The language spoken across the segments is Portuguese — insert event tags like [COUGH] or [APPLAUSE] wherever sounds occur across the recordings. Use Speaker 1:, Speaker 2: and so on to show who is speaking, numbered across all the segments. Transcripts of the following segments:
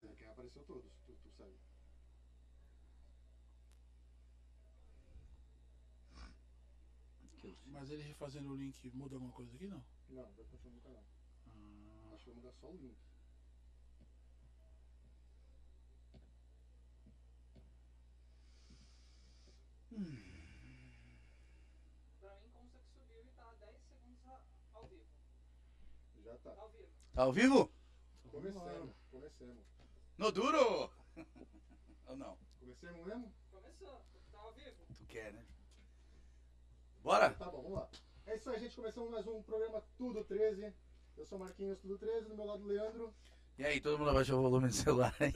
Speaker 1: Né, São todos, tu, tu sabe.
Speaker 2: Que eu sei.
Speaker 3: Mas ele refazendo o link muda alguma coisa aqui, não?
Speaker 1: Não, vai continuar no canal.
Speaker 3: Ah,
Speaker 1: Acho que vai mudar só o link.
Speaker 4: Pra mim, consta que subiu e tá 10 segundos a- ao vivo.
Speaker 1: Já tá.
Speaker 4: Ao vivo.
Speaker 2: Tá ao vivo?
Speaker 1: Comecemos, comecemos.
Speaker 2: No duro! [LAUGHS] Ou não?
Speaker 1: Comecemos mesmo?
Speaker 4: Começou. Tá ao vivo.
Speaker 2: Tu quer, né? Bora!
Speaker 1: Tá bom, vamos lá. É isso aí, gente. Começamos mais um programa Tudo 13. Eu sou Marquinhos Tudo 13, do meu lado [LAUGHS] Leandro.
Speaker 2: E aí, todo mundo abaixou o volume do celular. aí?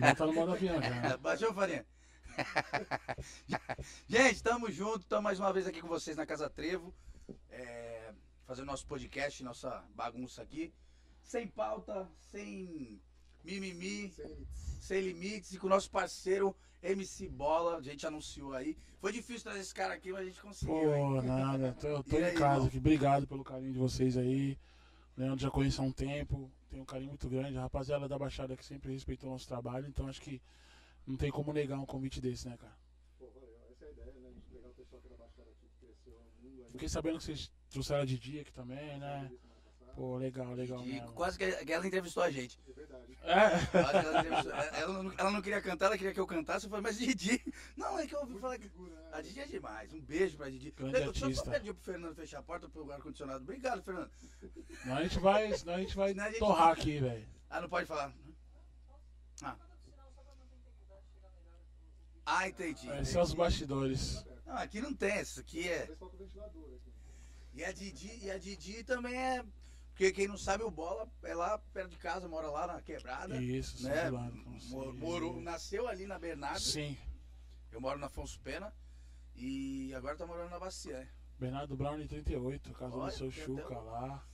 Speaker 3: já tá no modo avião já.
Speaker 2: [LAUGHS]
Speaker 3: né?
Speaker 2: Baixou, Farinha? Gente, tamo junto, tamo mais uma vez aqui com vocês na Casa Trevo, é, fazendo nosso podcast, nossa bagunça aqui, sem pauta, sem mimimi,
Speaker 1: Sem limites.
Speaker 2: sem limites, e com o nosso parceiro MC Bola, a gente anunciou aí. Foi difícil trazer esse cara aqui, mas a gente conseguiu. hein?
Speaker 3: Pô, nada. Tô, eu tô
Speaker 2: E
Speaker 3: em
Speaker 2: aí,
Speaker 3: casa
Speaker 2: irmão?
Speaker 3: aqui. Obrigado pelo carinho de vocês aí. Leandro já conheço há um tempo. Tem um carinho muito grande. A rapaziada da Baixada que sempre respeitou o nosso trabalho. Então acho que não tem como negar um convite desse, né, cara?
Speaker 1: Pô, valeu. Essa é a ideia, né? A gente pegar o pessoal que era baixado aqui, que cresceu no mundo aí.
Speaker 3: Fiquei sabendo que vocês trouxeram a Didi aqui também,
Speaker 1: É.
Speaker 3: né?
Speaker 1: Pô.
Speaker 3: Pô, legal, legal
Speaker 2: E
Speaker 3: mesmo.
Speaker 2: quase que que ela entrevistou a gente.
Speaker 1: É verdade.
Speaker 3: É. [LAUGHS]
Speaker 2: Quase que Ela, entrevistou- ela não- ela não queria cantar, ela queria que eu cantasse. Eu falei, mas Didi, [LAUGHS] não, é que eu ouvi falar que
Speaker 1: figura, né?
Speaker 2: A Didi é demais. Um beijo pra Didi.
Speaker 3: Grande
Speaker 2: Deixa eu só-
Speaker 3: artista.
Speaker 2: só pedir pro Fernando fechar a porta pro ar-condicionado. Obrigado, Fernando.
Speaker 3: Senão a gente vai, senão a gente vai
Speaker 2: Senão a gente-
Speaker 3: torrar aqui, velho.
Speaker 2: Ah, não pode falar.
Speaker 4: Manda pro sinal só pra manter a integridade, chegar melhor.
Speaker 2: Ah, entendi.
Speaker 3: É, Esses são os
Speaker 2: entendi.
Speaker 3: bastidores.
Speaker 2: Não, aqui não tem. Isso aqui é.
Speaker 1: Talvez falta o ventilador né? aqui.
Speaker 2: E a Didi, e a Didi também é. Porque quem não sabe, o Bola é lá perto de casa, mora lá na quebrada.
Speaker 3: Isso, são
Speaker 2: né?
Speaker 3: do lado, como
Speaker 2: Mo-
Speaker 3: se-
Speaker 2: Morou, nasceu ali na Bernardo.
Speaker 3: Sim.
Speaker 2: Eu moro na Afonso Pena. E agora tá morando na Bacia, né?
Speaker 3: Bernardo Brown em 38, casa
Speaker 2: Olha,
Speaker 3: do seu
Speaker 2: tem
Speaker 3: Chuca
Speaker 2: até um-
Speaker 3: lá.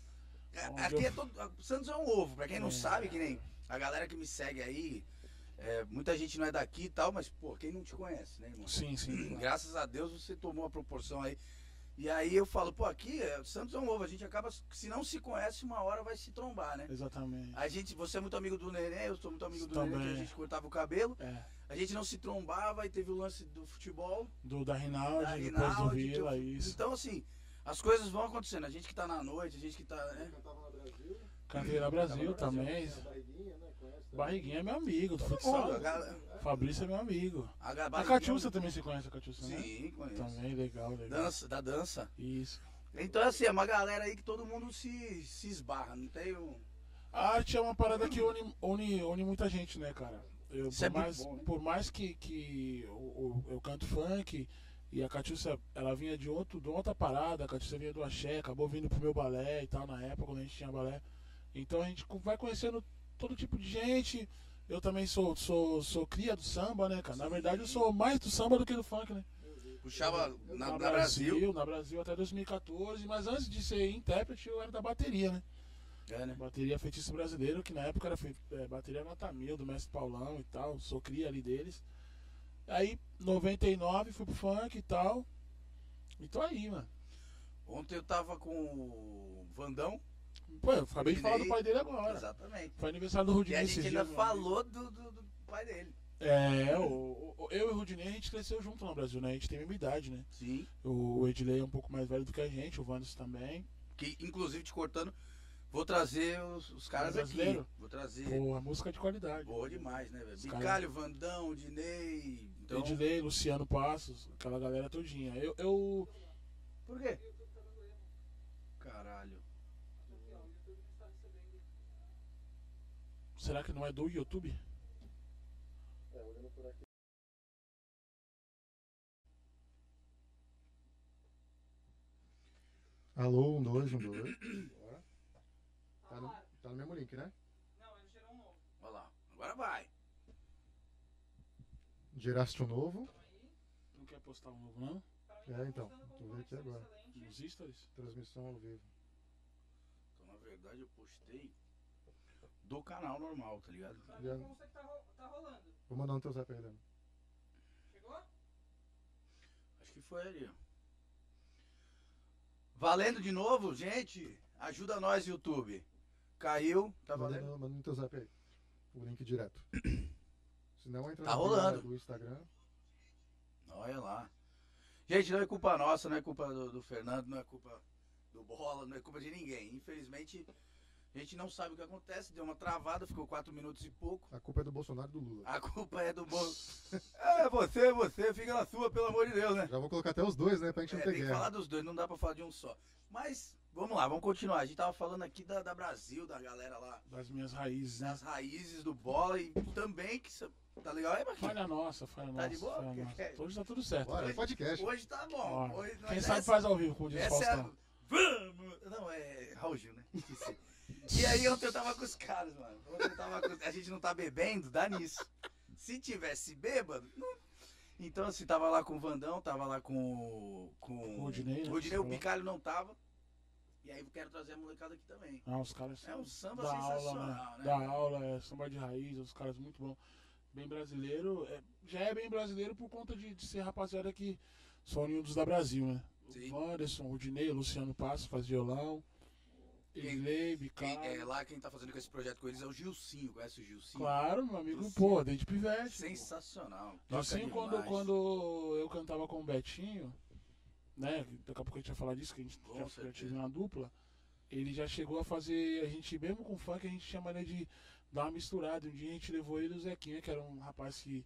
Speaker 2: Ca-
Speaker 3: Onde
Speaker 2: Aqui
Speaker 3: eu-
Speaker 2: é todo. a- Santos é um ovo, pra quem não
Speaker 3: É.
Speaker 2: sabe, que nem a galera que me segue aí, é, muita gente não é daqui e tal, mas, pô, quem não te conhece, né, irmão?
Speaker 3: Sim, sim.
Speaker 2: Graças a Deus você tomou a proporção aí. E aí eu falo, pô, aqui é, Santos é um ovo, a gente acaba, se não se conhece, uma hora vai se trombar, né?
Speaker 3: Exatamente.
Speaker 2: A gente, você é muito amigo do Nenê, eu sou muito amigo do
Speaker 3: Também.
Speaker 2: Nenê, que a gente cortava o cabelo,
Speaker 3: É,
Speaker 2: a gente não se trombava e teve o lance do futebol.
Speaker 3: do da Rinaldi,
Speaker 2: da
Speaker 3: depois do
Speaker 2: Rinaldi,
Speaker 3: Vila,
Speaker 2: teu-
Speaker 3: isso.
Speaker 2: Então, assim, as coisas vão acontecendo. A gente que tá na noite, a gente que tá. né?
Speaker 1: Eu cantava no Brasil.
Speaker 3: Canteira Brasil
Speaker 2: Cantava no
Speaker 3: também.
Speaker 1: tinha a Barriguinha, né? Conhece? também.
Speaker 3: Barriguinha é meu amigo do futsal.
Speaker 2: mundo, a galera-
Speaker 3: Fabrício é meu amigo.
Speaker 2: A, ga-
Speaker 3: A Catiúça também se conhece, a Catiúça, né?
Speaker 2: é um Sim, conheço.
Speaker 3: Também, legal, legal.
Speaker 2: Dança, da dança.
Speaker 3: Isso.
Speaker 2: Então, assim, é uma galera aí que todo mundo se, se esbarra, não tem um...
Speaker 3: A arte é uma parada que une, une, une muita gente, né, cara? Eu,
Speaker 2: Isso
Speaker 3: por,
Speaker 2: é muito
Speaker 3: mais,
Speaker 2: bom, né?
Speaker 3: por mais que, que eu, eu canto funk e a Catiúcia, ela vinha de, outro, de outra parada, a Catiúcia vinha do axé, acabou vindo pro meu balé e tal, na época, quando a gente tinha balé. Então a gente co- vai conhecendo todo tipo de gente. Eu também sou, sou, sou cria do samba, né, cara? Na
Speaker 2: Sim.
Speaker 3: verdade, eu sou mais do samba do que do funk, né?
Speaker 2: Puxava na, na Brasil.
Speaker 3: Na Brasil até 2014, mas antes de ser intérprete, eu era da bateria, né?
Speaker 2: É, né?
Speaker 3: Bateria Feitiço Brasileiro, que na época era fe- é, bateria nota mil do Mestre Paulão e tal, sou cria ali deles. Aí, 99, fui pro funk e tal. E tô aí, mano.
Speaker 2: Ontem eu tava com o Vandão.
Speaker 3: Pô, eu acabei de falar do
Speaker 2: Ney.
Speaker 3: pai dele agora.
Speaker 2: Exatamente.
Speaker 3: Foi aniversário do
Speaker 2: E
Speaker 3: Rudinei
Speaker 2: a
Speaker 3: esses
Speaker 2: gente ainda
Speaker 3: dias, meu amigo.
Speaker 2: falou do, do, do pai dele.
Speaker 3: É, o, o- eu e o Rudinei, a gente cresceu junto no Brasil, né? A gente tem a mesma idade, né?
Speaker 2: Sim.
Speaker 3: O Edilei é um pouco mais velho do que a gente, o Vandes também.
Speaker 2: Que, inclusive, te cortando, vou trazer os, os caras aqui.
Speaker 3: Brasileiro?
Speaker 2: Vou trazer...
Speaker 3: Porra, música é de qualidade.
Speaker 2: Boa demais, né, velho?
Speaker 3: Os caras-
Speaker 2: Bicalho, Vandão, Dinei... Então...
Speaker 3: Edilei, Luciano Passos, aquela galera todinha. Eu, eu
Speaker 2: Por quê? Caralho.
Speaker 4: Aqui, ó. O YouTube não está recebendo.
Speaker 3: Será que não é do YouTube?
Speaker 1: É, olhando por aqui. Alô, um, dois, um, dois. Bora.
Speaker 4: Tá
Speaker 1: Tá
Speaker 4: no
Speaker 1: no,
Speaker 4: ar.
Speaker 1: tá no mesmo link, né?
Speaker 4: Não, ele gerou um novo.
Speaker 2: Olha lá. Agora vai.
Speaker 1: Geraste um novo.
Speaker 4: Então aí,
Speaker 3: Não quer postar um novo, não?
Speaker 4: pra mim,
Speaker 1: É,
Speaker 4: tá
Speaker 1: então,
Speaker 4: postando com
Speaker 1: tu vê aqui
Speaker 4: conexão
Speaker 1: agora.
Speaker 4: excelente.
Speaker 3: Nos stories?
Speaker 1: Transmissão ao vivo.
Speaker 2: Então, na verdade, eu postei do canal normal, tá ligado?
Speaker 4: Pra
Speaker 1: Já.
Speaker 4: mim, consta que tá, ro- tá rolando.
Speaker 1: Vou mandar no teu zap aí, Leandro.
Speaker 4: Chegou?
Speaker 2: Acho que foi ali, ó. Valendo de novo, gente. Ajuda nós, YouTube. Caiu, tá
Speaker 1: Manda
Speaker 2: valendo? [COUGHS]
Speaker 1: no- Manda no teu zap aí. O link direto. Se não, entra
Speaker 2: Tá
Speaker 1: bio lá
Speaker 2: rolando.
Speaker 1: do Instagram.
Speaker 2: Olha lá. Gente, não é culpa nossa, não é culpa do, do Fernando, não é culpa do Bola, não é culpa de ninguém. Infelizmente, a gente não sabe o que acontece. Deu uma travada, ficou quatro minutos e pouco.
Speaker 1: A culpa é do Bolsonaro e do Lula.
Speaker 2: A culpa é do [LAUGHS] Bola. É, você, você, fica na sua, pelo amor de Deus, né?
Speaker 1: Já vou colocar até os dois, né? Pra gente
Speaker 2: É,
Speaker 1: não
Speaker 2: tem
Speaker 1: ter
Speaker 2: que
Speaker 1: guerra.
Speaker 2: falar dos dois, não dá pra falar de um só. Mas, vamos lá, vamos continuar. A gente tava falando aqui da, da Brasil, da galera lá,
Speaker 3: Das minhas raízes, né?
Speaker 2: das raízes do Bola e também que... isso- Tá legal aí, Marquinhos?
Speaker 3: Falha nossa, falha nossa.
Speaker 2: Tá de boa?
Speaker 3: falha
Speaker 2: Quer-
Speaker 3: nossa. Hoje tá tudo certo.
Speaker 1: Bora, é podcast.
Speaker 2: Hoje tá bom.
Speaker 3: Ó,
Speaker 2: Hoje,
Speaker 3: Quem
Speaker 2: nós-
Speaker 3: sabe
Speaker 2: essa-
Speaker 3: faz ao vivo, como diz
Speaker 2: Essa é a...
Speaker 3: Faustão.
Speaker 2: Vamos! Não, é Raul
Speaker 3: [LAUGHS]
Speaker 2: Gil, né? Esqueci. E aí ontem eu tava com os caras, mano. Ontem eu tava com... A gente não tá bebendo, dá nisso. Se tivesse bêbado, não... Então, assim, tava lá com o Vandão, tava lá com o... Com
Speaker 3: O Rodinei, né?
Speaker 2: O Rodinei, o Picalho não tava. E aí eu quero trazer a molecada aqui também.
Speaker 3: Ah, os caras
Speaker 2: É um samba
Speaker 3: da aula,
Speaker 2: sensacional,
Speaker 3: né?
Speaker 2: né?
Speaker 3: Da aula, é samba de raiz, os caras muito bom. Bem brasileiro, é- já é bem brasileiro por conta de, de ser rapaziada que são unidos da Brasil, né?
Speaker 2: Sim.
Speaker 3: O Wanderson, Rudinei, Luciano Passo faz violão,
Speaker 2: Quem-
Speaker 3: Edley,
Speaker 2: Quem-
Speaker 3: Bicalho.
Speaker 2: é, lá quem tá fazendo com esse projeto com eles é o Gilcinho. Conhece o Gilcinho?
Speaker 3: Claro, meu amigo,
Speaker 2: Luciano.
Speaker 3: pô, desde pivete. pô.
Speaker 2: Sensacional. Toca
Speaker 3: Assim, quando,
Speaker 2: demais.
Speaker 3: quando eu cantava com o Betinho, né? que Daqui a pouco a gente vai falar disso, que a gente
Speaker 2: Com
Speaker 3: já, já
Speaker 2: certeza.
Speaker 3: tive uma dupla. Ele já chegou a fazer. A gente, mesmo com funk, a gente tinha maneira de dar uma misturada. Um dia a gente levou ele e o Zequinha, que era um rapaz que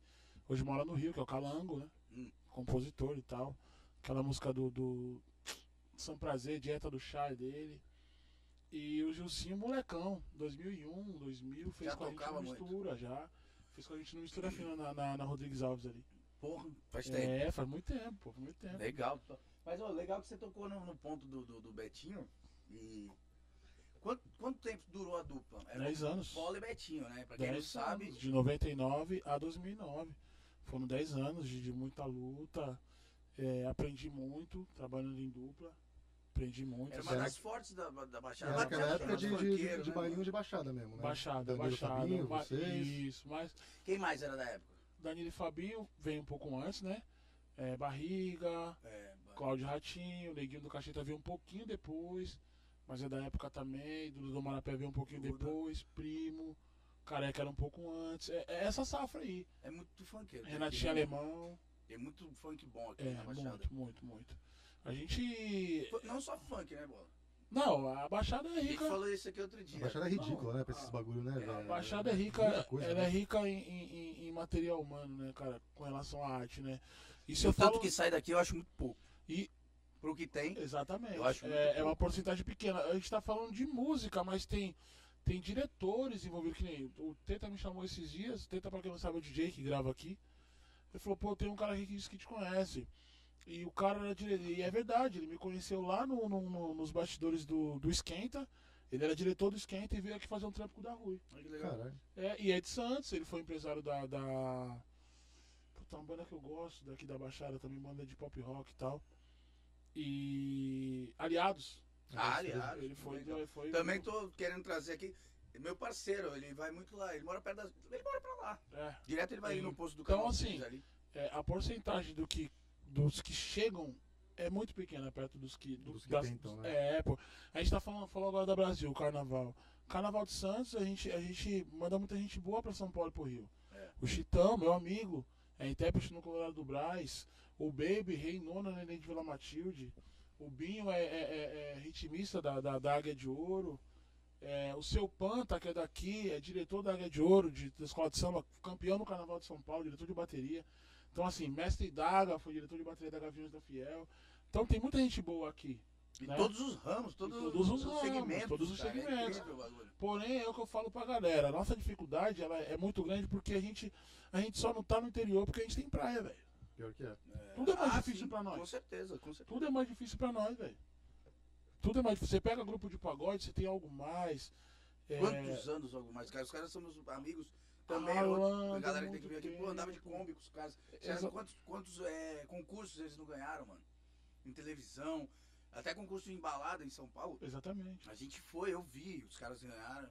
Speaker 3: hoje mora no Rio, que é o Calango, né?
Speaker 2: Hum.
Speaker 3: Compositor e tal. Aquela música do, do São Prazer, Dieta do Chá é dele. E o Gilcinho, molecão, 2001, 2000, um, fez
Speaker 2: Já
Speaker 3: com a gente
Speaker 2: tocava
Speaker 3: no
Speaker 2: muito.
Speaker 3: mistura já. Fez com a gente no mistura fina na, na, na Rodrigues Alves ali.
Speaker 2: Porra, faz tempo.
Speaker 3: É, faz muito tempo, pô, faz muito tempo.
Speaker 2: Legal. Mas ó, legal que você tocou no, no ponto do, do, do Betinho. E quanto, quanto tempo durou a dupla? Era
Speaker 3: Dez anos.
Speaker 2: Paulo e Betinho, né? É, Pra quem não
Speaker 3: 10
Speaker 2: sabe,
Speaker 3: anos, de 99 a 2009. Foram 10 anos de, de muita luta. é, aprendi muito trabalhando em dupla. Aprendi muito.
Speaker 2: era é uma
Speaker 3: assim,
Speaker 1: Será
Speaker 2: das fortes da, da
Speaker 1: É,
Speaker 2: Baixada. Lá
Speaker 1: naquela
Speaker 2: tinha
Speaker 1: época de,
Speaker 2: muito
Speaker 1: de,
Speaker 2: funkeiro,
Speaker 1: de
Speaker 2: né,
Speaker 1: bailinho
Speaker 2: mano?
Speaker 1: de baixada mesmo, né?
Speaker 3: Baixada,
Speaker 1: Danilo
Speaker 3: baixada.
Speaker 1: Fabinho,
Speaker 3: ba-
Speaker 1: vocês.
Speaker 3: Isso, mas
Speaker 2: Quem mais era da época?
Speaker 3: Danilo e Fabinho veio um pouco antes, né? É, barriga,
Speaker 2: É, ba-
Speaker 3: Cláudio Ratinho, Neguinho do Cacheta veio um pouquinho depois, mas é da época também, Dudu do Marapé veio um pouquinho
Speaker 2: Duda.
Speaker 3: depois, Primo, Careca era um pouco antes, é, é essa safra aí.
Speaker 2: é muito funkeiro.
Speaker 3: Renatinho
Speaker 2: Tem-
Speaker 3: Alemão,
Speaker 2: Tem muito funk bom aqui
Speaker 3: é,
Speaker 2: na Baixada.
Speaker 3: muito, muito, muito. A gente...
Speaker 2: Fu- Não só funk, né, Bola?
Speaker 3: Não, a Baixada é
Speaker 2: A gente
Speaker 3: rica,
Speaker 2: falou isso aqui outro dia.
Speaker 1: A baixada é ridícula, né? Pra esses
Speaker 2: Ah,
Speaker 1: bagulho, né?
Speaker 2: é,
Speaker 1: velho?
Speaker 2: a
Speaker 3: a Baixada é rica,
Speaker 1: muita coisa,
Speaker 3: ela
Speaker 1: né?
Speaker 3: é rica em, em- em- em material humano, né, cara, com relação à arte, né. Isso
Speaker 2: O
Speaker 3: eu
Speaker 2: tanto
Speaker 3: falo...
Speaker 2: que sai daqui eu acho muito pouco.
Speaker 3: E-
Speaker 2: Pro que tem,
Speaker 3: Exatamente.
Speaker 2: Eu acho muito
Speaker 3: é, é
Speaker 2: pouco.
Speaker 3: uma porcentagem pequena. A gente tá falando de música, mas tem, tem diretores envolvidos, que nem o Teta me chamou esses dias, Teta, pra quem não sabe, é o DJ que grava aqui. Ele falou, pô, tem um cara aqui que disse que te conhece. E o cara era diretor. E é verdade, ele me conheceu lá no, no- no- nos bastidores do, do Esquenta. Ele era diretor do Esquenta e veio aqui fazer um trampo com o da Rui.
Speaker 2: olha que legal.
Speaker 1: Caralho.
Speaker 3: É, e é de Santos, ele foi empresário da. da... Puta, uma banda que eu gosto daqui da Baixada também, banda de pop rock e tal. E. Aliados.
Speaker 2: Ah,
Speaker 1: Aliás,
Speaker 2: aliás,
Speaker 3: ele foi.
Speaker 2: legal.
Speaker 3: ele foi
Speaker 2: Também tô querendo trazer aqui meu parceiro, ele vai muito lá, ele mora perto das. Ele mora pra lá.
Speaker 3: É,
Speaker 2: Direto ele vai ali
Speaker 3: Sim.
Speaker 2: no posto do
Speaker 3: Então,
Speaker 2: canal
Speaker 3: assim,
Speaker 2: deles ali.
Speaker 3: é, a porcentagem do que, dos que chegam é muito pequena perto dos que. do-
Speaker 1: Dos que tentam, né?
Speaker 3: É, pô. A gente tá falando, falou agora da Brasil, carnaval. Carnaval de Santos, a gente, a gente manda muita gente boa pra São Paulo e pro Rio.
Speaker 2: É.
Speaker 3: O Chitão, meu amigo, é intérprete no Colorado do Brás. O Baby, Rei Nona, neném de Vila Matilde. O Binho é, é- é- é ritmista da, da, da Águia de Ouro. É, o seu Panta, que é daqui, é diretor da Águia de Ouro, de, da Escola de Samba, campeão no Carnaval de São Paulo, diretor de bateria. Então, assim, Mestre Daga foi diretor de bateria da Gaviões da Fiel. Então, tem muita gente boa aqui.
Speaker 2: E
Speaker 3: né?
Speaker 2: todos os ramos, todos,
Speaker 3: E todos os ramos,
Speaker 2: segmentos.
Speaker 3: todos os
Speaker 2: cara, é
Speaker 3: segmentos.
Speaker 2: incrível o bagulho.
Speaker 3: Porém, é o que eu falo pra galera. A nossa dificuldade ela é muito grande porque a gente, a gente só não tá no interior porque a gente tem praia, velho.
Speaker 1: Pior que é.
Speaker 2: É.
Speaker 3: Tudo é mais
Speaker 2: Ah,
Speaker 3: difícil
Speaker 2: sim,
Speaker 3: pra nós.
Speaker 2: Com certeza, com certeza.
Speaker 3: Tudo é mais difícil pra nós, velho. Tudo é mais difícil. Você pega grupo de pagode, você tem algo mais. É,
Speaker 2: Quantos anos algo mais, cara? Os caras são meus amigos. Também, é
Speaker 3: Alan,
Speaker 2: outro, a
Speaker 3: do
Speaker 2: galera que tem que
Speaker 3: Ah, muito
Speaker 2: vir aqui, pô,
Speaker 3: tempo.
Speaker 2: andava de Kombi com os caras. Você
Speaker 3: Exa-
Speaker 2: sabe quantos quantos é, concursos eles não ganharam, mano? Em televisão, até concurso de embalada em São Paulo.
Speaker 3: Exatamente.
Speaker 2: A gente foi, eu vi, os caras ganharam.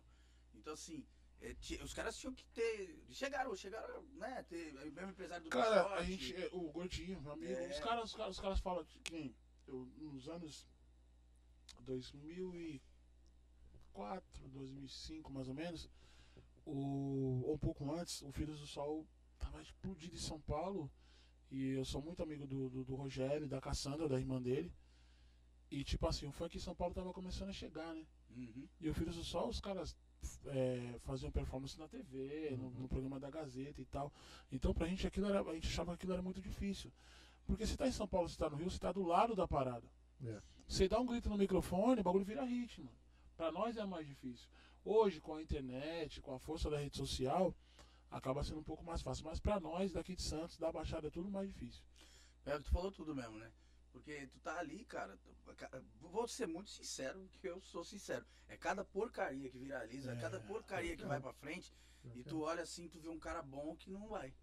Speaker 2: Então, assim, eh, ti- os caras tinham que ter. Chegaram, chegaram, né? Ter, é o mesmo empresário do
Speaker 3: Cara,
Speaker 2: Biscotti.
Speaker 3: a gente. é, O Gordinho, meu amigo.
Speaker 2: É.
Speaker 3: Os, caras, os, caras, os caras falam que nem eu, nos anos 2004, 2005, mais ou menos, o, ou um pouco antes, o Filhos do Sol tava explodido em São Paulo. E eu sou muito amigo do, do, do Rogério, da Cassandra, da irmã dele. E tipo assim, o funk em São Paulo tava começando a chegar, né?
Speaker 2: Uhum.
Speaker 3: E eu fiz isso só os caras é, faziam performance na TV, no- no, programa da Gazeta e tal. Então pra gente aquilo era, a gente achava que aquilo era muito difícil. Porque você tá em São Paulo, você tá no Rio, você tá do lado da parada.
Speaker 1: É.
Speaker 3: Você dá um grito no microfone, o bagulho vira hit, mano. Pra nós é mais difícil. Hoje, com a internet, com a força da rede social, acaba sendo um pouco mais fácil. Mas pra nós, daqui de Santos, da Baixada, é tudo mais difícil.
Speaker 2: É, tu falou tudo mesmo, né? Porque tu tá ali, cara. tu- ca- Vou ser muito sincero, que eu sou sincero. É cada porcaria que viraliza, é
Speaker 3: É.
Speaker 2: cada porcaria que vai pra frente.
Speaker 1: é.
Speaker 2: E tu olha assim, tu vê um cara bom que não vai.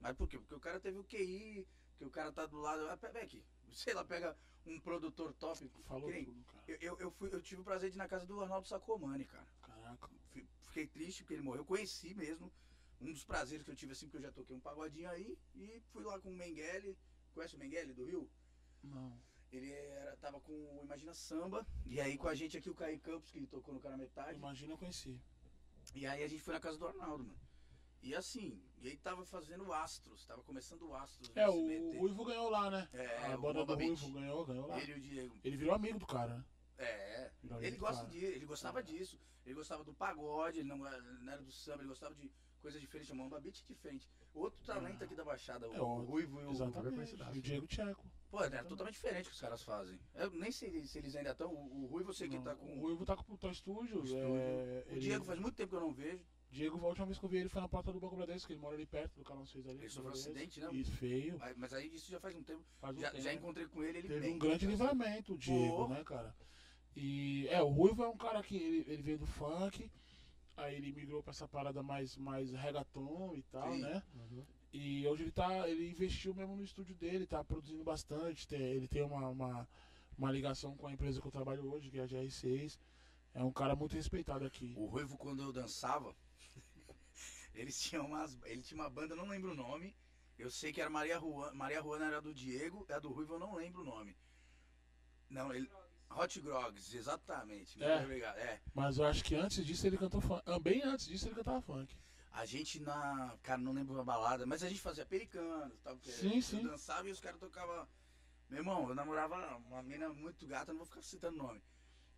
Speaker 2: Mas por quê? Porque o cara teve o QI, que o cara tá do lado. Ah, pega aqui. Sei lá, pega um produtor top.
Speaker 3: Falou
Speaker 2: Que nem-
Speaker 3: tudo, cara.
Speaker 2: Eu, eu, eu fui, eu tive o prazer de ir na casa do Arnaldo Sacomani, cara.
Speaker 3: Caraca.
Speaker 2: Fi- Fiquei triste porque ele morreu. Eu conheci mesmo. Um dos prazeres que eu tive assim, porque eu já toquei um pagodinho aí. E fui lá com o Mengele. Conhece o Mengele do Rio?
Speaker 3: Não.
Speaker 2: Ele era, tava com o Imagina Samba. E aí com a gente aqui o Caí Campos, que tocou no cara metade.
Speaker 3: Imagina eu conheci.
Speaker 2: E aí a gente foi na casa do Arnaldo, mano. E assim, e aí tava fazendo Astros, tava começando o Astros no
Speaker 3: É, o,
Speaker 2: SBT.
Speaker 3: o Ivo ganhou lá, né?
Speaker 2: É,
Speaker 3: a
Speaker 2: o
Speaker 3: banda do
Speaker 2: Bomba Beat.
Speaker 3: Ivo ganhou, ganhou lá.
Speaker 2: Ele e o Diego.
Speaker 3: Ele virou amigo do cara, né?
Speaker 2: É,
Speaker 3: Virou amigo
Speaker 2: ele
Speaker 3: do
Speaker 2: gosta
Speaker 3: cara.
Speaker 2: de, ele gostava disso. Ele gostava do pagode, ele não, era- não era do samba, ele gostava de coisa diferente, o Mamba Beat é diferente. Outro talento aqui da Baixada, o,
Speaker 3: É,
Speaker 2: o
Speaker 3: o-
Speaker 2: Ruivo e o. é
Speaker 3: Exatamente.
Speaker 1: conhecidaço,
Speaker 3: E
Speaker 2: né?
Speaker 3: o Diego Tcheco.
Speaker 2: Pô, era totalmente diferente que os caras fazem. Eu nem sei se eles ainda estão. O, o Ruivo eu sei que
Speaker 3: Não,
Speaker 2: tá com.
Speaker 3: O Ivo tá com o Tom Studios.
Speaker 2: Estúdio.
Speaker 3: é,
Speaker 2: O
Speaker 3: ele-
Speaker 2: Diego faz um- muito tempo que eu não vejo.
Speaker 3: Diego, a última vez que eu vi ele foi na porta do Banco Bradesco, que ele mora ali perto do Canal 6 ali.
Speaker 2: Ele
Speaker 3: do
Speaker 2: sofreu um
Speaker 3: Bradesco.
Speaker 2: acidente, né?
Speaker 3: Isso, feio.
Speaker 2: Mas- Mas aí isso já faz um tempo.
Speaker 3: Faz um
Speaker 2: Já,
Speaker 3: tempo.
Speaker 2: já encontrei com ele, ele
Speaker 3: Teve
Speaker 2: bem. né?
Speaker 3: um grande livramento, o Diego,
Speaker 2: Pô.
Speaker 3: né, cara? E é, o Ruivo é um cara que ele, ele veio do funk, aí ele migrou pra essa parada mais, mais reggaeton e tal,
Speaker 2: Sim.
Speaker 3: né?
Speaker 1: Uhum.
Speaker 3: E hoje ele tá. Ele investiu mesmo no estúdio dele, tá produzindo bastante. tem- ele tem uma, uma, uma ligação com a empresa que eu trabalho hoje, que é a GR6. É um cara muito respeitado aqui.
Speaker 2: O Ruivo, quando eu dançava, [LAUGHS] eles tinham umas, ele tinha uma banda, eu não lembro o nome. Eu sei que era Maria Juana. Maria Juana era do Diego, a do Ruivo eu não lembro o nome. Não, ele. Hot Grogs, exatamente. Muito
Speaker 3: É.
Speaker 2: obrigado. É.
Speaker 3: Mas eu acho que antes disso ele cantou funk. Ah, Bem antes disso ele cantava funk. [LAUGHS]
Speaker 2: A gente na. Cara, não lembro a balada, mas a gente fazia pericanas, tal, porque
Speaker 3: Sim,
Speaker 2: eu
Speaker 3: sim.
Speaker 2: dançava e os caras tocavam. Meu irmão, eu namorava uma mina muito gata, não vou ficar citando nome.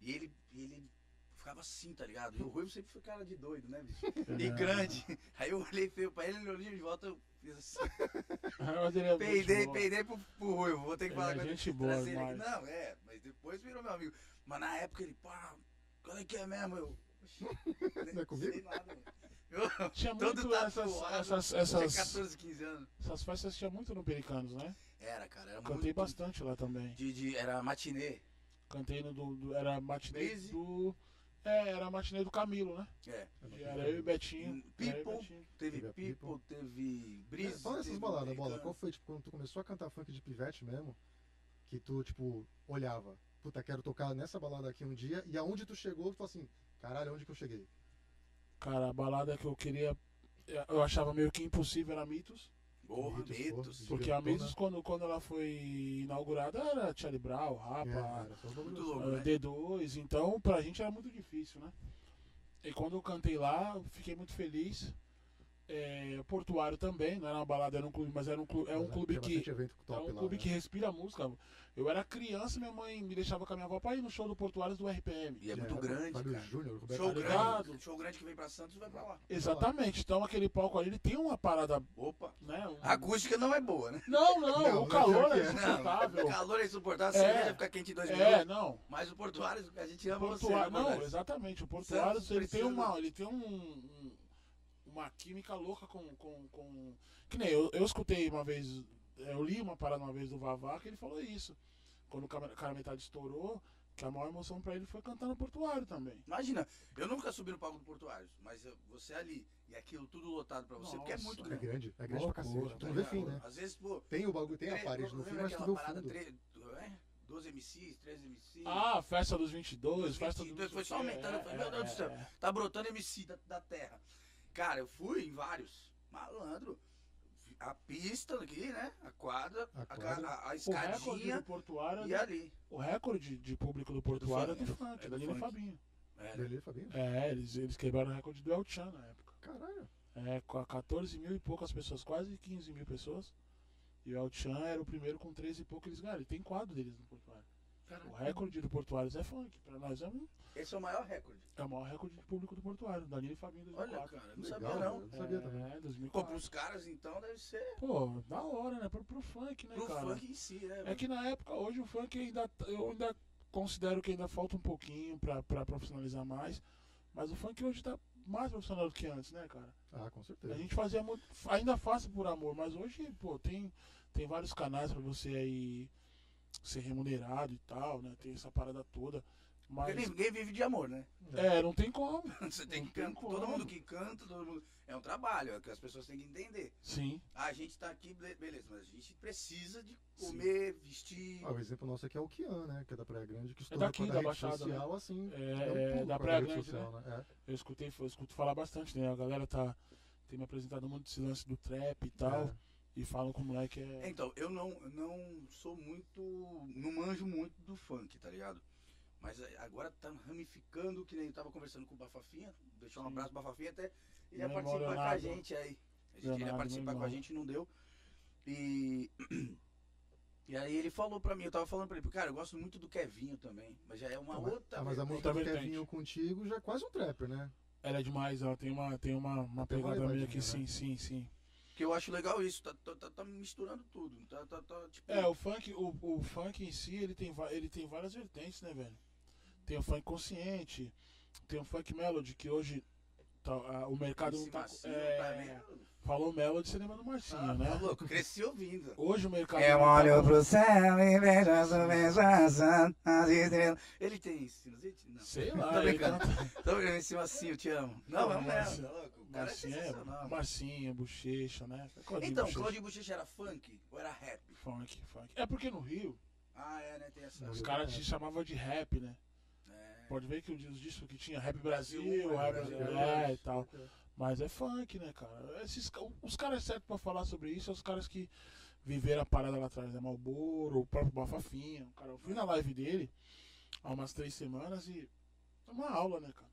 Speaker 2: E ele, e ele ficava assim, tá ligado? E o Ruivo sempre foi cara de doido, né, bicho? E grande. [LAUGHS] Aí eu olhei feio pra ele, ele olhou de volta, eu fiz assim.
Speaker 3: Mas ele é muito
Speaker 2: Peidei,
Speaker 3: boa.
Speaker 2: peidei pro, pro Ruivo, vou ter que
Speaker 3: Ele
Speaker 2: falar
Speaker 3: é
Speaker 2: com ele.
Speaker 3: gente boa
Speaker 2: trazer ele aqui.
Speaker 3: demais.
Speaker 2: Não, é, mas depois virou meu amigo. Mas na época ele, pá, qual é que é mesmo? Eu.
Speaker 3: [LAUGHS]
Speaker 2: "Oxi, nem-
Speaker 1: Não é comigo?
Speaker 2: Sei nada, mano. Eu,
Speaker 3: Tinha
Speaker 2: Todo
Speaker 3: Tá
Speaker 1: tá
Speaker 3: muito
Speaker 2: tatuado,
Speaker 3: essas, essas,
Speaker 2: tinha
Speaker 3: essas,
Speaker 2: 14, 15 anos.
Speaker 3: essas festas tinha muito no Pericanos, né?
Speaker 2: Era, cara, era
Speaker 3: Cantei
Speaker 2: muito.
Speaker 3: bastante lá também.
Speaker 2: De, de- era matinê.
Speaker 3: Cantei no do, do- era matinê
Speaker 2: Brise?
Speaker 3: do é, era matinê do Camilo, né?
Speaker 2: É.
Speaker 3: E Era eu e Betinho.
Speaker 2: Hum, People.
Speaker 3: era eu e Betinho.
Speaker 2: Teve
Speaker 1: Teve a
Speaker 2: People,
Speaker 1: People.
Speaker 2: teve Brise.
Speaker 1: É, Só nessas
Speaker 2: teve
Speaker 1: baladas, bola.
Speaker 2: Americano.
Speaker 1: Qual foi, tipo, quando tu começou a cantar funk de pivete mesmo, que tu, tipo, olhava, puta, quero tocar nessa balada aqui um dia, e aonde tu chegou, tu falou assim, caralho, onde que eu cheguei?
Speaker 3: Cara, a balada que eu queria eu achava meio que impossível era Mitos,
Speaker 2: Porra,
Speaker 1: Mitos,
Speaker 2: Mitos.
Speaker 1: porra.
Speaker 3: porque a
Speaker 1: Gigantona.
Speaker 3: Mitos quando quando ela foi inaugurada era Charlie Brown,
Speaker 1: É,
Speaker 3: Rapa,
Speaker 1: era só um bagulho
Speaker 2: Muito
Speaker 1: assim.
Speaker 2: louco,
Speaker 3: Ah,
Speaker 2: né?
Speaker 3: D2, então pra gente era muito difícil, né? E quando eu cantei lá, eu fiquei muito feliz. É, Portuário também, não era uma balada, era um clube, mas era um clube, é um
Speaker 1: Mas
Speaker 3: clube
Speaker 1: tinha
Speaker 3: que.
Speaker 1: bastante evento
Speaker 3: É
Speaker 1: top
Speaker 3: um
Speaker 1: lá,
Speaker 3: clube
Speaker 1: né?
Speaker 3: que respira música. Eu era criança, minha mãe me deixava com a minha avó pra ir no show do Portuários do RPM.
Speaker 2: E é muito
Speaker 1: Tinha
Speaker 2: grande,
Speaker 1: Fábio
Speaker 2: cara.
Speaker 1: Júnior, Roberto
Speaker 2: Show
Speaker 1: Carlos.
Speaker 2: grande.
Speaker 3: ligado?
Speaker 2: Show grande que vem pra Santos vai pra lá.
Speaker 3: Exatamente, então aquele palco ali ele tem uma parada,
Speaker 2: Opa.
Speaker 3: né? um-
Speaker 2: A acústica não é boa, né?
Speaker 3: Não, não,
Speaker 1: Não,
Speaker 3: o
Speaker 1: não
Speaker 3: calor
Speaker 1: tinha que-
Speaker 3: é
Speaker 2: Não,
Speaker 3: insuportável.
Speaker 2: o calor é insuportável, a
Speaker 3: É.
Speaker 2: cerveja fica quente em dois
Speaker 3: É,
Speaker 2: minutos.
Speaker 3: não.
Speaker 2: Mas o Portuário, a gente ama você.
Speaker 3: Portuário,
Speaker 2: né,
Speaker 3: não,
Speaker 2: Portuário?
Speaker 3: exatamente. O
Speaker 2: Santos
Speaker 3: Portuário ele tem
Speaker 2: precisa-
Speaker 3: uma, ele tem um, um- uma química louca com, com, com- que nem eu, eu escutei uma vez, eu li uma parada uma vez do Vavá que ele falou isso. Quando o cara, cara metade estourou, que a maior emoção pra ele foi cantar no Portuário também.
Speaker 2: Imagina, eu nunca subi no palco do Portuário, mas eu- você é ali e aquilo tudo lotado pra você, porque é
Speaker 3: Nossa,
Speaker 2: muito
Speaker 1: É
Speaker 2: grande.
Speaker 1: grande, é grande pra
Speaker 3: Loucura,
Speaker 1: cacete. Tu
Speaker 3: tá
Speaker 1: não vê
Speaker 2: ligado?
Speaker 1: fim, né?
Speaker 2: Às vezes, pô,
Speaker 1: Tem o bagulho, tem a
Speaker 2: Três-
Speaker 1: parede no
Speaker 2: lembra
Speaker 1: fim, mas tu
Speaker 2: aquela
Speaker 1: vê o
Speaker 2: parada,
Speaker 1: fundo.
Speaker 2: três- é? 12 MCs, 13 MCs.
Speaker 3: Ah, festa dos 22,
Speaker 2: Dos
Speaker 3: festa
Speaker 2: 22,
Speaker 3: dos É,
Speaker 2: foi só aumentando, eu falei, meu Deus do céu. Tá brotando MC da, da terra. Cara, eu fui em vários. Malandro. A pista aqui, né? A quadra,
Speaker 1: A
Speaker 2: a, ca-
Speaker 1: quadra.
Speaker 2: a- a
Speaker 3: O recorde do
Speaker 2: escadinha
Speaker 3: Portuário, é
Speaker 2: e
Speaker 3: do-
Speaker 2: ali.
Speaker 3: o recorde de público do Portuário é do
Speaker 2: funk,
Speaker 3: funk,
Speaker 2: é do
Speaker 3: Danilo e
Speaker 2: funk.
Speaker 3: Fabinho.
Speaker 2: É,
Speaker 1: Beleza, Fabinho?
Speaker 3: É, eles, eles quebraram o recorde do El Chan na época.
Speaker 1: Caralho.
Speaker 3: é, com a 14 mil e poucas pessoas, quase 15 mil pessoas. E o Altchan era o primeiro com 13 e pouco. Eles ganharam. E tem quadro deles no Portuário. O recorde do Portuários é funk. Pra nós é, um-
Speaker 2: Esse é o maior recorde.
Speaker 3: é o maior recorde de público do Portuário. Danilo e Fabinho em
Speaker 2: Olha,
Speaker 3: 2004.
Speaker 2: cara, eu não
Speaker 1: Legal, né?
Speaker 2: sabia não.
Speaker 1: eu não sabia também.
Speaker 3: É,
Speaker 2: Pô, pros
Speaker 3: 2004.
Speaker 2: caras então deve ser
Speaker 3: Pô, da hora, né? Pro, pro funk, né,
Speaker 2: pro
Speaker 3: cara?
Speaker 2: funk em si, né?
Speaker 3: É que na época, hoje o funk ainda. Eu ainda considero que ainda falta um pouquinho pra, pra profissionalizar mais. Mas o funk hoje tá mais profissional do que antes, né, cara?
Speaker 1: Ah, com
Speaker 3: A
Speaker 1: certeza.
Speaker 3: gente fazia muito. Ainda faço por amor, mas hoje, pô, tem, tem vários canais pra você aí ser remunerado e tal, né? Tem essa parada toda.
Speaker 2: Porque
Speaker 3: Mas.
Speaker 2: ninguém vive de amor, né? [LAUGHS]
Speaker 3: É, não tem como.
Speaker 2: Você tem
Speaker 3: Não
Speaker 2: que
Speaker 3: tem
Speaker 2: cantar.
Speaker 3: como.
Speaker 2: Todo mundo que canta, todo mundo. É um trabalho, é o que as pessoas têm que entender.
Speaker 3: Sim.
Speaker 2: A gente tá aqui, be- beleza, mas a gente precisa de comer, vestir.
Speaker 1: Ah, o exemplo nosso aqui é o Kian, né? Que é da Praia Grande, que estourou
Speaker 3: daqui,
Speaker 1: com a
Speaker 3: da
Speaker 1: rede
Speaker 3: Baixada, né?
Speaker 1: social, assim.
Speaker 3: É,
Speaker 1: deu um pulo
Speaker 3: da
Speaker 1: com a
Speaker 3: Praia
Speaker 1: rede
Speaker 3: Grande, né?
Speaker 1: social, né? É.
Speaker 3: Eu escutei, eu escuto falar bastante, né? A galera tá. Tem me apresentado muito esse lance do trap e tal.
Speaker 1: É.
Speaker 3: E falam que o moleque é.
Speaker 2: Então, eu não, não sou muito. Não manjo muito do funk, tá ligado? Mas a- agora tá ramificando, que nem eu tava conversando com o Bafafinha. Deixar um
Speaker 3: Sim.
Speaker 2: abraço pro Bafafinha até. Ele ia
Speaker 3: Meu irmão
Speaker 2: participar com a
Speaker 3: Leonardo.
Speaker 2: gente aí. A gente
Speaker 3: Leonardo,
Speaker 2: ia
Speaker 3: meu
Speaker 2: participar com a
Speaker 3: irmão.
Speaker 2: gente não deu. E. [CLEARS THROAT] E aí ele falou pra mim, eu tava falando pra ele, cara, eu gosto muito do Kevinho também, mas já é uma
Speaker 1: Ah, mas-
Speaker 2: outra.
Speaker 1: ah, mas a
Speaker 2: vertente.
Speaker 1: música do
Speaker 3: vertente.
Speaker 1: Kevinho contigo já é quase um trapper, né?
Speaker 3: Ela é demais, ela tem uma, tem uma, uma
Speaker 1: Tem uma
Speaker 3: pegada meio
Speaker 1: levadinha,
Speaker 3: aqui,
Speaker 1: né?
Speaker 3: sim, sim, sim.
Speaker 2: Que eu acho legal isso, tá, tá, tá- tá misturando tudo. Tá, tá, tá, tipo,
Speaker 3: É, o funk, o, o funk em si, ele tem, va- ele tem várias vertentes, né, velho? Tem o funk consciente, tem o funk melody, que hoje tá- a- o mercado
Speaker 2: esse
Speaker 3: não tá.
Speaker 2: macio,
Speaker 3: é,
Speaker 2: tá meio-
Speaker 3: Falou melody, você lembra do Marcinho,
Speaker 2: Ah,
Speaker 3: né?
Speaker 2: tá louco, cresci ouvindo.
Speaker 3: Hoje o mercado.
Speaker 2: É, Eu
Speaker 3: não tá
Speaker 2: olho
Speaker 3: com-
Speaker 2: pro céu e vejo as nuvens passando, as estrelas. Ele tem sinusite? Não.
Speaker 3: Sei lá,
Speaker 2: Tô
Speaker 3: ele
Speaker 2: brincando.
Speaker 3: canta-
Speaker 2: Então em cima assim, eu te amo. Não, vamos nessa.
Speaker 3: Marcinho-
Speaker 2: tá louco? O cara é
Speaker 3: Marcinho, é,
Speaker 2: sensacional.
Speaker 3: Marcinho, bochecha, né? Claudinho
Speaker 2: Então,
Speaker 3: Bochecha.
Speaker 2: Claudio Bochecha era funk ou era rap?
Speaker 3: Funk, funk. É porque no Rio,
Speaker 2: Ah, é, né? Tem essa.
Speaker 1: Não,
Speaker 3: os
Speaker 1: eu-
Speaker 3: caras te chamavam de rap, né?
Speaker 2: É.
Speaker 3: Pode ver que os discos que tinha Rap Brasil,
Speaker 2: Brasil,
Speaker 3: Rap
Speaker 2: Brasil,
Speaker 3: Brasil,
Speaker 1: Brasil.
Speaker 3: é, e
Speaker 2: Tá.
Speaker 3: tal. Mas é funk, né, cara? Esses, ca- os caras certos pra falar sobre isso são os caras que viveram a parada lá atrás, né? Malboro, o próprio Bafafinha. Cara, eu fui na live dele há umas três semanas e. É uma aula, né, cara?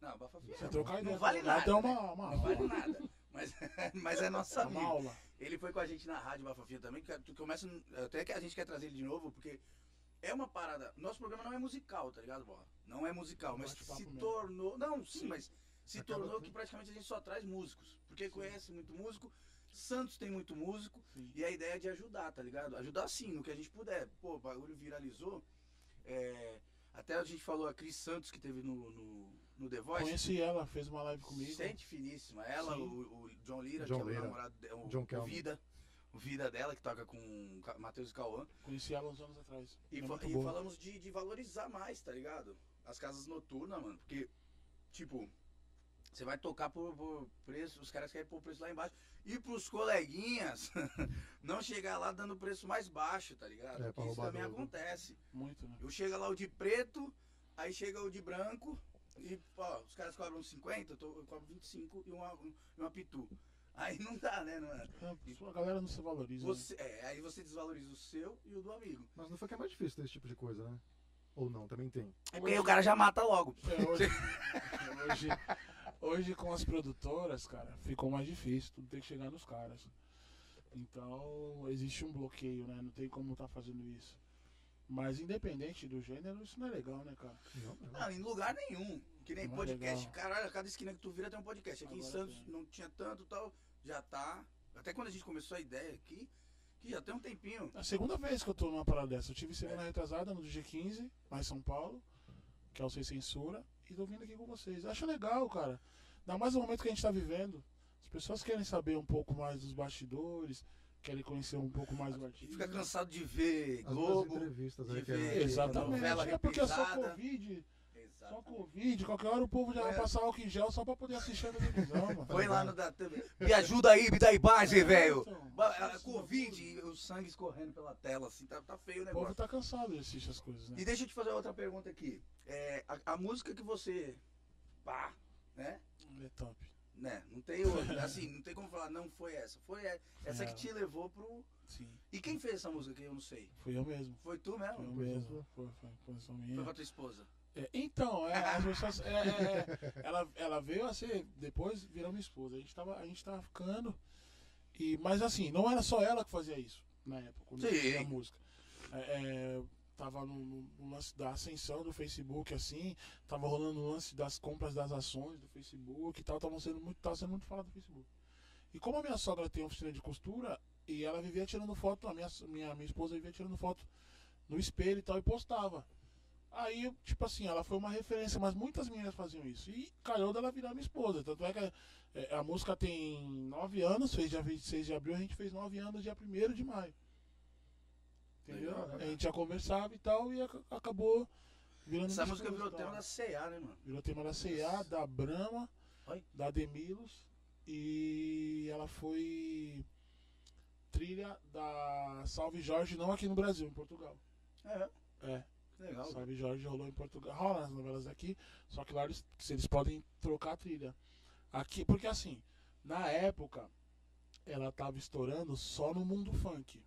Speaker 2: Não, Bafafinha.
Speaker 3: Você trocar ideia.
Speaker 2: Não vale
Speaker 3: lá
Speaker 2: nada.
Speaker 3: tem
Speaker 2: né?
Speaker 3: uma, uma
Speaker 2: Não
Speaker 3: aula.
Speaker 2: vale nada. Mas, [LAUGHS] mas é nosso
Speaker 3: É uma
Speaker 2: amigo.
Speaker 3: aula.
Speaker 2: Ele foi com a gente na rádio Bafafinha também, que é, tu começa. Até que a gente quer trazer ele de novo, porque é uma parada. Nosso programa não é musical, tá ligado, Borra? Não é musical,
Speaker 3: Um
Speaker 2: mas
Speaker 3: bate-papo
Speaker 2: se
Speaker 3: mesmo.
Speaker 2: tornou. Não, sim,
Speaker 3: Sim.
Speaker 2: mas se
Speaker 1: Acaba
Speaker 2: tornou
Speaker 1: com-
Speaker 2: que praticamente a gente só traz músicos. Porque conhece muito músico, Santos tem muito músico,
Speaker 3: Sim.
Speaker 2: e a ideia é de ajudar, tá ligado? Ajudar sim, no que a gente puder. Pô, o bagulho viralizou. é, até a gente falou a Cris Santos que teve no, no, no The Voice.
Speaker 3: Conheci ela, fez uma live comigo.
Speaker 2: Gente finíssima. Ela,
Speaker 3: Sim.
Speaker 2: o, o John Lira,
Speaker 1: John
Speaker 2: que é o
Speaker 1: Lira.
Speaker 2: namorado dela, o,
Speaker 1: John
Speaker 2: o
Speaker 1: Kelman.
Speaker 2: Vida. O Vida dela, que toca com o Ca- Matheus e Cauã.
Speaker 3: Conheci ela uns anos atrás.
Speaker 2: E,
Speaker 3: Ela é
Speaker 2: fa-
Speaker 3: muito
Speaker 2: e
Speaker 3: boa.
Speaker 2: falamos de, de valorizar mais, tá ligado? As casas noturnas, mano. Porque, tipo, você vai tocar por, por preço, os caras querem pôr o preço lá embaixo. E pros coleguinhas, [LAUGHS] não chegar lá dando preço mais baixo, tá ligado?
Speaker 1: É, pra
Speaker 2: Porque Isso
Speaker 1: roubar
Speaker 2: também
Speaker 1: do- do-
Speaker 2: acontece.
Speaker 3: Muito, né?
Speaker 2: Eu chego lá o de preto, aí chega o de branco, e ó, os caras cobram 50, eu, tô, eu cobro 25 e uma, um- e uma pitu. Aí não dá, né, mano?
Speaker 3: É, sua galera não se valoriza. né?
Speaker 2: Você, é, aí você desvaloriza o seu e o do amigo.
Speaker 1: Mas não foi que é mais difícil ter esse tipo de coisa, né? Ou não, também tem.
Speaker 2: É porque aí o cara já mata logo.
Speaker 3: É, hoje, [LAUGHS] hoje, hoje com as produtoras, cara, ficou mais difícil, tudo tem que chegar nos caras. Então existe um bloqueio, né? Não tem como tá fazendo isso. Mas independente do gênero, isso não é legal, né, cara?
Speaker 1: Não, não.
Speaker 2: Não, em lugar nenhum. Que nem
Speaker 3: Não é
Speaker 2: podcast.
Speaker 3: legal.
Speaker 2: Caralho, a cada esquina que tu vira tem um podcast. Aqui em
Speaker 3: Agora
Speaker 2: Santos
Speaker 3: tem.
Speaker 2: não tinha tanto tal. Já tá. Até quando a gente começou a ideia aqui, que já tem um tempinho.
Speaker 3: É a segunda vez que eu tô numa parada dessa. Eu tive semana retrasada no G15, lá em São Paulo, que é o Sem Censura, e tô vindo aqui com vocês. Acho legal, cara. Ainda mais no momento que a gente tá vivendo. As pessoas querem saber um pouco mais dos bastidores, querem conhecer um pouco mais do artista.
Speaker 2: Fica cansado de ver
Speaker 1: As duas
Speaker 2: Globo.
Speaker 1: entrevistas
Speaker 2: de
Speaker 1: aí que
Speaker 2: ver-
Speaker 1: é...
Speaker 3: Exatamente.
Speaker 2: novela
Speaker 3: é porque é só
Speaker 2: reprisada.
Speaker 3: Covid, só um
Speaker 2: Exato.
Speaker 3: Covid, qualquer hora o povo já vai
Speaker 2: É.
Speaker 3: passar álcool em gel só pra poder assistir a televisão, mano.
Speaker 2: Foi lá no Datan. Me ajuda aí, me dá imagem, velho.
Speaker 3: Então,
Speaker 2: Ba-
Speaker 3: isso
Speaker 2: a
Speaker 3: é
Speaker 2: Covid,
Speaker 3: loucura.
Speaker 2: e o sangue escorrendo pela tela, assim, tá, tá feio o
Speaker 3: O povo
Speaker 2: negócio.
Speaker 3: tá cansado de assistir as coisas, né?
Speaker 2: E deixa eu te fazer outra pergunta aqui. É, a, a música que você. pá, né?
Speaker 3: É top.
Speaker 2: Né? Não tem
Speaker 3: [LAUGHS]
Speaker 2: outra. Assim, não tem como falar, não foi essa. Foi essa, essa
Speaker 3: É.
Speaker 2: que te levou pro.
Speaker 3: Sim.
Speaker 2: E quem fez essa música que eu não sei?
Speaker 3: Fui eu mesmo.
Speaker 2: Foi tu
Speaker 3: Foi eu
Speaker 2: mesmo?
Speaker 1: Composição
Speaker 3: mesmo.
Speaker 1: sua?
Speaker 3: Foi, foi. Composição
Speaker 2: Foi
Speaker 3: minha.
Speaker 2: pra tua esposa.
Speaker 3: É, então, é, as pessoas- é, é, é, ela, ela veio a ser, depois virou minha esposa. A gente tava, a gente tava ficando. E, mas assim, não era só ela que fazia isso na época, quando eu
Speaker 2: Sim.
Speaker 3: fazia a música. É, é, tava no, no- no lance da ascensão do Facebook, assim, tava rolando o lance das compras das ações do Facebook e tal, tava sendo muito, tava sendo muito falado do Facebook. E como a minha sogra tem oficina de costura, e ela vivia tirando foto, a minha, so- minha, minha esposa vivia tirando foto no espelho e tal, e postava. Aí, eu, tipo assim, ela foi uma referência, mas muitas meninas faziam isso. E calhou dela virar minha esposa. Tanto é que a, é, a música tem nove anos, fez dia 26 de abril, a gente fez nove anos dia 1 de maio. Entendeu?
Speaker 2: Legal, né?
Speaker 3: a gente já conversava e tal, e ac- acabou virando
Speaker 2: Essa
Speaker 3: minha
Speaker 2: música
Speaker 3: esposa
Speaker 2: virou
Speaker 3: e tal.
Speaker 2: tema da CA, né, mano?
Speaker 3: Virou tema da C&A, da Brahma,
Speaker 2: Oi?
Speaker 3: da Demilos. E ela foi trilha da Salve Jorge, não aqui no Brasil, em Portugal.
Speaker 2: É.
Speaker 3: É,
Speaker 2: Que legal.
Speaker 3: Salve Jorge rolou em Portugal. Rola nas novelas daqui, só que lá eles, se eles podem trocar a trilha. Aqui, porque assim, na época, ela tava estourando só no mundo funk.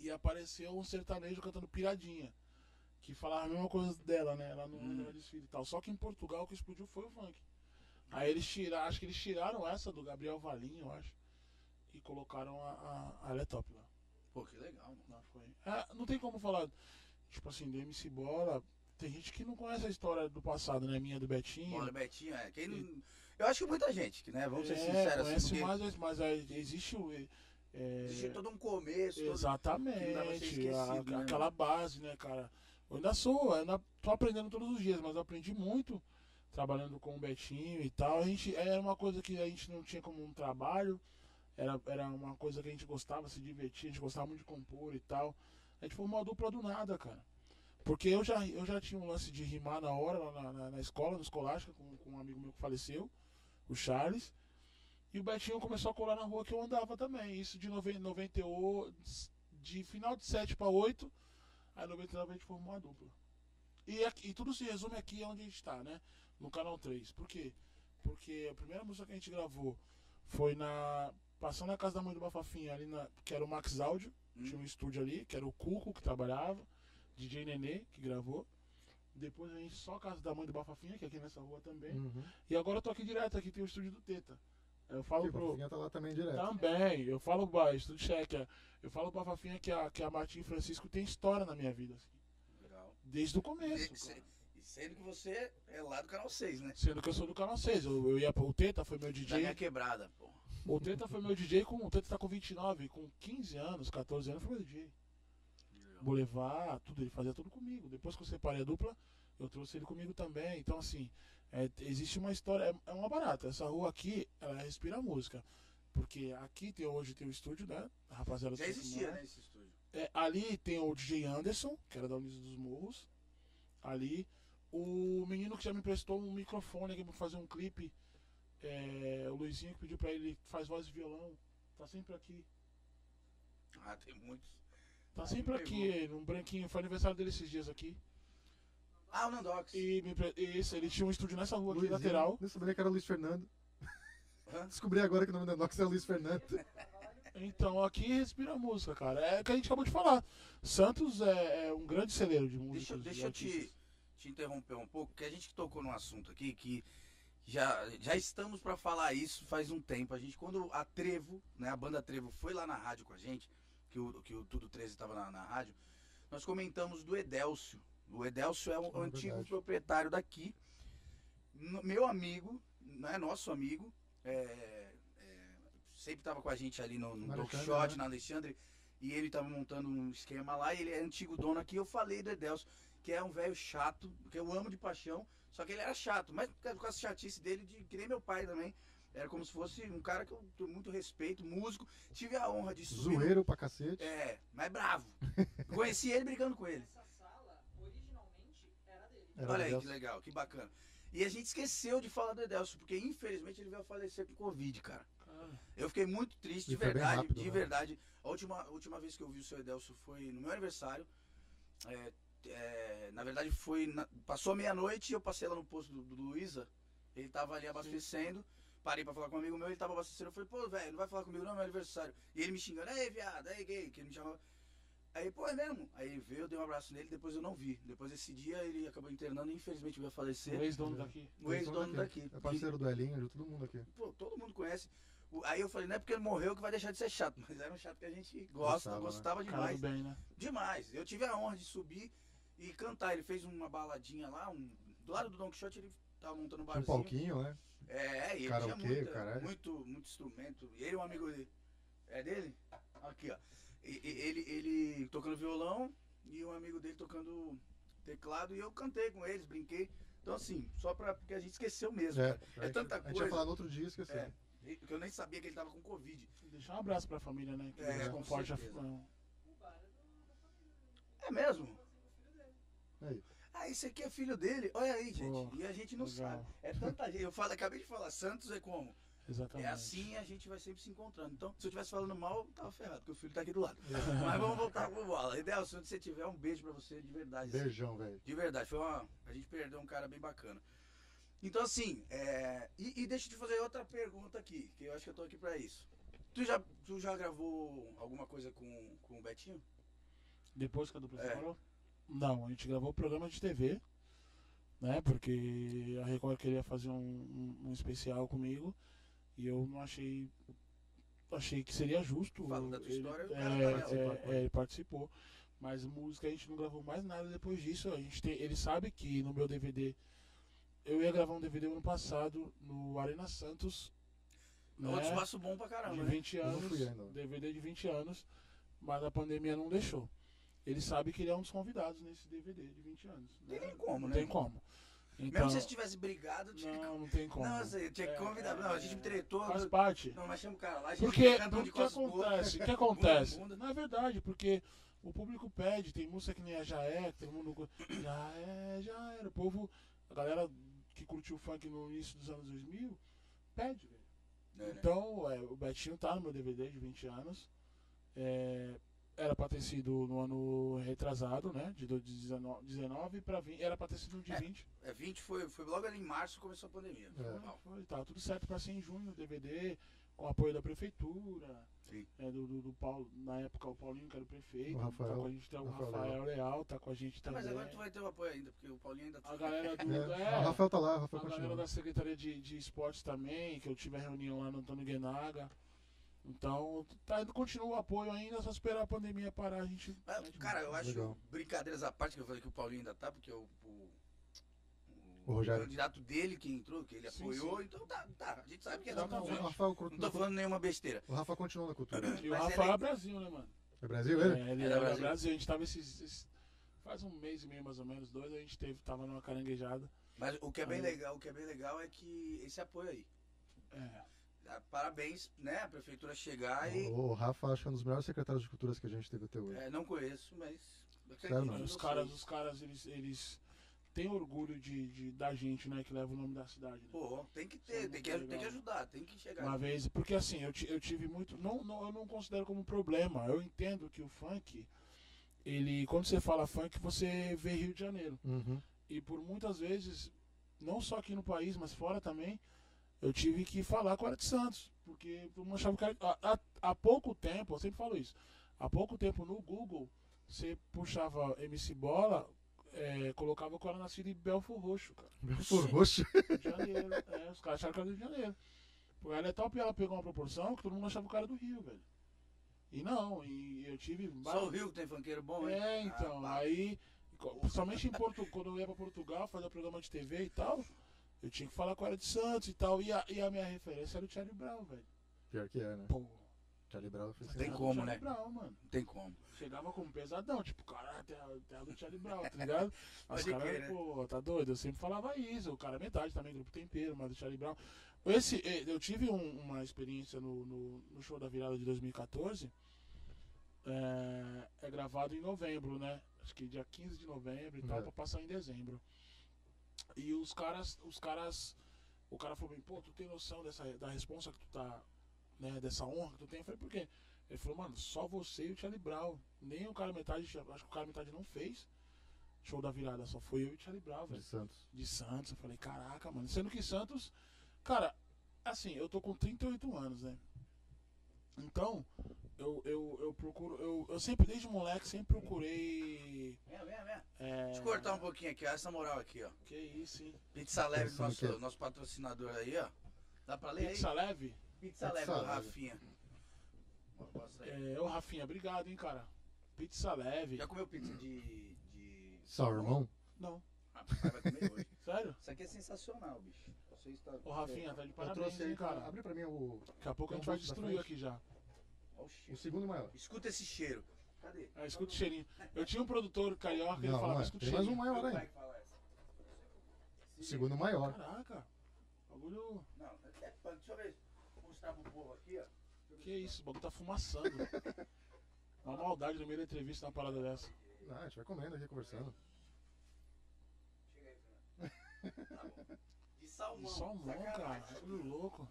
Speaker 3: E apareceu um sertanejo cantando piradinha. Que falava a mesma coisa dela, né? Ela não
Speaker 2: Hum.
Speaker 3: hum. desfile e tal. Só que em Portugal o que explodiu foi o funk. Aí eles tiraram, acho que eles tiraram essa do Gabriel Valim, eu acho. E colocaram a, a, a Letop lá.
Speaker 2: Pô, que legal, mano.
Speaker 3: Não, foi. Ah, não tem como falar, tipo assim, do MC Bola. Tem gente que não conhece a história do passado, né? Minha do Betinho.
Speaker 2: Bola Betinho, é. Quem não... Eu acho que muita gente, que, né? Vamos ser
Speaker 3: É,
Speaker 2: sinceros,
Speaker 3: conhece
Speaker 2: assim, porque
Speaker 3: mais, mas aí existe o. é,
Speaker 2: existe todo um começo, todo... que não dá pra ser
Speaker 3: exatamente.
Speaker 2: esquecido,
Speaker 3: a-
Speaker 2: né, mano?
Speaker 3: aquela base, né, cara? Eu ainda sou, eu ainda tô aprendendo todos os dias, mas eu aprendi muito trabalhando com o Betinho e tal. A gente é, era uma coisa que a gente não tinha como um trabalho, era, era uma coisa que a gente gostava, se divertia, a gente gostava muito de compor e tal. A gente formou uma dupla do nada, cara. Porque eu já, eu já tinha um lance de rimar na hora, lá na, na, na escola, no Escolástica, com, com um amigo meu que faleceu, o Charles. E o Betinho começou a colar na rua que eu andava também. Isso de noven- 98, de final de 7 para 8, aí 99 a gente formou uma dupla. E, aqui- e tudo se resume aqui onde a gente tá, né? No canal 3. Por quê? Porque a primeira música que a gente gravou foi na. Passando na casa da mãe do Bafafinha, ali na. Que era o Max Áudio, tinha um
Speaker 2: Hum,
Speaker 3: estúdio ali, que era o Cuco que trabalhava, DJ Nenê, que gravou. Depois a gente só a casa da mãe do Bafafinha, que é aqui nessa rua também.
Speaker 1: Uhum.
Speaker 3: E agora eu tô aqui direto, aqui tem o estúdio do Teta. Eu falo
Speaker 1: E o
Speaker 3: pro.
Speaker 1: Fofinha tá lá também direto.
Speaker 3: Também, eu falo pra Estúdio Check, é, eu falo pra Fafinha que a, que a Martim Francisco tem história na minha vida, assim,
Speaker 2: legal.
Speaker 3: desde o
Speaker 2: E,
Speaker 3: começo.
Speaker 2: se-
Speaker 3: cara.
Speaker 2: e sendo que você é lá do canal 6, né?
Speaker 3: Sendo que eu sou do canal 6, eu, eu ia pra, o Teta foi meu
Speaker 2: Da minha
Speaker 3: DJ,
Speaker 2: quebrada, pô.
Speaker 3: o Teta foi meu DJ com, o Teta tá com 29, com 15 anos, 14 anos foi meu DJ.
Speaker 2: Então.
Speaker 3: Boulevard, tudo, ele fazia tudo comigo. Depois que eu separei a dupla, eu trouxe ele comigo também. Então, assim, é, existe uma história, é, é uma barata. Essa rua aqui, ela respira música. Porque aqui tem, hoje tem o estúdio, né? A rapaziada do
Speaker 2: Já
Speaker 3: Santo
Speaker 2: existia,
Speaker 3: Mar.
Speaker 2: né, esse estúdio.
Speaker 3: É, ali tem o DJ Anderson, que era da Unidos dos Morros. Ali. O menino que já me emprestou um microfone aqui pra fazer um clipe. é, o Luizinho que pediu pra ele faz voz e violão. Tá sempre aqui.
Speaker 2: Ah, tem muitos.
Speaker 3: Tá
Speaker 2: Ah,
Speaker 3: sempre
Speaker 2: me
Speaker 3: aqui, ele, um branquinho. Foi aniversário dele esses dias aqui.
Speaker 2: Ah, o Nandox.
Speaker 3: E me empre- e esse, ele tinha um estúdio nessa rua aqui,
Speaker 1: Luizinho.
Speaker 3: lateral.
Speaker 1: Não sabia que era Luiz Fernando.
Speaker 2: Hã?
Speaker 1: [LAUGHS] Descobri agora que o nome da Nox é Luiz
Speaker 2: [LAUGHS]
Speaker 1: Fernando.
Speaker 3: Então aqui respira a música, cara. É o que a gente acabou de falar. Santos é, é um grande celeiro de músicos. de
Speaker 2: Deixa, deixa eu te,
Speaker 3: artistas.
Speaker 2: te interromper um pouco, porque a gente tocou num assunto aqui que já, já estamos para falar isso faz um tempo. A gente, quando a Trevo, né, a banda Trevo foi lá na rádio com a gente, que o, que o Tudo 13 estava na, na rádio, nós comentamos do Edelcio. O Edelcio é um
Speaker 1: Ah,
Speaker 2: antigo
Speaker 1: verdade.
Speaker 2: proprietário daqui, no- meu amigo, não é nosso amigo, é- é, sempre estava com a gente ali no, no
Speaker 1: Na
Speaker 2: Talk
Speaker 1: Alexandre,
Speaker 2: Shot,
Speaker 1: né?
Speaker 2: na Alexandre, e ele estava montando um esquema lá, e ele é antigo dono aqui. Eu falei do Edelcio, que é um velho chato, que eu amo de paixão, só que ele era chato, mas por causa- com essa chatice dele, de, que nem meu pai também. Era como se fosse um cara que eu tenho muito respeito, músico. Tive a honra de subir. no-
Speaker 1: Zoeiro pra cacete.
Speaker 2: É, mas bravo. Conheci ele brincando com ele.
Speaker 4: Essa sala, originalmente, era dele.
Speaker 1: Era
Speaker 2: Olha aí
Speaker 1: legal.
Speaker 2: que legal, que bacana. E a gente esqueceu de falar do Edelcio, porque infelizmente ele veio a falecer com Covid, cara.
Speaker 3: Cara,
Speaker 2: Eu fiquei muito triste, de
Speaker 1: E foi bem
Speaker 2: verdade,
Speaker 1: rápido,
Speaker 2: de
Speaker 1: né?
Speaker 2: verdade. A última, a última vez que eu vi o seu Edelso foi no meu aniversário. É, é, na verdade, foi na- passou a meia-noite e eu passei lá no posto do, do Luiza. Ele tava ali abastecendo. Parei pra falar com um amigo meu, ele tava abastecendo. Eu falei, pô, velho, não vai falar comigo não, é meu aniversário. E ele me xingando, ei, viado, ei, gay, que ele me chamava. Aí Aí, pô, é mesmo. Aí ele veio, eu dei um abraço nele, depois eu não vi. Depois desse dia ele acabou internando e infelizmente veio a
Speaker 3: O
Speaker 2: falecer.
Speaker 3: ex-dono daqui.
Speaker 2: O ex-dono
Speaker 1: Eles estão
Speaker 2: daqui.
Speaker 1: É parceiro do Elinho, de todo mundo aqui.
Speaker 2: Pô, todo mundo conhece. O- Aí eu falei, não é porque ele morreu que vai deixar de ser chato, [LAUGHS] mas era um chato que a gente
Speaker 1: Gostava,
Speaker 2: gosta,
Speaker 1: né?
Speaker 2: gostava
Speaker 3: Cara
Speaker 2: demais.
Speaker 3: do bem, né?
Speaker 2: Demais. Eu tive a honra de subir e cantar. Ele fez uma baladinha lá, um... do lado do Don Quixote ele tava montando um
Speaker 1: Tinha um
Speaker 2: barzinho.
Speaker 1: palquinho, né?
Speaker 2: É, e ele tinha
Speaker 1: Karaokê,
Speaker 2: muita,
Speaker 1: caralho.
Speaker 2: muito, muito instrumento. E ele é um amigo dele. É dele? Aqui, ó. E- e- ele, ele tocando violão e um amigo dele tocando teclado. E eu cantei com eles, brinquei. Então, assim, só pra. Porque a gente esqueceu mesmo. cara.
Speaker 1: É,
Speaker 2: É tanta
Speaker 1: A gente ia
Speaker 2: coisa.
Speaker 1: falar no outro dia e esqueceu.
Speaker 2: É. E- Porque eu nem sabia que ele tava com Covid.
Speaker 3: Deixar um abraço pra família, né? Que
Speaker 2: É,
Speaker 3: eles
Speaker 2: com
Speaker 3: confortam.
Speaker 2: certeza.
Speaker 3: não.
Speaker 2: É mesmo?
Speaker 1: Aí.
Speaker 2: Ah, esse aqui é filho dele. Olha aí, gente.
Speaker 3: Pô,
Speaker 2: e a gente não
Speaker 3: legal.
Speaker 2: sabe. É tanta gente. Eu falo, acabei de falar, Santos é como?
Speaker 3: Exatamente.
Speaker 2: É assim a gente vai sempre se encontrando. Então, se eu estivesse falando mal, eu tava ferrado, porque o filho tá aqui do lado.
Speaker 3: É.
Speaker 2: Mas vamos voltar pro bola. Edelson, onde você tiver, um beijo pra você de verdade. assim.
Speaker 1: Beijão, velho.
Speaker 2: De verdade, foi uma. A gente perdeu um cara bem bacana. Então, assim, é, e, e deixa eu te fazer outra pergunta aqui, que eu acho que eu tô aqui pra isso. Tu já, tu já gravou alguma coisa com, com o Betinho?
Speaker 3: Depois que a dupla
Speaker 2: É.
Speaker 3: separou? Não, a gente gravou o programa de TV, né? Porque a Record queria fazer um, um- um especial comigo e eu não achei. Achei que seria justo.
Speaker 2: Fala da tua história, o
Speaker 3: é,
Speaker 2: cara tá
Speaker 3: é,
Speaker 2: nela.
Speaker 3: é, ele participou. Mas música a gente não gravou mais nada depois disso. A gente tem, ele sabe que no meu DVD. Eu ia gravar um DVD ano passado no Arena Santos.
Speaker 2: É outro espaço bom pra caramba,
Speaker 3: Né? de
Speaker 2: né?
Speaker 3: 20
Speaker 1: Eu não
Speaker 3: anos,
Speaker 1: fui ainda.
Speaker 3: DVD de 20 anos, mas a pandemia não deixou. Ele sabe que ele é um dos convidados nesse DVD de 20 anos.
Speaker 2: Tem
Speaker 3: né?
Speaker 2: nem como,
Speaker 3: Não
Speaker 2: né?
Speaker 3: tem como. Então,
Speaker 2: Mesmo se você tivesse brigado, eu tinha que.
Speaker 3: não, não tem como.
Speaker 2: Não, eu sei, eu tinha que
Speaker 3: É,
Speaker 2: convidar. Não, a
Speaker 3: é,
Speaker 2: gente tretou.
Speaker 3: Faz parte.
Speaker 2: Não, mas chama o cara lá, a gente
Speaker 3: Porque
Speaker 2: canta um
Speaker 3: o
Speaker 2: de
Speaker 3: que
Speaker 2: costas pro outro.
Speaker 3: acontece?
Speaker 2: [LAUGHS]
Speaker 3: O que acontece?
Speaker 2: Bunda, bunda.
Speaker 3: Na verdade, porque o público pede, tem música que nem a já é, que todo mundo. go- [COUGHS] Já é, já era. O povo, a galera que curtiu o funk no início dos anos 2000, pede, velho.
Speaker 2: É, né?
Speaker 3: Então, é, o Betinho tá no meu DVD de 20 anos. É, era pra ter sido no ano retrasado, né? De do- de 19, 19 pra 20. Era pra ter sido no de
Speaker 2: É.
Speaker 3: 20.
Speaker 2: É, 20 foi, foi logo ali em março que começou a pandemia.
Speaker 1: É.
Speaker 2: Foi
Speaker 3: Não,
Speaker 2: mal.
Speaker 3: foi, tá tudo certo pra ser em junho o DVD, com apoio da prefeitura.
Speaker 2: Sim.
Speaker 3: é, do, do, do Paulo, na época o Paulinho, que era o prefeito.
Speaker 1: O Rafael,
Speaker 3: tá com a gente, tem o
Speaker 1: Rafael
Speaker 3: Rafael, Leal, tá com a gente
Speaker 2: Ah,
Speaker 3: também.
Speaker 2: Mas agora tu vai ter o apoio ainda, porque o Paulinho ainda tá.
Speaker 3: A galera do.
Speaker 1: É,
Speaker 3: é,
Speaker 1: O Rafael tá lá, o
Speaker 3: a
Speaker 1: Rafael
Speaker 3: galera
Speaker 1: continua.
Speaker 3: da Secretaria de, de Esportes também, que eu tive a reunião lá no Antônio Guenaga. Então, tá, continua o apoio ainda, só esperar a pandemia parar, a gente.
Speaker 2: Mas, Ah, cara, eu acho
Speaker 1: Legal.
Speaker 2: brincadeiras à parte que eu falei que o Paulinho ainda tá, porque o, o,
Speaker 1: O Rogério.
Speaker 2: candidato dele que entrou, que ele
Speaker 3: Sim,
Speaker 2: apoiou, então tá, tá, a gente sabe que é normal.
Speaker 1: O
Speaker 3: Exatamente.
Speaker 2: né?
Speaker 1: Rafael,
Speaker 2: Não tô falando nenhuma besteira.
Speaker 1: o Rafa continua na cultura.
Speaker 3: E o
Speaker 2: Mas
Speaker 3: Rafael
Speaker 2: ele-
Speaker 3: é Brasil, né, mano?
Speaker 1: É Brasil ele?
Speaker 3: É, ele
Speaker 2: Era
Speaker 3: era
Speaker 2: Brasil.
Speaker 3: Brasil. a gente tava esses, esses- Faz um mês e meio, mais ou menos, dois, a gente teve, tava numa caranguejada.
Speaker 2: Mas o que é bem
Speaker 3: Aí.
Speaker 2: legal, o que é bem legal é que esse apoio aí.
Speaker 3: É,
Speaker 2: Ah, Parabéns, né? A prefeitura chegar
Speaker 1: O,
Speaker 2: e.
Speaker 1: o Rafa acho que é um dos melhores secretários de culturas que a gente teve até hoje.
Speaker 2: É, não conheço, mas.
Speaker 1: Sério,
Speaker 2: acredito
Speaker 1: mano?
Speaker 2: em
Speaker 3: os
Speaker 2: vocês.
Speaker 3: caras, os caras, eles, eles têm orgulho de, de- da gente, né, que leva o nome da cidade. né?
Speaker 2: Pô, tem que
Speaker 3: Isso é
Speaker 2: ter, tem
Speaker 3: muito
Speaker 2: que, tem que
Speaker 3: legal.
Speaker 2: ajudar, tem que chegar.
Speaker 3: Uma vez, porque assim, eu, ti- eu tive muito. Não, não, eu não considero como um problema. Eu entendo que o funk, ele. Quando você fala funk, você vê Rio de
Speaker 2: É.
Speaker 3: Janeiro.
Speaker 1: Uhum.
Speaker 3: E por muitas vezes, não só aqui no país, mas fora também, eu tive que falar com o Alex Santos. Porque eu não achava que. Há, há, há pouco tempo, eu sempre falo isso. Há pouco tempo no Google, você puxava MC Bola, eh, colocava o cara nascido em Belfor Roxo, cara.
Speaker 1: Por roxo.
Speaker 3: Rio de Janeiro. é, os caras acharam que era do Rio de Janeiro. Porque ela é top e ela pegou uma proporção que todo mundo achava o cara do Rio, velho. E não, e eu tive.
Speaker 2: Só o Rio que tem funkeiro bom, hein?
Speaker 3: É, então.
Speaker 2: Ah, pá.
Speaker 3: aí, co- principalmente em Porto, quando eu ia pra Portugal fazer programa de TV e tal, eu tinha que falar com ela de Santos e tal. E a, e a minha referência era o Charlie Brown, velho.
Speaker 1: Pior que é, né?
Speaker 3: Pô.
Speaker 1: Charlie Brown fez
Speaker 2: Tem
Speaker 3: terra do
Speaker 2: como,
Speaker 3: Charlie
Speaker 2: né?
Speaker 3: Brown, mano.
Speaker 2: Não tem como.
Speaker 3: Chegava como pesadão, tipo, caralho, terra, terra do Charlie Brown, tá
Speaker 2: [LAUGHS]
Speaker 3: ligado? Aí Os
Speaker 2: Pode crer,
Speaker 3: caras,
Speaker 2: né?
Speaker 3: pô, tá doido? Eu sempre falava isso, o cara é metade também, grupo tempero, mas do Charlie Brown. Esse, eh, eu tive um- uma experiência no, no, no show da virada de 2014. É, é gravado em novembro, né? Acho que dia 15 de novembro e tal,
Speaker 1: É.
Speaker 3: pra passar em dezembro. E os caras, os caras. O cara falou pra mim, pô, tu tem noção dessa, da responsa que tu tá. Né, dessa honra que tu tem? Eu falei, por quê? Ele falou, mano, só você e o Charlie Brown. Nem o cara metade, acho que o cara metade não fez. Show da virada, só foi eu e o Charlie Brown,
Speaker 1: de
Speaker 3: velho.
Speaker 1: Santos.
Speaker 3: De Santos, eu falei, caraca, mano. Sendo que Santos, cara, assim, eu tô com 38 anos, né? Então, eu, eu, eu procuro. Eu, eu sempre, desde moleque, sempre procurei.
Speaker 2: Vem, vem, vem.
Speaker 3: É...
Speaker 2: Deixa eu cortar um pouquinho aqui, ó. Essa moral aqui, ó.
Speaker 3: Que isso, hein?
Speaker 2: Pizza Leve,
Speaker 1: Pensando
Speaker 2: nosso,
Speaker 1: que-
Speaker 2: nosso patrocinador aí, ó. Dá pra ler aí?
Speaker 3: Pizza leve?
Speaker 2: Pizza
Speaker 1: Pizza
Speaker 2: Leve, do
Speaker 1: Leve.
Speaker 2: Rafinha. Mostra aí.
Speaker 3: É, ô Rafinha, obrigado, hein, cara. Pizza leve.
Speaker 2: Já comeu pizza de. de...
Speaker 1: Salmão?
Speaker 3: Não.
Speaker 2: Ah, papai vai comer hoje.
Speaker 3: Sério?
Speaker 2: Isso aqui é sensacional, bicho. Você está... É.
Speaker 3: Ô Rafinha, tá de
Speaker 1: Eu
Speaker 3: parabéns,
Speaker 1: trouxe aí,
Speaker 3: hein,
Speaker 1: cara.
Speaker 3: cara.
Speaker 1: Abre pra mim o,
Speaker 3: Daqui a pouco
Speaker 1: Tem um
Speaker 3: a gente Então vai
Speaker 1: monte na
Speaker 3: destruir
Speaker 1: frente.
Speaker 3: aqui já.
Speaker 2: Ó o
Speaker 1: o
Speaker 2: cheiro.
Speaker 1: segundo maior.
Speaker 2: Escuta esse cheiro. Cadê?
Speaker 3: Ah, escuta o cheirinho. Eu tinha um produtor
Speaker 2: Ah,
Speaker 3: carioca, ele
Speaker 1: Não,
Speaker 3: falava,
Speaker 1: não é.
Speaker 3: escuta o
Speaker 1: Tem mais um
Speaker 3: cheirinho.
Speaker 1: maior
Speaker 2: Meu pai
Speaker 1: ainda.
Speaker 2: que fala essa.
Speaker 1: O segundo maior.
Speaker 3: Caraca. Bagulho.
Speaker 2: Não, é punk. Deixa eu ver. Mostrar pro povo aqui, ó.
Speaker 3: Que isso, o bagulho tá fumaçando. Uma maldade no meio da entrevista uma parada dessa.
Speaker 1: Ah, a gente vai comendo aqui, conversando.
Speaker 2: Chega aí, Fernando. Tá bom. De salmão.
Speaker 3: De salmão, cara.
Speaker 2: sacanagem.
Speaker 3: Bagulho louco.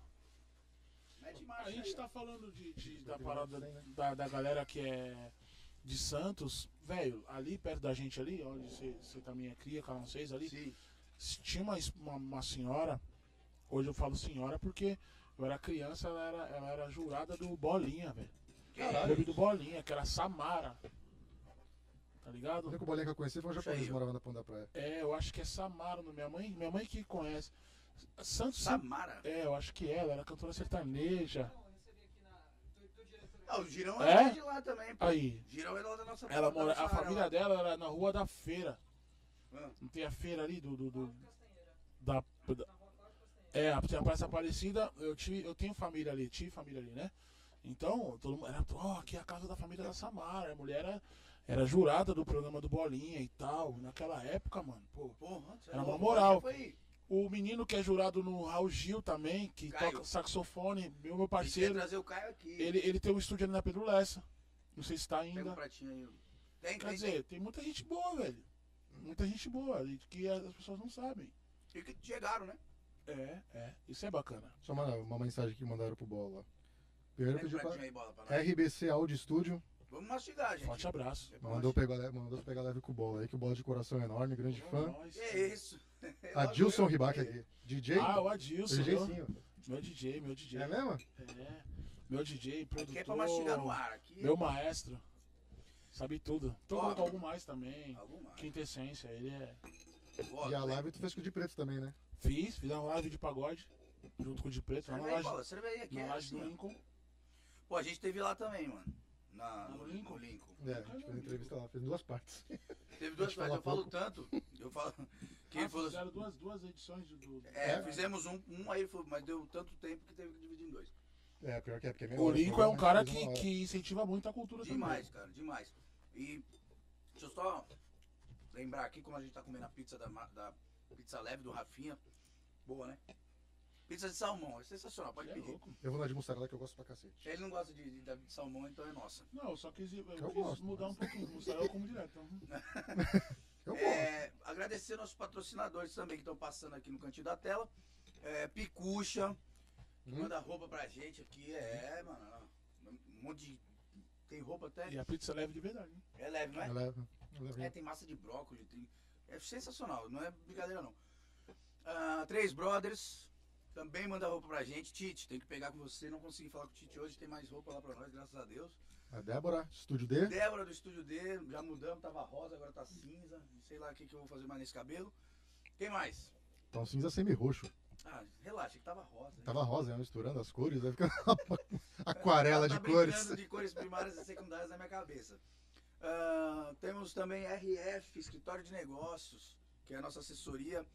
Speaker 2: Mete marcha
Speaker 3: A gente
Speaker 2: aí,
Speaker 3: tá falando de, de- da
Speaker 1: Tem
Speaker 3: parada
Speaker 1: mais, né?
Speaker 3: da, da galera que é de Santos. Velho, ali perto da gente ali, onde você também é cria, cara, não sei,
Speaker 2: ó.
Speaker 3: ali.
Speaker 2: Sim.
Speaker 3: tinha uma, es- uma, uma senhora, hoje eu falo senhora porque eu era criança, ela era, ela era jurada do Bolinha, velho. Clube do Bolinha, que era Samara. Tá
Speaker 1: O
Speaker 3: ligado?
Speaker 1: único bolinha que eu conheci foi um
Speaker 2: Puxa
Speaker 1: japonês
Speaker 2: aí,
Speaker 1: que
Speaker 2: ó.
Speaker 1: morava na ponta da praia.
Speaker 3: É, eu acho que é Samara, no- minha mãe, minha mãe que conhece. Santos.
Speaker 2: Samara.
Speaker 3: É, eu acho que ela, era cantora sertaneja.
Speaker 4: Então, eu recebi aqui na. Do, do diretor.
Speaker 2: Ah, o Girão
Speaker 3: É?
Speaker 2: é, de lá também, pô.
Speaker 3: Aí,
Speaker 2: Girão é lá da nossa
Speaker 3: ela
Speaker 2: da
Speaker 3: mora,
Speaker 2: nossa
Speaker 3: a
Speaker 2: área
Speaker 3: família
Speaker 2: lá.
Speaker 3: dela era na rua da feira.
Speaker 2: Ah.
Speaker 3: Não tem a feira ali do, do, do-
Speaker 4: Cláudio Castanheira.
Speaker 3: da, da-
Speaker 4: Na rua Cláudio Castanheira.
Speaker 3: É, a a Praça Aparecida, eu, tive, eu tenho família ali, tive família ali, né? Então, todo mundo era, ó, aqui é a casa da família da Samara, a mulher era, era jurada do programa do Bolinha e tal. Naquela época, mano, pô.
Speaker 2: Porra, você
Speaker 3: Era
Speaker 2: é
Speaker 3: uma
Speaker 2: louco,
Speaker 3: moral.
Speaker 2: você Foi
Speaker 3: O menino que é jurado no Raul Gil também, que
Speaker 2: Caio.
Speaker 3: toca saxofone, meu, meu parceiro,
Speaker 2: parceiro. trazer o Caio aqui.
Speaker 3: ele, ele tem um estúdio ali na Pedro Lessa. Não sei se tá
Speaker 2: Pega um
Speaker 3: ainda.
Speaker 2: pratinho aí.
Speaker 3: Quer
Speaker 2: Tem, tem, tem.
Speaker 3: dizer, tem muita gente boa, velho. Muita gente boa, e que as pessoas não sabem.
Speaker 2: E que chegaram, né?
Speaker 3: É, é. Isso é bacana.
Speaker 1: Deixa eu mandar uma mensagem que mandaram pro Bola. Primeiro
Speaker 2: Pega um
Speaker 1: pediu pra
Speaker 2: pratinho aí, bola, pra nós.
Speaker 1: RBC Audio Studio.
Speaker 2: Vamos mastigar, gente.
Speaker 3: Forte abraço.
Speaker 2: É pra
Speaker 1: Mandou
Speaker 2: nós.
Speaker 1: pegar, le- mandou pegar leve com o Bola aí, que o Bola de coração é enorme, grande fã.
Speaker 3: Nossa.
Speaker 2: É isso. [LAUGHS] É
Speaker 1: A
Speaker 2: logo
Speaker 1: Dilson
Speaker 2: eu.
Speaker 1: Ribac aqui. DJ?
Speaker 3: Ah, o Adilson,
Speaker 1: DJ
Speaker 3: meu,
Speaker 1: sim. ó.
Speaker 3: meu DJ, meu DJ.
Speaker 1: É mesmo?
Speaker 3: É. Meu DJ,
Speaker 2: né? Aqui
Speaker 3: produtor.
Speaker 2: é pra mastigar no ar. Aqui
Speaker 3: Meu maestro. Sabe tudo. Tô
Speaker 2: Ó.
Speaker 3: com algo mais também.
Speaker 2: Alguma.
Speaker 3: Quinta essência, ele é.
Speaker 2: Bola,
Speaker 1: E a
Speaker 2: né?
Speaker 1: live tu fez com o de preto também, né?
Speaker 3: Fiz, fiz uma live de pagode. Junto com o de preto, lá na
Speaker 2: Serve aí,
Speaker 3: laje,
Speaker 2: bola. Serve aí aqui.
Speaker 3: na
Speaker 2: é
Speaker 3: laje do
Speaker 2: assim, ó.
Speaker 3: Lincoln.
Speaker 2: Pô, a gente teve lá também, mano. Na,
Speaker 3: No
Speaker 2: no,
Speaker 3: Lincoln?
Speaker 2: no Lincoln.
Speaker 1: É, a gente fez a entrevista lá, fez duas partes. [LAUGHS]
Speaker 2: Teve duas
Speaker 1: Deixa eu
Speaker 2: partes,
Speaker 1: falar
Speaker 2: eu falo tanto.
Speaker 3: [LAUGHS]
Speaker 2: Eu falo. Que ele
Speaker 3: Ah,
Speaker 2: falou assim,
Speaker 3: fizeram duas, duas edições do. do-
Speaker 2: É,
Speaker 1: É?
Speaker 2: fizemos um, um aí, ele falou, mas deu tanto tempo que teve que dividir em dois.
Speaker 1: É, pior que é, porque é meia
Speaker 3: O
Speaker 1: hora de
Speaker 3: Lincoln é um
Speaker 1: programa,
Speaker 3: cara
Speaker 1: a gente
Speaker 3: que,
Speaker 1: fez uma
Speaker 3: que incentiva muito a cultura
Speaker 2: Demais, cara, demais. E deixa eu só lembrar aqui como a gente tá comendo a pizza da, ma- da pizza leve do Rafinha. Boa, né? Pizza de salmão, é sensacional, pode
Speaker 3: também. Ele É
Speaker 2: pedir.
Speaker 3: louco.
Speaker 1: hora. Eu vou na de mussarela que eu gosto pra cacete.
Speaker 2: Ele não gosta de, de, da- de salmão, então é nossa.
Speaker 3: Não, eu só quis, eu quis
Speaker 1: gosto,
Speaker 3: mudar um pouquinho. Mostrar eu como direto. então.
Speaker 2: [LAUGHS]
Speaker 1: Eu gosto.
Speaker 2: É, agradecer nossos patrocinadores também que estão passando aqui no cantinho da tela. É, Picucha, que
Speaker 1: Hum.
Speaker 2: manda roupa pra gente aqui. É, mano. ó, Um monte de. Tem roupa até.
Speaker 3: E a pizza leve de verdade. hein?
Speaker 2: É leve, não é?
Speaker 1: Ela é- ela
Speaker 2: É,
Speaker 1: é-
Speaker 2: tem massa de brócolis, tem... é sensacional, não é brincadeira não. Ah, Três Brothers também manda roupa pra gente. Tite, tem que pegar com você, não consegui falar com o Tite hoje, tem mais roupa lá pra nós, graças a Deus.
Speaker 1: A Débora, estúdio D.
Speaker 2: Débora do Estúdio D, já mudamos, tava rosa, agora tá cinza, não sei lá o que, que eu vou fazer mais nesse cabelo. Quem mais?
Speaker 1: Tá um cinza semi-roxo.
Speaker 2: Ah, relaxa, que tava rosa. hein?
Speaker 1: Tava rosa, né? misturando as cores, vai ficar [LAUGHS] uma aquarela
Speaker 2: Tá-
Speaker 1: de
Speaker 2: tá
Speaker 1: cores.
Speaker 2: brincando de cores primárias e secundárias na minha cabeça. Ah, temos também RF, Escritório de Negócios, que é a nossa assessoria.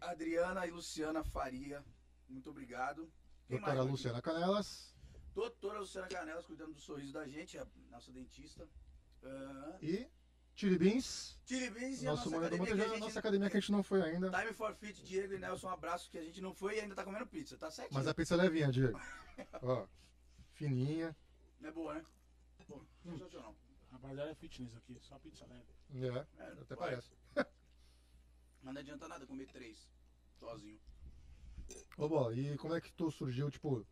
Speaker 2: Adriana e Luciana Faria, muito obrigado. Quem
Speaker 1: Doutora
Speaker 2: mais, Marquinhos?
Speaker 1: Luciana Canelas
Speaker 2: Doutora Luciana Canelas, cuidando do sorriso da gente, a nossa dentista. Ah,
Speaker 1: e Tiribins,
Speaker 2: Tire Bins e a
Speaker 1: nosso
Speaker 2: nossa Tá
Speaker 1: mano do
Speaker 2: academia,
Speaker 1: Monte
Speaker 2: que a
Speaker 1: já,
Speaker 2: gente-
Speaker 1: nossa academia que a gente tá. não foi ainda.
Speaker 2: Time for Fit, Diego e Nelson, um abraço que a gente não foi e ainda tá comendo pizza, tá certo?
Speaker 1: Mas a pizza é levinha, Diego. Ó, fininha.
Speaker 2: É boa, né? Boa,
Speaker 1: Hum.
Speaker 2: sensacional.
Speaker 3: Rapaziada, é fitness aqui, só pizza leve.
Speaker 1: É,
Speaker 2: É,
Speaker 1: até
Speaker 2: vai.
Speaker 1: parece.
Speaker 2: Mas não adianta nada comer três, sozinho.
Speaker 1: Ô, Bola, e como é que tu surgiu, tipo,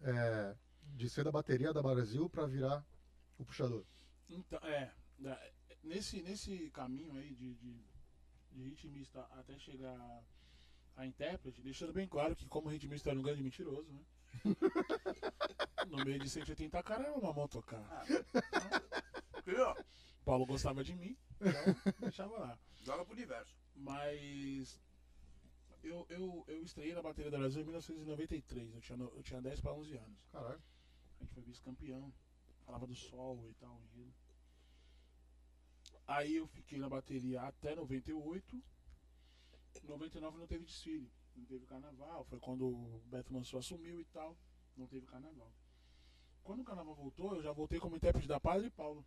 Speaker 1: é, de ser da bateria da Brasil pra virar o puxador?
Speaker 3: Então, é. da- Nesse, nesse caminho aí de, de, de ritmista até chegar a intérprete, deixando bem claro que como ritmista era um grande mentiroso, né? No meio de 180 cara era uma
Speaker 2: Ah,
Speaker 3: motocar.
Speaker 2: Aqui, ó,
Speaker 3: Paulo gostava de mim, então deixava lá.
Speaker 2: joga pro universo.
Speaker 3: Mas eu, eu, eu estreiei na bateria do Brasil em 1993, eu tinha, no- eu tinha 10 para 11 anos.
Speaker 1: Caralho.
Speaker 3: A gente foi vice-campeão. Falava do sol e tal. enredo. Aí eu fiquei na bateria até 98. 99 não teve desfile. Não teve carnaval. Foi quando o Beto Manso assumiu e tal. Não teve carnaval. Quando o carnaval voltou, eu já voltei como intérprete da Padre Paulo,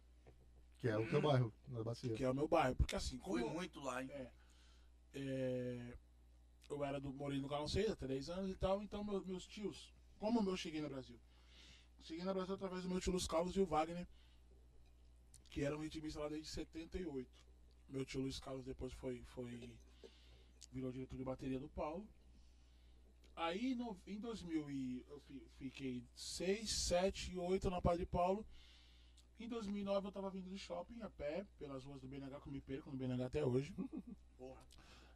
Speaker 1: Que é o teu bairro, na bacia.
Speaker 3: que é o meu bairro. Porque assim, como
Speaker 2: Fui
Speaker 3: eu,
Speaker 2: muito lá, hein?
Speaker 3: é, eu era do morei no Canal 6 até 10 anos e tal, então meu- meus tios, como eu cheguei no Brasil? Cheguei no Brasil através do meu tio Luiz Carlos e o Wagner, que era um ritmista lá desde 78. Meu tio Luiz Carlos depois foi, foi virou diretor de bateria do Paulo. Aí no, em 2000 e eu fi- fiquei 6, 7 e 8 na Padre Paulo. Em 2009 eu tava vindo do shopping a pé pelas ruas do BNH, que eu me perco no BNH até hoje.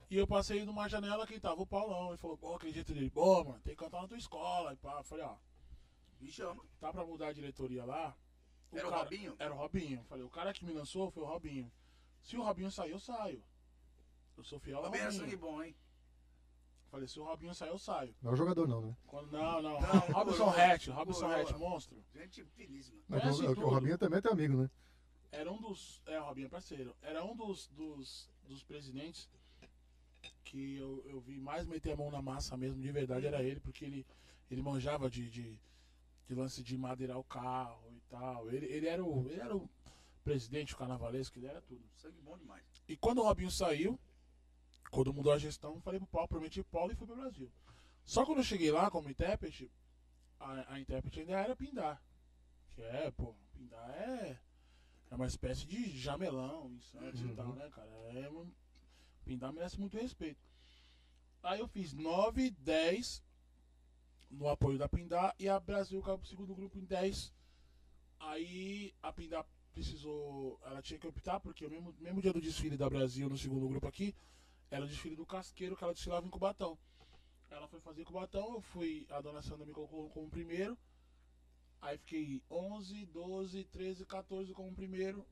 Speaker 3: E eu passei numa janela que tava o Paulão. Ele falou, pô, acredito nele. Pô, mano, tem que cantar na tua escola. E pá, eu falei, ó,
Speaker 2: Me chama.
Speaker 3: tá pra mudar a diretoria lá.
Speaker 2: Era o
Speaker 3: cara- é
Speaker 2: Robinho?
Speaker 3: Era o Robinho. Eu Falei, o cara que me lançou foi o Robinho. Se o Robinho sair, eu saio. Eu sou fiel ao
Speaker 2: Também
Speaker 3: Robinho.
Speaker 2: era é sangue bom, hein?
Speaker 3: Eu Falei, se o Robinho sair, eu saio.
Speaker 1: Não é o jogador, não, né?
Speaker 3: Quando- Não, não.
Speaker 2: Não, é.
Speaker 3: Robinson
Speaker 2: coroa.
Speaker 3: Hatch, Robinson
Speaker 2: Coroa.
Speaker 3: Hatch, monstro.
Speaker 2: Gente finíssima.
Speaker 1: Mas
Speaker 3: Conhece
Speaker 1: o- o, o
Speaker 3: tudo.
Speaker 1: Robinho também é teu amigo, né?
Speaker 3: Era um dos. É, o Robinho é parceiro. Era um dos, dos, dos presidentes que eu, eu vi mais meter a mão na massa mesmo, de verdade, era ele, porque ele, ele manjava de, de, de lance de madeirar o carro e tal. Ele, ele, era o, ele era o presidente, o carnavalesco, ele era tudo.
Speaker 2: Sangue bom demais.
Speaker 3: E quando o Robinho saiu, quando mudou a gestão, falei pro Paulo, prometi pro Paulo e fui pro Brasil. Só quando eu cheguei lá como intérprete, a, a intérprete ainda era Pindar. Que é, pô, Pindar é, é uma espécie de jamelão, inseto e
Speaker 1: Uhum.
Speaker 3: tal, né, cara? É, um- Pindar merece muito respeito. Aí eu fiz 9, 10 no apoio da Pindar e a Brasil caiu pro segundo grupo em 10. Aí a Pindar precisou. Ela tinha que optar, porque o mesmo, mesmo dia do desfile da Brasil no segundo grupo aqui, era o desfile do casqueiro que ela desfilava em Cubatão. Ela foi fazer Cubatão, eu fui. A dona Sandra me colocou como primeiro. Aí fiquei 11, 12, 13, 14 como primeiro.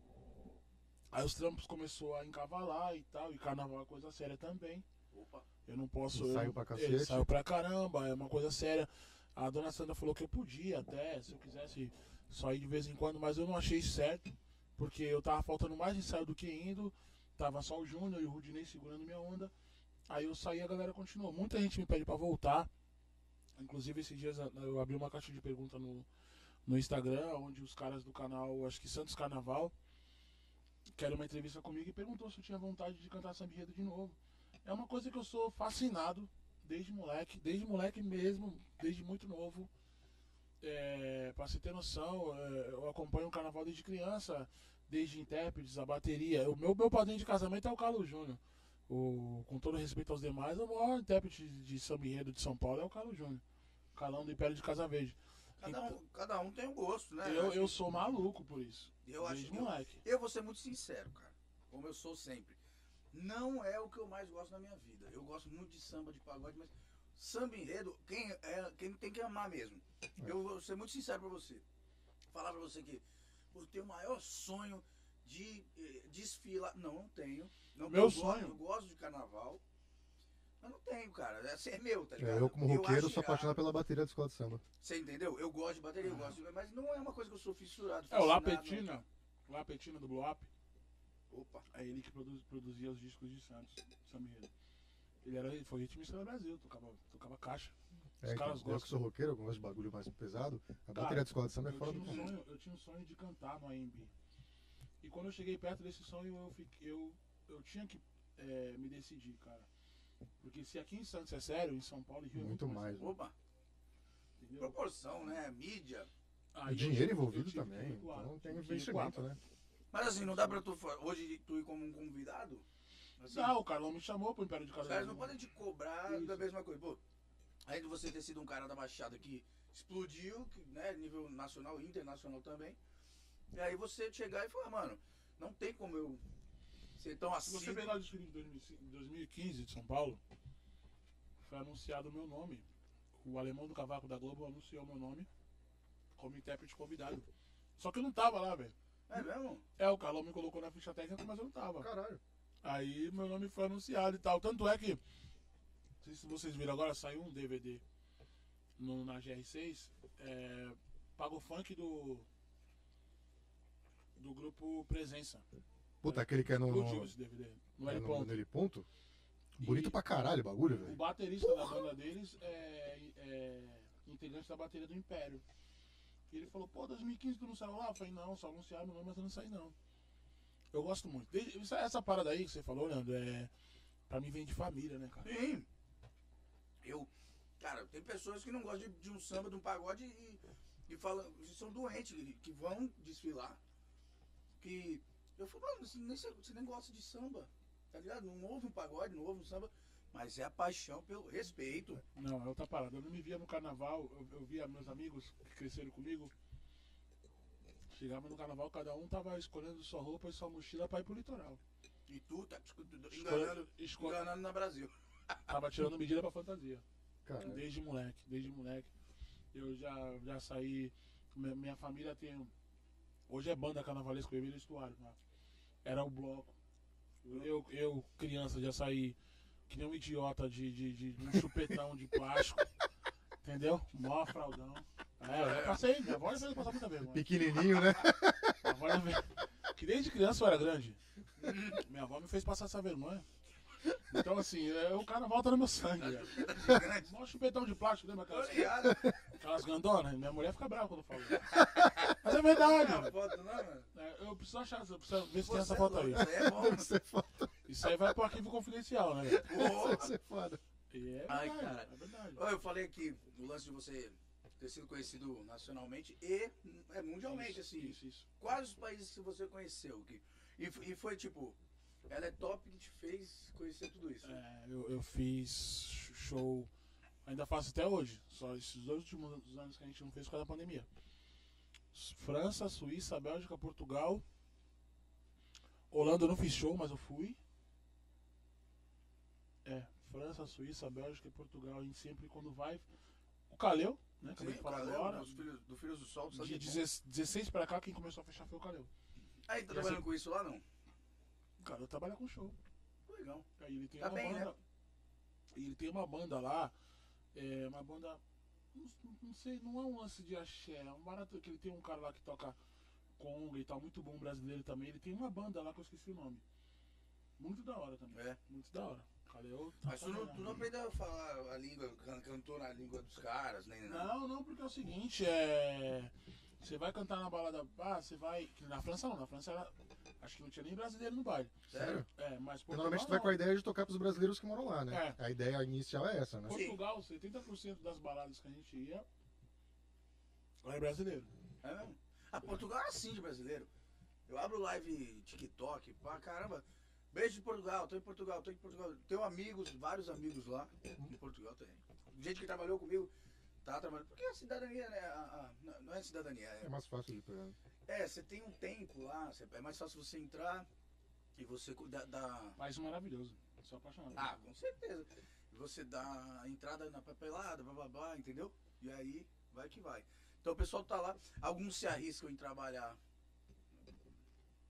Speaker 3: Aí os trampos começou a encavalar e tal, e carnaval é uma coisa séria também.
Speaker 2: Opa.
Speaker 3: Eu não posso.
Speaker 1: Ensaio
Speaker 3: eu,
Speaker 1: pra
Speaker 3: ele
Speaker 1: cacete.
Speaker 3: saiu pra caramba, é uma coisa séria. A dona Sandra falou que eu podia até, se eu quisesse só ir de vez em quando, mas eu não achei certo, porque eu tava faltando mais ensaio do que indo. Tava só o Júnior e o Rudinei segurando minha onda. Aí eu saí e a galera continuou. Muita gente me pede pra voltar. Inclusive, esses dias a- eu abri uma caixa de pergunta no, no Instagram, onde os caras do canal, acho que Santos Carnaval, querem uma entrevista comigo e perguntou se eu tinha vontade de cantar samba enredo de novo. É uma coisa que eu sou fascinado desde moleque, desde moleque mesmo, desde muito novo. É, pra se ter noção, é, eu acompanho o carnaval desde criança, desde intérpretes, a bateria. O meu, meu padrinho de casamento é o Carlos Júnior. O, com todo respeito aos demais, o maior intérprete de samba enredo de São Paulo é o Carlos Júnior. Calão do Império de Casa Verde.
Speaker 2: Cada um, cada um tem um gosto, né?
Speaker 3: Então- Eu,
Speaker 2: acho
Speaker 3: eu sou maluco por isso.
Speaker 2: que- eu acho
Speaker 3: desde
Speaker 2: que
Speaker 3: moleque.
Speaker 2: Eu vou ser muito sincero, cara. Como eu sou sempre. Não é o que eu mais gosto na minha vida. Eu gosto muito de samba, de pagode, mas samba enredo, quem, é, quem tem que amar mesmo. Eu vou ser muito sincero pra você. Falar pra você que por ter o maior sonho de eh, desfilar. Não, não tenho. Não,
Speaker 3: Meu
Speaker 2: eu
Speaker 3: sonho?
Speaker 2: Gosto, eu gosto de carnaval. Mas não tenho, cara. É ser meu, tá ligado?
Speaker 1: É, eu, como roqueiro,
Speaker 2: acho
Speaker 1: sou apaixonado
Speaker 2: irado.
Speaker 1: pela bateria da escola de samba.
Speaker 2: Você entendeu? Eu gosto de bateria, eu gosto. de- Mas não é uma coisa que eu sou fissurado.
Speaker 3: É o
Speaker 2: fascinado,
Speaker 3: Lapetina, o Lapetina do Blow Up.
Speaker 2: não. Opa.
Speaker 3: É ele que produz- produzia os discos de Santos, de Samba Enredo. Ele era, ele foi ritmista do Brasil, tocava, tocava caixa. Os
Speaker 1: É,
Speaker 3: caras
Speaker 1: eu que
Speaker 3: gostam.
Speaker 1: sou roqueiro, eu gosto de bagulho mais pesado. A
Speaker 3: Cara,
Speaker 1: bateria da escola de samba
Speaker 3: Eu
Speaker 1: é fora
Speaker 3: tinha,
Speaker 1: do
Speaker 3: um
Speaker 1: comum.
Speaker 3: sonho, eu tinha um sonho de cantar no AMB. E quando eu cheguei perto desse sonho, eu, fiquei, eu, eu tinha que eh, me decidir, cara. Porque se aqui em Santos é sério, em São Paulo e Rio é
Speaker 1: Muito mais. né?
Speaker 2: Opa.
Speaker 3: entendeu?
Speaker 2: proporção, né? Mídia.
Speaker 3: Aí eu-
Speaker 1: Dinheiro
Speaker 3: eu
Speaker 1: envolvido
Speaker 3: tive que
Speaker 1: também.
Speaker 3: recuar,
Speaker 1: Então tem
Speaker 3: tive que
Speaker 1: investimento,
Speaker 3: recuar.
Speaker 1: né?
Speaker 2: Mas assim, não dá pra tu fa- hoje tu ir como um convidado? Assim,
Speaker 3: Não, o Carlão me chamou pro Império de
Speaker 2: os
Speaker 3: Casa
Speaker 2: caras não
Speaker 3: Verde.
Speaker 2: podem te cobrar
Speaker 3: Isso.
Speaker 2: da mesma coisa. Pô, além de você ter sido um cara da Baixada que explodiu, que, né? Nível nacional e internacional também. E aí você chegar e falar, mano, não tem como eu ser tão
Speaker 3: Se
Speaker 2: assim.
Speaker 3: você pegar o desfile de 2005 2015 de São Paulo, foi anunciado o meu nome. O alemão do cavaco da Globo anunciou meu nome como intérprete convidado. Só que eu não tava lá, velho.
Speaker 2: É mesmo?
Speaker 3: É, o Carlão me colocou na ficha técnica, mas eu não tava.
Speaker 1: Caralho.
Speaker 3: Aí meu nome foi anunciado e tal. Tanto é que, não sei se vocês viram agora, saiu um DVD no, na GR6, é, Pago Funk do. do grupo Presença.
Speaker 1: Puta, aquele que é no.
Speaker 3: Curtiu
Speaker 1: no,
Speaker 3: esse DVD? Não
Speaker 1: é
Speaker 3: era
Speaker 1: no,
Speaker 3: ponto.
Speaker 1: nele ponto?
Speaker 3: E-
Speaker 1: Bonito pra caralho o bagulho,
Speaker 3: O
Speaker 1: velho.
Speaker 3: baterista da banda deles é, é integrante da bateria do Império. E ele falou, pô, 2015 tu não saiu lá? Eu falei, não, só anunciaram meu nome, mas eu não saí não. Eu gosto muito. Desde- essa- Essa parada aí que você falou, Leandro, é. Pra mim vem de família, né, cara?
Speaker 2: Sim. Eu. Cara, tem pessoas que não gostam de, de um samba, de um pagode e, e falam. que São doentes, que- que vão desfilar. Que. Eu falo, mano, você nem, você nem gosta de samba. Tá ligado? Não ouve um pagode, não ouve um samba. Mas é a paixão pelo respeito.
Speaker 3: Não, é outra parada. Eu não me via no carnaval, eu, eu via meus amigos que cresceram comigo. Chegava no carnaval, cada um tava escolhendo sua roupa e sua mochila pra ir pro litoral.
Speaker 2: E tu tá escu- enganando,
Speaker 3: Escolhendo, esco-
Speaker 2: enganando
Speaker 3: [LAUGHS]
Speaker 2: na Brasil.
Speaker 3: tava tirando medida pra fantasia.
Speaker 1: Caralho.
Speaker 3: Desde moleque, desde moleque. Eu já, já saí. Minha, minha família tem. Hoje é banda carnavalesca, eu e o estuário, mas era o bloco. Eu, eu, criança, já saí que nem um idiota de, de, de- de um chupetão de plástico. [LAUGHS] Entendeu? Mó fraldão. É, eu passei, minha avó já fez eu passar muita vergonha.
Speaker 1: Pequenininho, né? [LAUGHS]
Speaker 3: Minha avó já fez- Que desde criança eu era grande. Minha avó me fez passar essa vergonha. Então, assim, é, o carnaval tá no meu sangue. velho. Mó chupetão de plástico, lembra
Speaker 2: Tô
Speaker 3: aquelas
Speaker 2: tá ligado.
Speaker 3: Aquelas gandonas, minha mulher fica brava quando eu falo isso. Mas é verdade.
Speaker 2: Não, foto não, mano.
Speaker 3: É, Eu preciso achar, eu preciso ver se
Speaker 2: Você
Speaker 3: tem essa foto
Speaker 2: é
Speaker 3: aí.
Speaker 2: louco, É bom.
Speaker 1: Você é foda.
Speaker 3: Isso aí vai pro arquivo confidencial, né?
Speaker 2: Pô,
Speaker 1: Você é foda.
Speaker 3: E é
Speaker 2: Ai,
Speaker 3: verdade,
Speaker 2: cara.
Speaker 3: é verdade.
Speaker 2: Ó, Eu falei aqui o lance de você ter sido conhecido nacionalmente e é, mundialmente,
Speaker 3: Isso,
Speaker 2: assim.
Speaker 3: Isso, isso.
Speaker 2: Quais os países que você conheceu? Que, e, f- e foi tipo, ela é top que te fez conhecer tudo isso. né?
Speaker 3: É, eu, eu fiz show, ainda faço até hoje, só esses dois últimos anos que a gente não fez por causa da pandemia. S- França, Suíça, Bélgica, Portugal. Holanda eu não fiz show, mas eu fui. É, França, Suíça, Bélgica e Portugal, a gente sempre quando vai. O Caleu, né? Acabei
Speaker 2: Sim,
Speaker 3: de falar
Speaker 2: cara,
Speaker 3: agora.
Speaker 2: Dos filhos, do Filhos do Sol,
Speaker 3: De
Speaker 2: do Sandy Bom.
Speaker 3: 16 16 pra cá, quem começou a fechar foi o Caleu.
Speaker 2: Aí, tá
Speaker 3: Essa-
Speaker 2: trabalhando com isso lá, não?
Speaker 3: O Caleu trabalha com show.
Speaker 2: Legal.
Speaker 3: Aí ele tem
Speaker 2: Tá
Speaker 3: uma
Speaker 2: bem,
Speaker 3: banda. e Ele tem uma banda lá. É uma banda. Não, não sei, não é um lance de axé. É um barato que ele tem um cara lá que toca conga e tal, muito bom brasileiro também. Ele tem uma banda lá que eu esqueci o nome. Muito da hora também.
Speaker 2: É.
Speaker 3: Muito da hora. Cara, eu.
Speaker 2: Mas tu não,
Speaker 3: trabalhando.
Speaker 2: tu não aprendeu a falar a língua, can- cantou na língua dos caras, nem nada.
Speaker 3: Não, não, porque é o seguinte, é. Você vai cantar na balada. Ah, você vai. que Na França não, na França era. Acho que não tinha nem brasileiro no baile.
Speaker 1: Sério?
Speaker 3: É, mas
Speaker 2: tá
Speaker 1: Porque normalmente tu vai
Speaker 3: Portugal
Speaker 1: com a ideia de tocar pros brasileiros que moram lá, né? A ideia inicial é essa, né?
Speaker 3: Portugal, 70% das baladas que a gente ia era brasileiro.
Speaker 2: É mesmo? Ah, Portugal é assim de brasileiro. Eu abro live TikTok, pá, caramba. Beijo de Portugal, tô em Portugal, tô em Portugal. Tenho amigos, vários amigos lá. Em Portugal tem. Gente que trabalhou comigo, tá trabalhando. Porque a cidadania, né? a- a- não é cidadania,
Speaker 1: É
Speaker 2: é.
Speaker 1: mais fácil de pegar.
Speaker 2: É, você tem um tempo lá, você- é mais fácil você entrar e você cuidar da.
Speaker 3: País maravilhoso. Sou apaixonado.
Speaker 2: Ah, com certeza. Você dá entrada na papelada, blá blá blá, entendeu? E aí vai que vai. Então o pessoal tá lá, alguns se arriscam em trabalhar.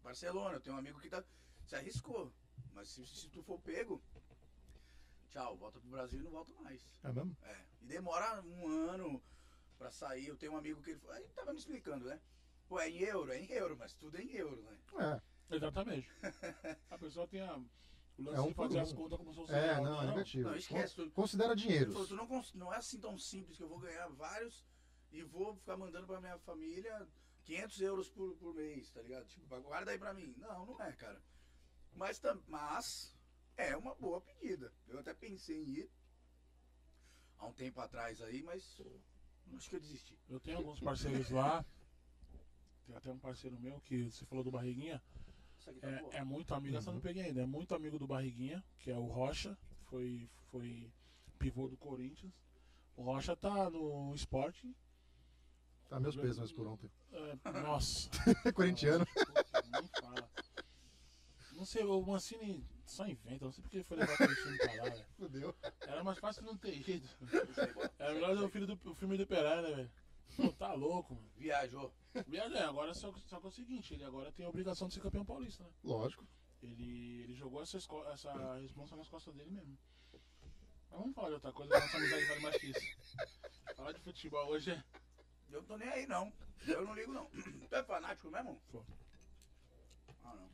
Speaker 2: Barcelona, eu tenho um amigo que tá. Se arriscou. Mas se, se tu for pego, tchau, volta pro Brasil e não volta mais.
Speaker 1: É mesmo?
Speaker 2: É. E demora um ano pra sair. Eu tenho um amigo que ele. Ele tava me explicando, né? Pô, é em euro, é em euro, mas tudo é em euro, né?
Speaker 1: É. [LAUGHS]
Speaker 3: Exatamente. a pessoa tem a, o lance
Speaker 1: É um
Speaker 3: de
Speaker 1: por
Speaker 3: fazer
Speaker 1: um.
Speaker 3: as contas como se fosse
Speaker 1: É,
Speaker 3: real,
Speaker 1: não, é negativo.
Speaker 2: Não, esquece, tu-
Speaker 1: Considera
Speaker 2: Ele falou,
Speaker 1: dinheiros.
Speaker 2: tu não, cons- não é assim tão simples que eu vou ganhar vários e vou ficar mandando pra minha família 500 euros por, por mês, tá ligado? Tipo, guarda aí pra mim. Não, não é, cara. Mas, tam- mas é uma boa pedida. Eu até pensei em ir há um tempo atrás aí, mas acho que eu desisti.
Speaker 3: Eu tenho alguns parceiros lá. Tem até um parceiro meu que você falou do Barriguinha.
Speaker 2: Isso aqui tá boa.
Speaker 3: É, é muito amigo, essa eu não
Speaker 1: Uhum.
Speaker 3: peguei ainda. É muito amigo do Barriguinha, que é o Rocha, foi, foi pivô do Corinthians. O Rocha tá no esporte.
Speaker 1: Tá meus pêsames por ontem. [LAUGHS]
Speaker 3: É, nossa.
Speaker 1: É [LAUGHS]
Speaker 2: [LAUGHS]
Speaker 1: corintiano.
Speaker 3: Puta, nem fala. Não sei, o Mancini só inventa, não sei porque ele foi levar aquele filme pra lá, velho.
Speaker 1: Fudeu.
Speaker 3: Era mais fácil não ter ido.
Speaker 2: Isso aí, boa.
Speaker 3: [LAUGHS] É, Era melhor ver o, filho do, o filme do Pelé, né, velho? Pô, tá louco, mano.
Speaker 2: Viajou.
Speaker 3: Viajei, agora só, só que é o seguinte, ele agora tem a obrigação de ser campeão paulista, né?
Speaker 1: Lógico.
Speaker 3: Ele, ele jogou essa, esco- essa responsa nas costas dele mesmo. Mas vamos falar de outra coisa, nossa amizade vale mais que isso. Falar de futebol hoje é.
Speaker 2: Eu não tô nem aí, não. Eu não ligo, não. [CLEARS THROAT] Tu é fanático mesmo?
Speaker 3: Sou.
Speaker 2: Ah, não.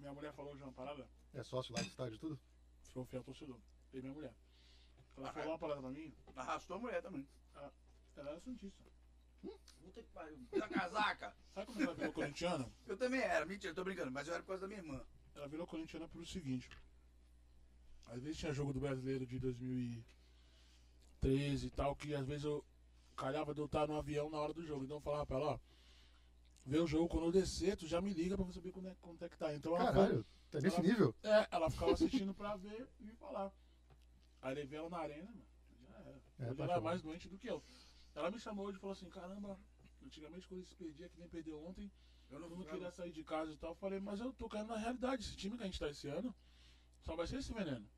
Speaker 3: Minha mulher falou de uma parada,
Speaker 1: É sócio lá do estádio e tudo?
Speaker 3: sou fiel torcedor. E minha mulher. Ela falou uma parada pra mim,
Speaker 2: Arrastou a mulher também.
Speaker 3: ela era santista.
Speaker 2: Puta que pariu. Tá Da casaca.
Speaker 3: Sabe como ela virou corintiana?
Speaker 2: Eu também era. Mentira, eu tô brincando. Mas eu era por causa da minha irmã.
Speaker 3: Ela virou corintiana pelo seguinte. Às vezes tinha jogo do brasileiro de 2013 e tal, que às vezes eu calhava de eu estar no avião na hora do jogo. Então eu falava pra ela, ó, vê o jogo quando eu descer, tu já me liga pra eu saber quando é, quando é que tá. Então ela, foi-
Speaker 1: Caralho, tá nesse nível?
Speaker 3: é, ela ficava assistindo pra ver e me falar. Aí levei ela na arena, mano. Já era.
Speaker 1: É,
Speaker 3: ela era
Speaker 1: paixão.
Speaker 3: mais doente do que eu. Ela me chamou hoje e falou assim, caramba, antigamente quando se perdia, que nem perdeu ontem,
Speaker 2: Eu
Speaker 3: eu
Speaker 2: não
Speaker 3: não
Speaker 2: vou
Speaker 1: Ah,
Speaker 3: queria sair de casa e tal. Eu falei, mas eu tô caindo na realidade. Esse time que a gente tá esse ano só vai ser esse veneno.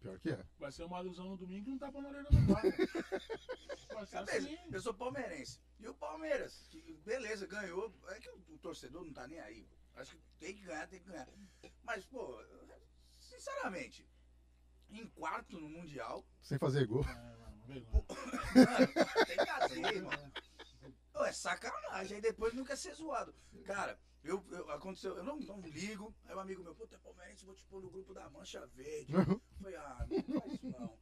Speaker 1: Pior que é.
Speaker 3: Vai ser uma alusão no domingo e um tapa na orelha do cara. [LAUGHS] Vai ser assim.
Speaker 2: Eu sou palmeirense. E o Palmeiras, que beleza, ganhou. É que o, o torcedor não tá nem aí. Acho que tem que ganhar, tem que ganhar. Mas, pô, sinceramente, em quarto no Mundial,
Speaker 1: Sem fazer gol.
Speaker 3: É, mano, vergonha.
Speaker 2: mano, tem que
Speaker 1: [LAUGHS]
Speaker 3: É,
Speaker 2: fazer, mano. Ô, é sacanagem, aí depois nunca é ser zoado. Cara, eu, eu- aconteceu, eu não, não ligo. Aí um amigo meu, puta, palmeirense, vou te pôr no grupo da Mancha
Speaker 1: [LAUGHS]
Speaker 2: Verde. Foi, ah, não faz isso não.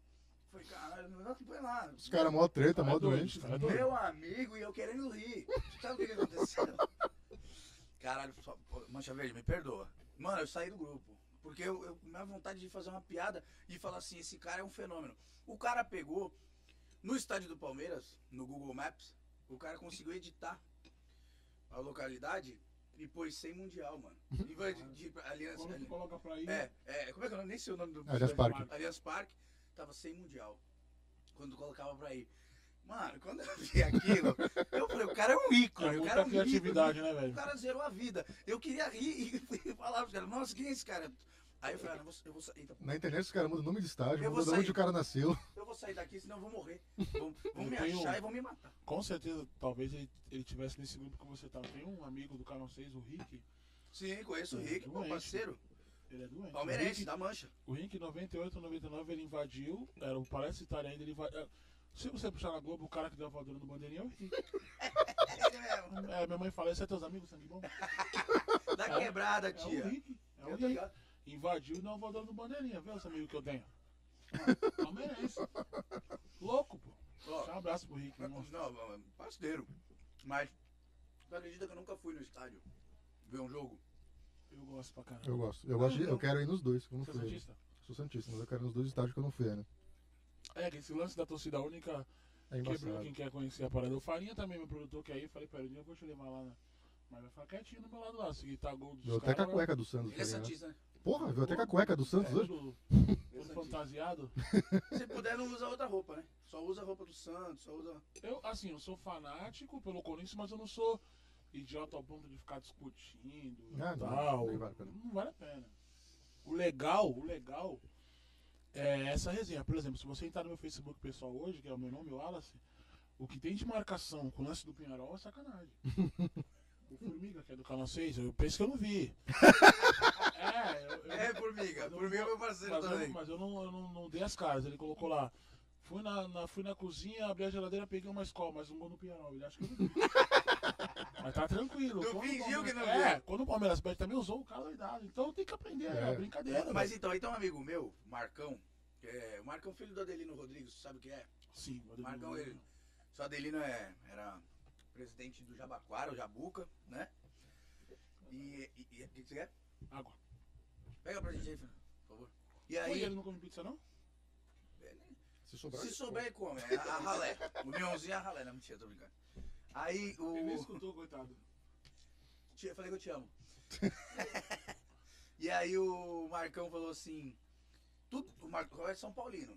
Speaker 2: Foi, caralho, não põe lá.
Speaker 1: Os caras mó treta,
Speaker 3: Cara
Speaker 1: mó
Speaker 3: é doido,
Speaker 1: doente.
Speaker 3: cara é doido.
Speaker 2: Meu amigo, e eu querendo rir. Sabe o que que aconteceu? Caralho, só- pô, Mancha Verde, me perdoa. Mano, eu saí do grupo. Porque eu, eu- minha vontade de fazer uma piada e falar assim, esse cara é um fenômeno. O cara pegou, no estádio do Palmeiras, no Google Maps, o cara conseguiu editar a localidade e pôs sem mundial, mano. E vai de, de aliança.
Speaker 3: Quando tu coloca pra aí,
Speaker 2: É, é, como é que eu não nem sei o nome do
Speaker 1: Aliás, Parque.
Speaker 2: Allianz Parque tava sem mundial. Quando colocava pra ir. Mano, quando eu vi aquilo, eu falei, o cara é um
Speaker 3: é
Speaker 2: ícone, o cara
Speaker 3: muita
Speaker 2: é um
Speaker 3: criatividade, né,
Speaker 2: ícone. O
Speaker 3: velho?
Speaker 2: cara zerou a vida. Eu queria rir [LAUGHS] e falar pros caras, nossa, quem é esse cara? Aí eu falei, ah, não, eu vou, eu vou sair.
Speaker 1: Na internet os caras mudam o nome de estádio,
Speaker 2: Eu vou
Speaker 1: mudam
Speaker 2: sair.
Speaker 1: onde o cara nasceu.
Speaker 2: Eu vou sair daqui, senão eu vou morrer. Vão, vão
Speaker 3: Eu
Speaker 2: me
Speaker 3: tenho-
Speaker 2: achar e vão me matar.
Speaker 3: Com certeza, talvez ele, ele tivesse nesse grupo que você tá. Tem um amigo do canal 6, o Rick.
Speaker 2: Sim, conheço o
Speaker 3: É,
Speaker 2: Rick, meu
Speaker 3: doente.
Speaker 2: parceiro.
Speaker 3: Ele é doente. O
Speaker 2: Palmeirense,
Speaker 3: Rick-
Speaker 2: da mancha.
Speaker 3: O Rink 98, 99, ele invadiu, era o Palestra Itália ainda, ele invadiu. Se você puxar na Globo, o cara que deu a voadora no bandeirinha é o Rink.
Speaker 2: É ele mesmo.
Speaker 3: É, minha mãe fala, esse é teus amigos, sangue bom?
Speaker 2: Da
Speaker 3: É
Speaker 2: quebrada,
Speaker 3: o
Speaker 2: tia.
Speaker 3: Rink. É o
Speaker 2: Eu tô
Speaker 3: Rink.
Speaker 2: ligado.
Speaker 3: Invadiu e deu a voadora no bandeirinha, viu, esse amigo que eu [LAUGHS] tenho? Palmeirense. Louco, pô.
Speaker 2: Ó,
Speaker 3: Deixa um abraço pro Rink, irmão.
Speaker 2: Não, mano, parceiro. Mas, tu acredita que eu nunca fui no estádio ver um jogo?
Speaker 3: Eu gosto pra caramba.
Speaker 1: Eu gosto. Eu gosto de- Eu quero ir nos dois, que eu não
Speaker 3: Você é
Speaker 1: fui. ainda.
Speaker 3: santista?
Speaker 1: Sou santista, mas eu quero ir nos dois estádios que eu não fui, né?
Speaker 3: É, que esse lance da torcida única
Speaker 1: É
Speaker 3: quebrou
Speaker 1: embaçado.
Speaker 3: quem quer conhecer a parada. O Farinha também, meu produtor, que aí eu falei, pera, um dia eu vou te levar lá, né? Mas vai ficar quietinho do meu lado lá, seguir tá gol dos
Speaker 1: Viu até
Speaker 3: caras,
Speaker 1: com a
Speaker 3: vai-
Speaker 1: cueca do Santos,
Speaker 2: Ele é
Speaker 1: tá ligado?
Speaker 2: santista, né?
Speaker 1: Porra, viu até com a cueca do Santos
Speaker 3: É,
Speaker 1: hoje?
Speaker 3: todo-
Speaker 2: Ele é
Speaker 3: todo
Speaker 2: santista.
Speaker 3: fantasiado.
Speaker 2: Se puder, não usa outra roupa, né? Só usa a roupa do Santos, só usa.
Speaker 3: Eu, assim, eu sou fanático pelo Corinthians, mas eu não sou idiota ao ponto de ficar discutindo e
Speaker 1: Ah, não,
Speaker 3: tal.
Speaker 1: nem vale a pena.
Speaker 3: Não vale a pena. O legal, o legal é essa resenha. Por exemplo, se você entrar no meu Facebook pessoal hoje, que é o meu nome, Wallace, o que tem de marcação com o lance do Pinharol
Speaker 1: [LAUGHS]
Speaker 3: é sacanagem. o Formiga, que é do canal 6, eu penso que eu
Speaker 1: [LAUGHS]
Speaker 3: não vi. é, eu, eu-
Speaker 2: É, formiga. Formiga é meu parceiro
Speaker 3: mas eu,
Speaker 2: também.
Speaker 3: mas eu não, eu não- não dei as caras, ele colocou lá. Fui na, na- fui na cozinha, abri a geladeira, peguei uma escola, mas um gol no Pinharol. Ele acha que eu não
Speaker 2: [LAUGHS]
Speaker 3: vi. mas tá tranquilo.
Speaker 2: Tu
Speaker 3: Quando o
Speaker 2: fingiu
Speaker 3: Palmeiras-
Speaker 2: que não
Speaker 3: É,
Speaker 2: viu.
Speaker 3: quando o Palmeiras perde também usou o cara doidado. Então tem que aprender, é,
Speaker 1: É.
Speaker 3: brincadeira.
Speaker 2: Mas
Speaker 3: velho.
Speaker 2: então, então, um amigo meu, Marcão, que é, o Marcão, filho do Adelino Rodrigues, sabe o que é?
Speaker 3: Sim, eu-
Speaker 2: Marcão, ele- Só Adelino é, era presidente do Jabaquara, o Jabuca, né? E. e- e- O que que você quer?
Speaker 3: Água.
Speaker 2: Pega pra gente aí, Fernando, por favor. E
Speaker 3: Pô, e
Speaker 2: aí,
Speaker 3: ele não come pizza, não?
Speaker 1: Se sobrar.
Speaker 2: se souber, come. É A, a ralé. O minhãozinho é a ralé, não mentira, tô brincando. Aí o.
Speaker 3: Ele nem escutou, coitado.
Speaker 2: Te- Eu falei que eu te amo. [LAUGHS] e aí o Marcão falou assim. Tudo, o Marcão é São Paulino.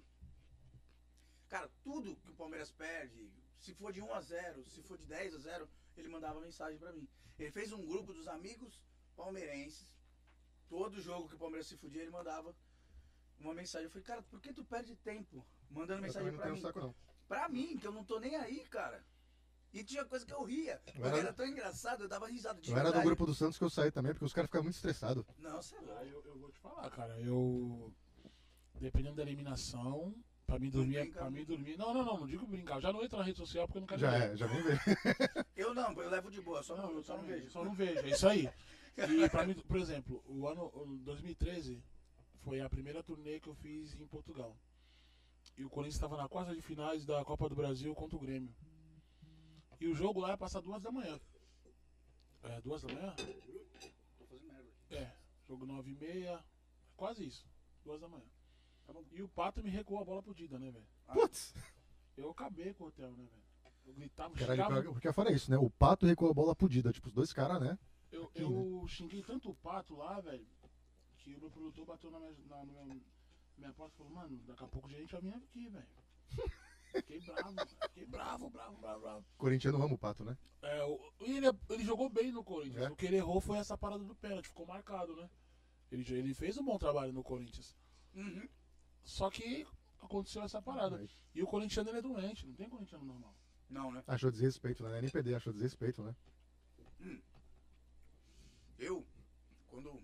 Speaker 2: Cara, tudo que o Palmeiras perde, se for de 1 a 0 se for de 10 a 0 ele mandava mensagem pra mim. Ele fez um grupo dos amigos palmeirenses. Todo jogo que o Palmeiras se fudia, ele mandava uma mensagem. Eu falei, cara, por que tu perde tempo mandando
Speaker 1: Eu também
Speaker 2: mensagem
Speaker 1: não
Speaker 2: pra
Speaker 1: tenho
Speaker 2: mim?
Speaker 1: saco, não.
Speaker 2: Pra mim, que eu não tô nem aí, cara. E tinha coisa que eu ria.
Speaker 1: Eu
Speaker 2: Mas
Speaker 1: era-
Speaker 2: era tão engraçado, eu dava risada de
Speaker 1: Eu era do
Speaker 2: verdade.
Speaker 1: grupo do Santos que eu saí também, porque os caras ficavam muito estressados.
Speaker 2: Não, é sei lá.
Speaker 3: Ah, eu, eu vou te falar, cara. Eu. Dependendo da eliminação, pra mim dormir. é,
Speaker 2: brinca,
Speaker 3: Pra
Speaker 2: não.
Speaker 3: mim dormir. Não, não, não, não digo brincar. Eu já não entro na rede social porque eu não quero
Speaker 1: Já
Speaker 3: ver.
Speaker 1: é, já vem ver.
Speaker 2: Eu não, eu levo de boa, só
Speaker 3: Não,
Speaker 2: não,
Speaker 3: eu
Speaker 2: só não
Speaker 3: também,
Speaker 2: vejo.
Speaker 3: Só não vejo, é isso aí. E pra mim, por exemplo, o ano o 2013 foi a primeira turnê que eu fiz em Portugal. E o Corinthians estava na quarta de finais da Copa do Brasil contra o Grêmio. E o jogo lá ia passar duas da manhã. É, duas da manhã?
Speaker 2: Tô fazendo merda. aqui.
Speaker 3: É, jogo nove e meia, É quase isso, duas da manhã.
Speaker 2: Tá bom.
Speaker 3: E o Pato me recuou a bola pro Dida, né, velho?
Speaker 1: Putz!
Speaker 3: Eu acabei com o hotel, né, velho? Eu gritava,
Speaker 1: Caralho,
Speaker 3: xingava,
Speaker 1: pior- porque fora isso, né? O pato recuou a bola pudida. Tipo, os dois caras, né?
Speaker 3: Eu,
Speaker 1: Aqui, né?
Speaker 3: eu xinguei tanto o pato lá, velho, que o meu produtor bateu na minha, na, na minha, minha porta e falou, mano, daqui a pouco o gerente vai vir aqui,
Speaker 1: [LAUGHS]
Speaker 3: velho. Fiquei bravo, velho. fiquei bravo, bravo, bravo, bravo.
Speaker 1: Corintiano ama o pato, né?
Speaker 3: É, o- e ele, ele jogou bem no Corinthians.
Speaker 1: É.
Speaker 3: O que ele errou foi essa parada do pênalti, ficou marcado, né? Ele, jo- ele fez um bom trabalho no Corinthians.
Speaker 2: Uhum.
Speaker 3: Só que aconteceu essa parada.
Speaker 1: Mas
Speaker 3: E o corintiano ele é doente, não tem corintiano normal.
Speaker 2: Não, né?
Speaker 1: Achou desrespeito, né? NPD achou desrespeito, né?
Speaker 2: Eu, quando o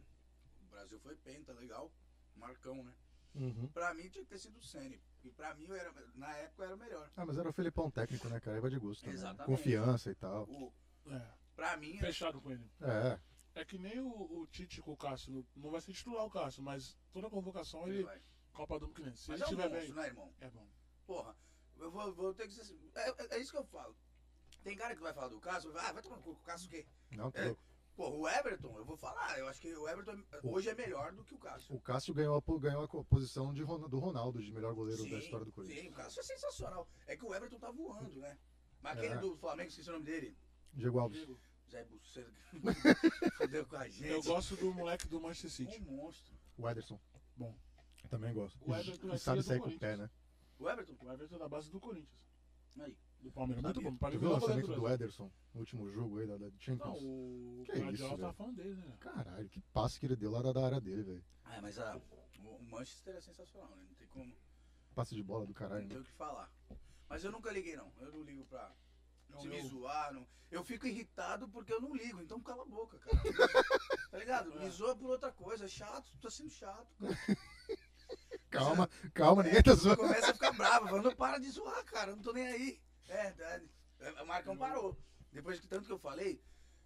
Speaker 2: Brasil foi penta, legal, Marcão, né?
Speaker 1: Uhum.
Speaker 2: Pra mim tinha que ter sido o Sene. E pra mim, eu era, na época, era o melhor.
Speaker 1: Ah, mas era o Felipão técnico, né, cara? Aí vai de gosto. Também, né?
Speaker 2: Exatamente.
Speaker 1: Confiança e tal.
Speaker 2: O,
Speaker 3: É,
Speaker 2: pra mim, né? era-
Speaker 3: fechado com ele.
Speaker 1: É.
Speaker 3: É que nem o, o Tite com o Cássio, não- não vai ser titular o Cássio, mas toda convocação ele,
Speaker 2: ele vai.
Speaker 3: Copa do Mundo que nem. Se
Speaker 2: Mas
Speaker 3: ele
Speaker 2: é um
Speaker 3: estiver
Speaker 2: monstro,
Speaker 3: bem.
Speaker 2: né, irmão?
Speaker 3: É bom.
Speaker 2: Porra, eu vou, vou ter que ser. É, é- é isso que eu falo. Tem cara que vai falar do caso, ah, vai tomar no cu, o caso o quê?
Speaker 1: Não, tá
Speaker 2: É.
Speaker 1: louco.
Speaker 2: Porra, o Everton, eu vou falar, eu acho que o Everton hoje é melhor do que o Cássio.
Speaker 1: O Cássio ganhou a, po- ganhou a co- posição de Ron- do Ronaldo, de melhor goleiro da história do Corinthians.
Speaker 2: sim, o Cássio é sensacional. É que o Everton tá voando, né? Mas
Speaker 1: É.
Speaker 2: aquele do Flamengo, esqueci o nome dele.
Speaker 1: Diego Alves.
Speaker 3: Diego,
Speaker 2: Zé Buceiro, [LAUGHS] fudeu com a
Speaker 3: Eu
Speaker 2: gente.
Speaker 3: gosto do moleque do Manchester
Speaker 2: Um
Speaker 3: City.
Speaker 2: monstro.
Speaker 1: O Ederson.
Speaker 3: Bom.
Speaker 1: Também gosto.
Speaker 3: O Everton
Speaker 1: E
Speaker 3: é
Speaker 1: sabe
Speaker 3: filho do
Speaker 1: sair com o pé,
Speaker 3: Corinthians.
Speaker 1: né?
Speaker 2: O Everton,
Speaker 3: O Everton é da base do Corinthians.
Speaker 2: aí.
Speaker 3: Do Palmeiras. Muito
Speaker 2: Sabia.
Speaker 3: bom. Para
Speaker 1: Tu
Speaker 3: mim,
Speaker 1: viu o
Speaker 3: o
Speaker 1: lançamento
Speaker 3: goleiro
Speaker 1: do
Speaker 3: do
Speaker 1: Ederson no último jogo aí da, da
Speaker 3: Não,
Speaker 1: Champions?
Speaker 3: o
Speaker 1: Que é isso,
Speaker 3: Guardiola tá
Speaker 1: velho.
Speaker 3: falando dele, né?
Speaker 1: Caralho, que passe que ele deu lá da, da área dele, velho.
Speaker 2: Ah, mas a, o o Manchester é sensacional, né? Não tem como,
Speaker 1: Passe de bola do
Speaker 2: não
Speaker 1: caralho.
Speaker 3: [LAUGHS]
Speaker 2: tem
Speaker 1: Né?
Speaker 2: o que falar. Mas eu nunca liguei, não. Eu não ligo pra
Speaker 3: Não,
Speaker 2: se me
Speaker 3: eu-
Speaker 2: zoar. Não. Eu fico irritado porque eu não ligo, então cala a boca, cara. tá ligado? Me
Speaker 3: É.
Speaker 2: zoa por outra coisa, é chato, tô sendo chato.
Speaker 1: Calma, calma, ninguém tá zoando.
Speaker 2: Começa a ficar bravo, falando, não para de zoar, cara, eu não tô nem aí. É, é, é, o Marcão parou. Depois que tanto que eu falei,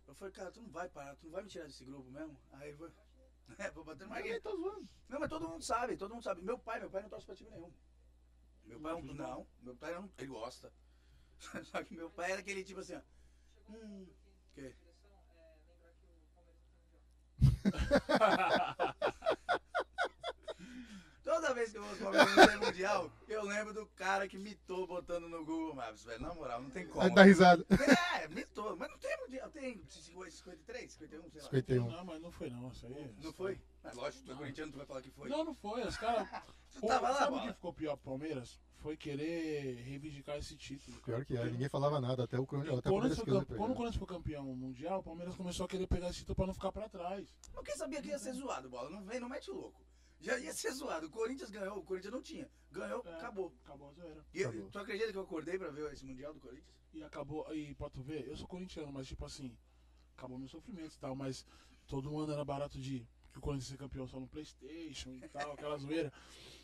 Speaker 2: eu falei, cara, tu não vai parar, tu não vai me tirar desse grupo mesmo? Aí eu vou, [LAUGHS] é, vou bater no Marquinhos.
Speaker 1: Ninguém tá zoando.
Speaker 2: Não, mas todo mundo sabe, todo mundo sabe. Meu pai, meu pai não torce pra time nenhum. Meu pai é um. Não, meu pai não. Ele gosta. [LAUGHS] Só que meu pai era aquele tipo assim, ó.
Speaker 4: um
Speaker 2: Hum. Que?
Speaker 4: é, tá
Speaker 2: Toda vez que eu vou comer no Museu Mundial, eu lembro do cara que mitou botando no Google Maps, velho. Na moral, não tem como.
Speaker 1: Aí dá risada.
Speaker 2: É, mitou. Mas não tem mundial. Tem 53, 51, sei lá.
Speaker 1: 51.
Speaker 3: Não, mas não foi não. Isso aí.
Speaker 2: Não foi? É lógico, tu é corintiano, tu vai falar que foi.
Speaker 3: Não, não foi. Os
Speaker 2: [LAUGHS]
Speaker 3: caras. O-
Speaker 2: tava lá,
Speaker 3: Sabe o
Speaker 2: bola?
Speaker 3: que ficou pior pro Palmeiras? Foi querer reivindicar esse título. cara.
Speaker 1: Pior que é,
Speaker 3: Porque
Speaker 1: ninguém falava nada, até o Corinthians. Até o
Speaker 3: Quando,
Speaker 1: Palmeiras
Speaker 3: foi
Speaker 1: que eu
Speaker 3: campe- quando o Corinthians foi campeão mundial, o Palmeiras começou a querer pegar esse título pra não ficar pra trás.
Speaker 2: Mas quem sabia que ia ser zoado, bola? Não vem, não mete o louco. Já ia ser zoado. O Corinthians ganhou, o Corinthians não tinha. Ganhou,
Speaker 3: É.
Speaker 2: acabou.
Speaker 3: Acabou a zoeira.
Speaker 2: E eu-
Speaker 1: Acabou.
Speaker 2: tu acredita que eu acordei pra ver esse Mundial do Corinthians?
Speaker 3: E acabou, e pra tu ver, eu sou corintiano, mas tipo assim, acabou meu sofrimento e tal, mas todo ano era barato de que o Corinthians ser campeão só no Playstation e tal, aquela zoeira.